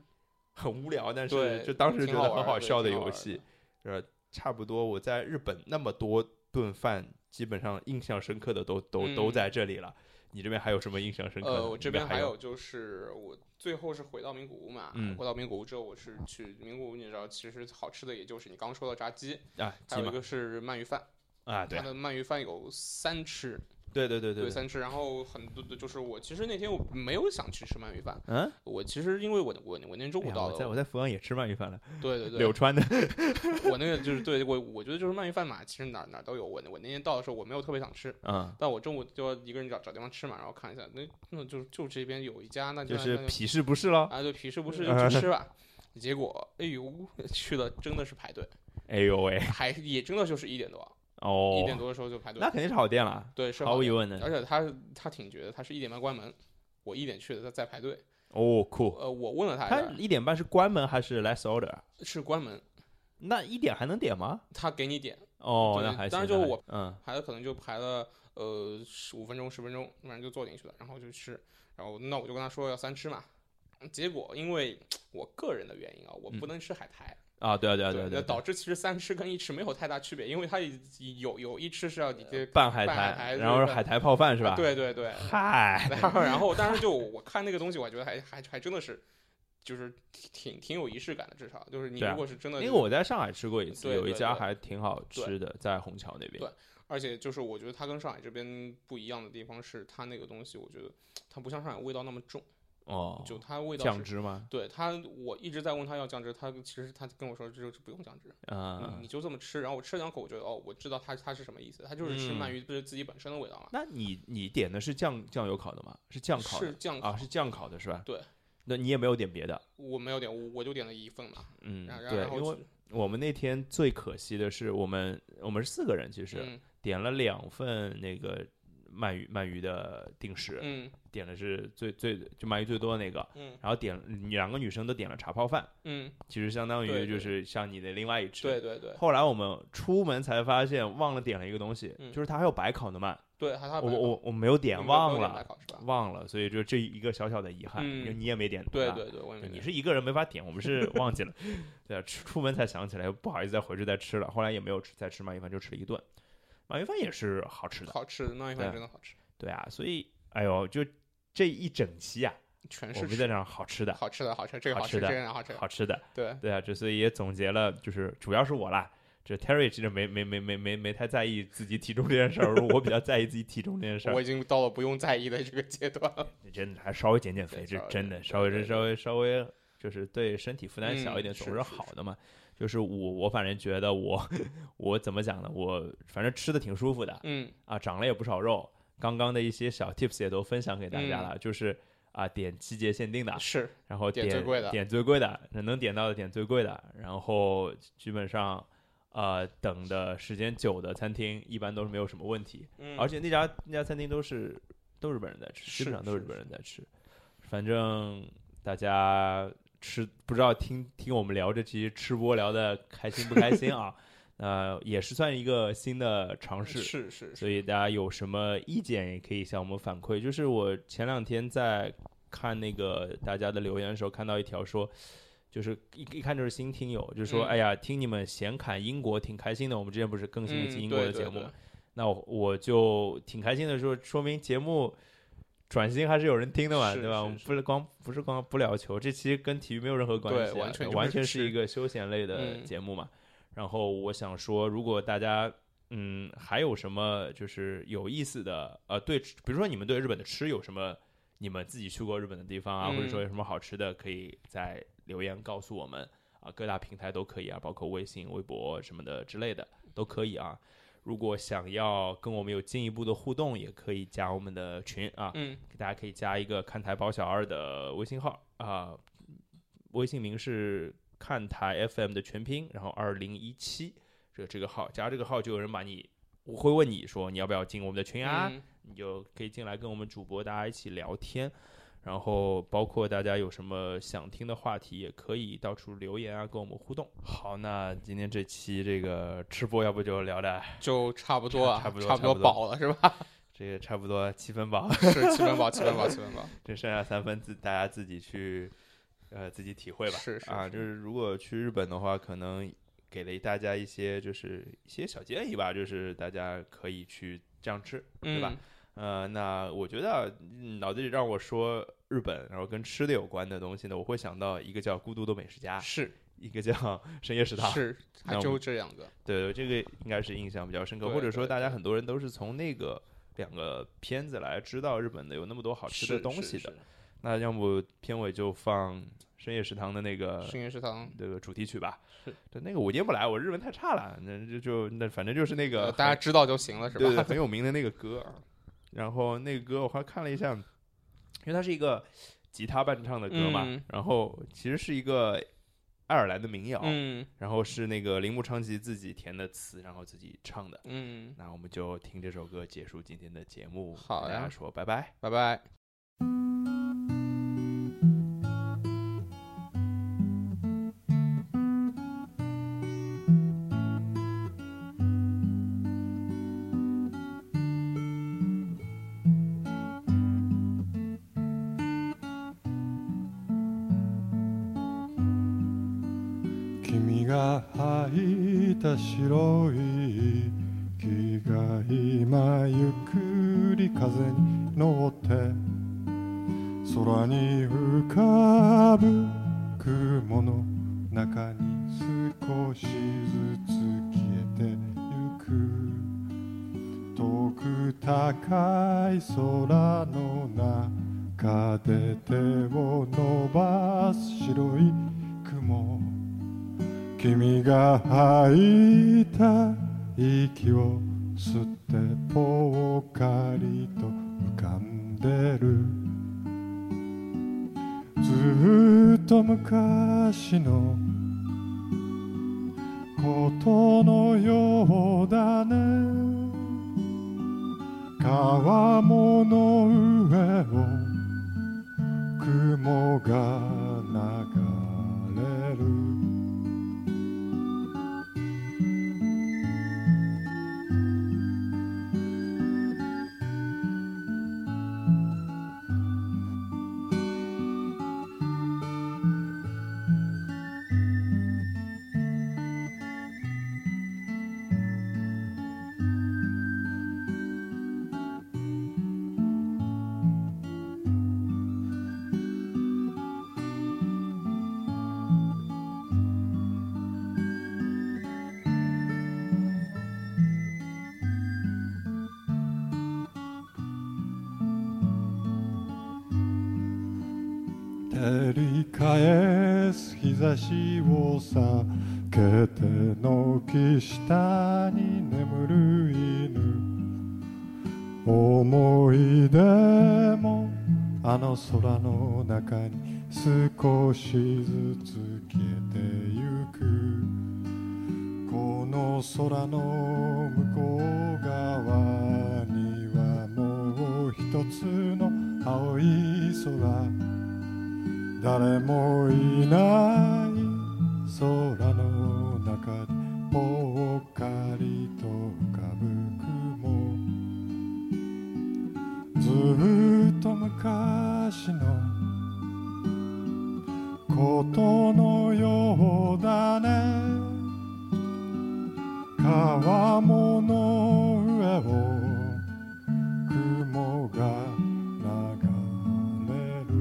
A: 很无聊，但是
B: 对，
A: 就当时
B: 挺
A: 觉得
B: 玩
A: 很
B: 儿
A: 好
B: 对
A: 笑的
B: 挺
A: 游
B: 玩儿
A: 戏。呃，差不多我在日本那么多顿饭，基本上印象深刻的都都、都
B: 嗯
A: 在这里了。你这边还有什么印象深刻的？
B: 呃，我
A: 你
B: 这边
A: 还
B: 还有就是，我最后是回到名古屋嘛。
A: 嗯
B: 回到名古屋之后，我是去名古屋，你知道，其实好吃的也就是你刚说的炸鸡，
A: 啊，
B: 还
A: 鸡
B: 有一
A: 嘛
B: 个是鳗鱼饭。
A: 啊，对
B: 它的鳗鱼饭有三吃，
A: 对对对
B: 对
A: 对，
B: 三吃。然后很多的就是我其实那天我没有想去吃鳗鱼饭，
A: 嗯，
B: 我其实因为我我我那天中
A: 哎
B: 午
A: 呀
B: 到
A: 我在
B: 了，
A: 我在福冈也吃鳗鱼饭了，
B: 对对对
A: 柳，川的，
B: 我那个就是对我我觉得就是鳗鱼饭嘛，其实哪儿哪儿都有。我我那天到的时候我没有特别想吃。
A: 嗯，
B: 但我中午就要一个人找找地方吃嘛，然后看一下，那那就就这边有一家，那就
A: 就是
B: 那
A: 皮是不是咯？
B: 啊，对，皮试不是就 去吃吧。结果，哎呦， 去了真的是排队，
A: 哎呦喂，
B: 还也真的就是一点多，一、
A: 哦
B: 点，多的时候就排队
A: 那。肯定是好店了，
B: 对，是
A: 毫
B: 好
A: 无疑
B: 的
A: 问的。
B: 而且他他挺绝的，他是一点半关门，我一点去的，他在排队。
A: 哦，酷。
B: 呃，我问了他
A: 他
B: 一下，
A: 一点半是关门还是 less order？
B: 是关门，
A: 那一点还能点吗？
B: 他给你点，
A: 哦，
B: 对
A: 那还行。
B: 当然
A: 那
B: 就
A: 还
B: 我，
A: 嗯，
B: 排了可能就排了呃十五分钟十分钟，反正就坐进去了，然后就吃，然后那我就跟他说要三吃嘛。结果因为我个人的原因啊，我不能吃海苔，
A: 啊，对啊嗯对啊
B: 对
A: 啊
B: 那
A: 对啊，
B: 导致其实三吃跟一吃没有太大区别，因为它已有有一吃是要你这
A: 拌海
B: 拌海
A: 苔，
B: 苔
A: 然后是
B: 对
A: 海苔泡饭是吧？，
B: 对对对，
A: 嗨，
B: 然后然后当时就我看那个东西，我觉得还还还真的是，就是挺挺有仪式感的，至少就是你
A: 对啊
B: 如果是真的
A: 因
B: 就是，
A: 为我在上海吃过一次，
B: 对
A: 有一
B: 对
A: 家
B: 对
A: 还挺好吃的，在虹桥那边。
B: 对而且就是我觉得它跟上海这边不一样的地方是，它那个东西我觉得它不像上海味道那么重，
A: 哦，
B: 就它味道
A: 酱
B: 是。
A: 汁吗？
B: 对他，我一直在问他要酱汁，他其实他跟我说就是不用酱汁，
A: 嗯
B: 你，就这么吃。然后我吃了两口，我觉得哦，我知道它它是什么意思，它就是吃
A: 嗯
B: 鳗鱼就是自己本身的味道嘛，
A: 那你你点的是酱酱油烤的吗？是酱烤
B: 是
A: 的
B: 酱烤
A: 啊，是酱烤的是吧？
B: 对。
A: 那你也没有点别的，
B: 我没有点，我我就点了一份嘛。
A: 嗯，
B: 然
A: 对
B: 然，后
A: 因为我们那天最可惜的是，我们我们是四个人，其实
B: 嗯
A: 点了两份那个鳗鱼鳗鱼的定时，
B: 嗯
A: 点的是最最就鳗鱼最多的那个，
B: 嗯
A: 然后点两个女生都点了茶泡饭，
B: 嗯，
A: 其实相当于
B: 对对
A: 就是像你的另外一只。
B: 对对对
A: 后来我们出门才发现忘了点了一个东西，
B: 嗯啊
A: 就是它还有白烤的鳗，
B: 对，还他
A: 我我我没有点忘了，
B: 烤是吧？
A: 忘了，所以就这一个小小的遗憾，
B: 嗯
A: 因为你也没点，
B: 对
A: 吧
B: 对对，我也没
A: 对，你
B: 点
A: 是一个人没法点，我们是忘记了，对啊，出出门才想起来，不好意思再回去再吃了，后来也没有吃再吃鳗鱼饭，就吃了一顿。鳗鱼饭也是好吃的。
B: 好吃的，那一
A: 对
B: 饭真的好吃，
A: 对啊，所以哎呦，就这一整期啊，
B: 全
A: 我
B: 嗯是
A: 们
B: 吃
A: 在讲好吃的，
B: 好吃的，好吃的，这个
A: 好
B: 好
A: 吃
B: 吃，
A: 的
B: 这个好吃，
A: 好吃的，
B: 对，
A: 对啊，这所以也总结了，就是主要是我啦。这 Terry 其实没没没没没没太在意自己体重这件事儿，我比较在意自己体重这件事儿
B: 我。已经到了不用在意的这个阶段了。
A: 真的还稍微减减肥，
B: 对
A: 这
B: 稍微
A: 真的
B: 减
A: 稍微
B: 对
A: 稍微稍微就是对身体负担小一点，
B: 嗯
A: 总
B: 是
A: 是
B: 是
A: 好的嘛。就是我我反正觉得我 我怎么讲呢？我反正吃的挺舒服的
B: 嗯，
A: 啊，长了也不少肉。刚刚的一些小 tips 也都分享给大家
B: 嗯
A: 了，就是啊点季节限定的，
B: 是
A: 然后
B: 点
A: 点
B: 最贵的
A: 点最贵的，能点到的点最贵的，然后基本上。呃，等的时间久的餐厅一般都是没有什么问题，
B: 嗯
A: 而且那家那家餐厅都是都是日本人在吃，基
B: 是
A: 本上都是日
B: 是
A: 本人在吃。反正大家吃不知道听听我们聊这期吃播聊的开心不开心 啊？呃，也是算一个新的尝试，
B: 是是
A: 所以大家有什么意见也可以向我们反馈。就是我前两天在看那个大家的留言的时候，看到一条说，就是一一看就是新听友，就说、
B: 嗯
A: 哎呀，听你们闲侃英国挺开心的。我们之前不是更新一期
B: 嗯
A: 英国的
B: 对对
A: 节目嘛
B: 对
A: 那我我就挺开心的说，说明节目转型还是有人听的嘛，
B: 是
A: 对吧？
B: 是
A: 我们
B: 是
A: 不是光不是光不聊球，这期跟体育没有任何关系啊、
B: 对完全就
A: 完
B: 是
A: 全
B: 吃
A: 是一个休闲类的
B: 嗯
A: 节目嘛。然后我想说，如果大家嗯还有什么就是有意思的呃，对，比如说你们对日本的吃有什么你们自己去过日本的地方啊，或者说
B: 嗯
A: 有什么好吃的，可以在留言告诉我们啊，各大平台都可以啊，包括微信、微博什么的之类的都可以啊。如果想要跟我们有进一步的互动，也可以加我们的群啊，
B: 嗯
A: 大家可以加一个看台保小二的微信号啊、微信名是看台 FM 的全拼，然后二零一七这这个号，加这个号就有人把你，我会问你说你要不要进我们的群啊，
B: 嗯
A: 你就可以进来跟我们主播大家一起聊天。然后包括大家有什么想听的话题，也可以到处留言啊，跟我们互动。好，那今天这期这个吃播，要不就聊的
B: 就差不多啊，
A: 差不多
B: 差
A: 差
B: 不
A: 不
B: 多
A: 多
B: 饱了是吧？
A: 这个差不多七分饱，
B: 是七分饱，七分饱，七分饱。
A: 这剩下三分自大家自己去，呃，自己体会吧。
B: 是是
A: 啊，
B: 是
A: 就是如果去日本的话，可能给了大家一些就是一些小建议吧，就是大家可以去这样吃，对吧？
B: 嗯？
A: 呃，那我觉得嗯脑子里让我说日本，然后跟吃的有关的东西呢，我会想到一个叫《孤独的美食家》，
B: 啊是
A: 一个叫 深夜食堂。
B: 是，
A: 那
B: 还
A: 我
B: 就
A: 们
B: 这两个。
A: 对，这个应该是印象比较深刻，
B: 对
A: 或者说
B: 对
A: 大家
B: 对
A: 很多人都是从那个两个片子来知道日本的有那么多好吃的
B: 是
A: 东
B: 是
A: 西的。
B: 是
A: 那要不片尾就放《深夜食堂》的那个
B: 深夜食堂，
A: 这个主题曲吧
B: 是。
A: 对，那个我念不来，我日文太差了。那就就那反正就是那个
B: 呃大家
A: 很
B: 知道就行了是吧？
A: 对对很有名的那个歌啊。然后那个歌我还看了一下，因为它是一个吉他伴唱的歌嘛，
B: 嗯
A: 然后其实是一个爱尔兰的民谣，
B: 嗯
A: 然后是那个铃木昌吉自己填的词，然后自己唱的。
B: 嗯，
A: 那我们就听这首歌结束今天的节目，
B: 好
A: 跟大家
B: 呀
A: 说拜拜。
B: 拜拜。
C: 君が履いた白い木が今ゆっくり風に乗って空に浮かぶ雲の中に少しずつ消えてゆく遠く高い空の中で手を伸ばす白い雲君が吐いた息を吸ってぽっかりと浮かんでるずっと昔のことのようだね川もの上を雲が流れるり返す日差しを避けて軒下に眠る犬思い出もあの空の中に少しずつ消えてゆくこの空の向こう側にはもう一つの青い空誰もいない空の中でぽっかりと浮かぶ雲ずっと昔のことのようだね川もの上を雲が流れる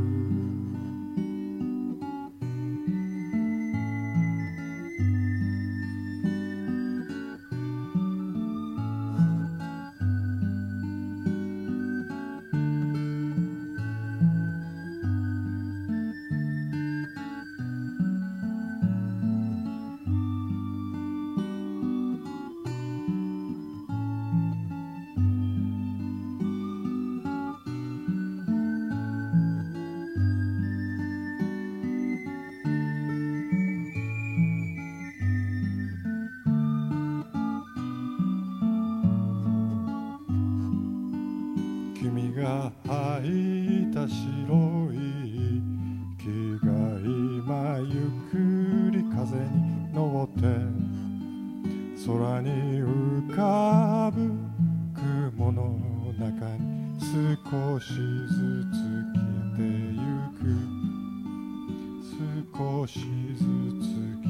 C: 君が履いた白い木が今ゆっくり風に乗って空に浮かぶ雲の中に少しずつ消えてゆく少しずつ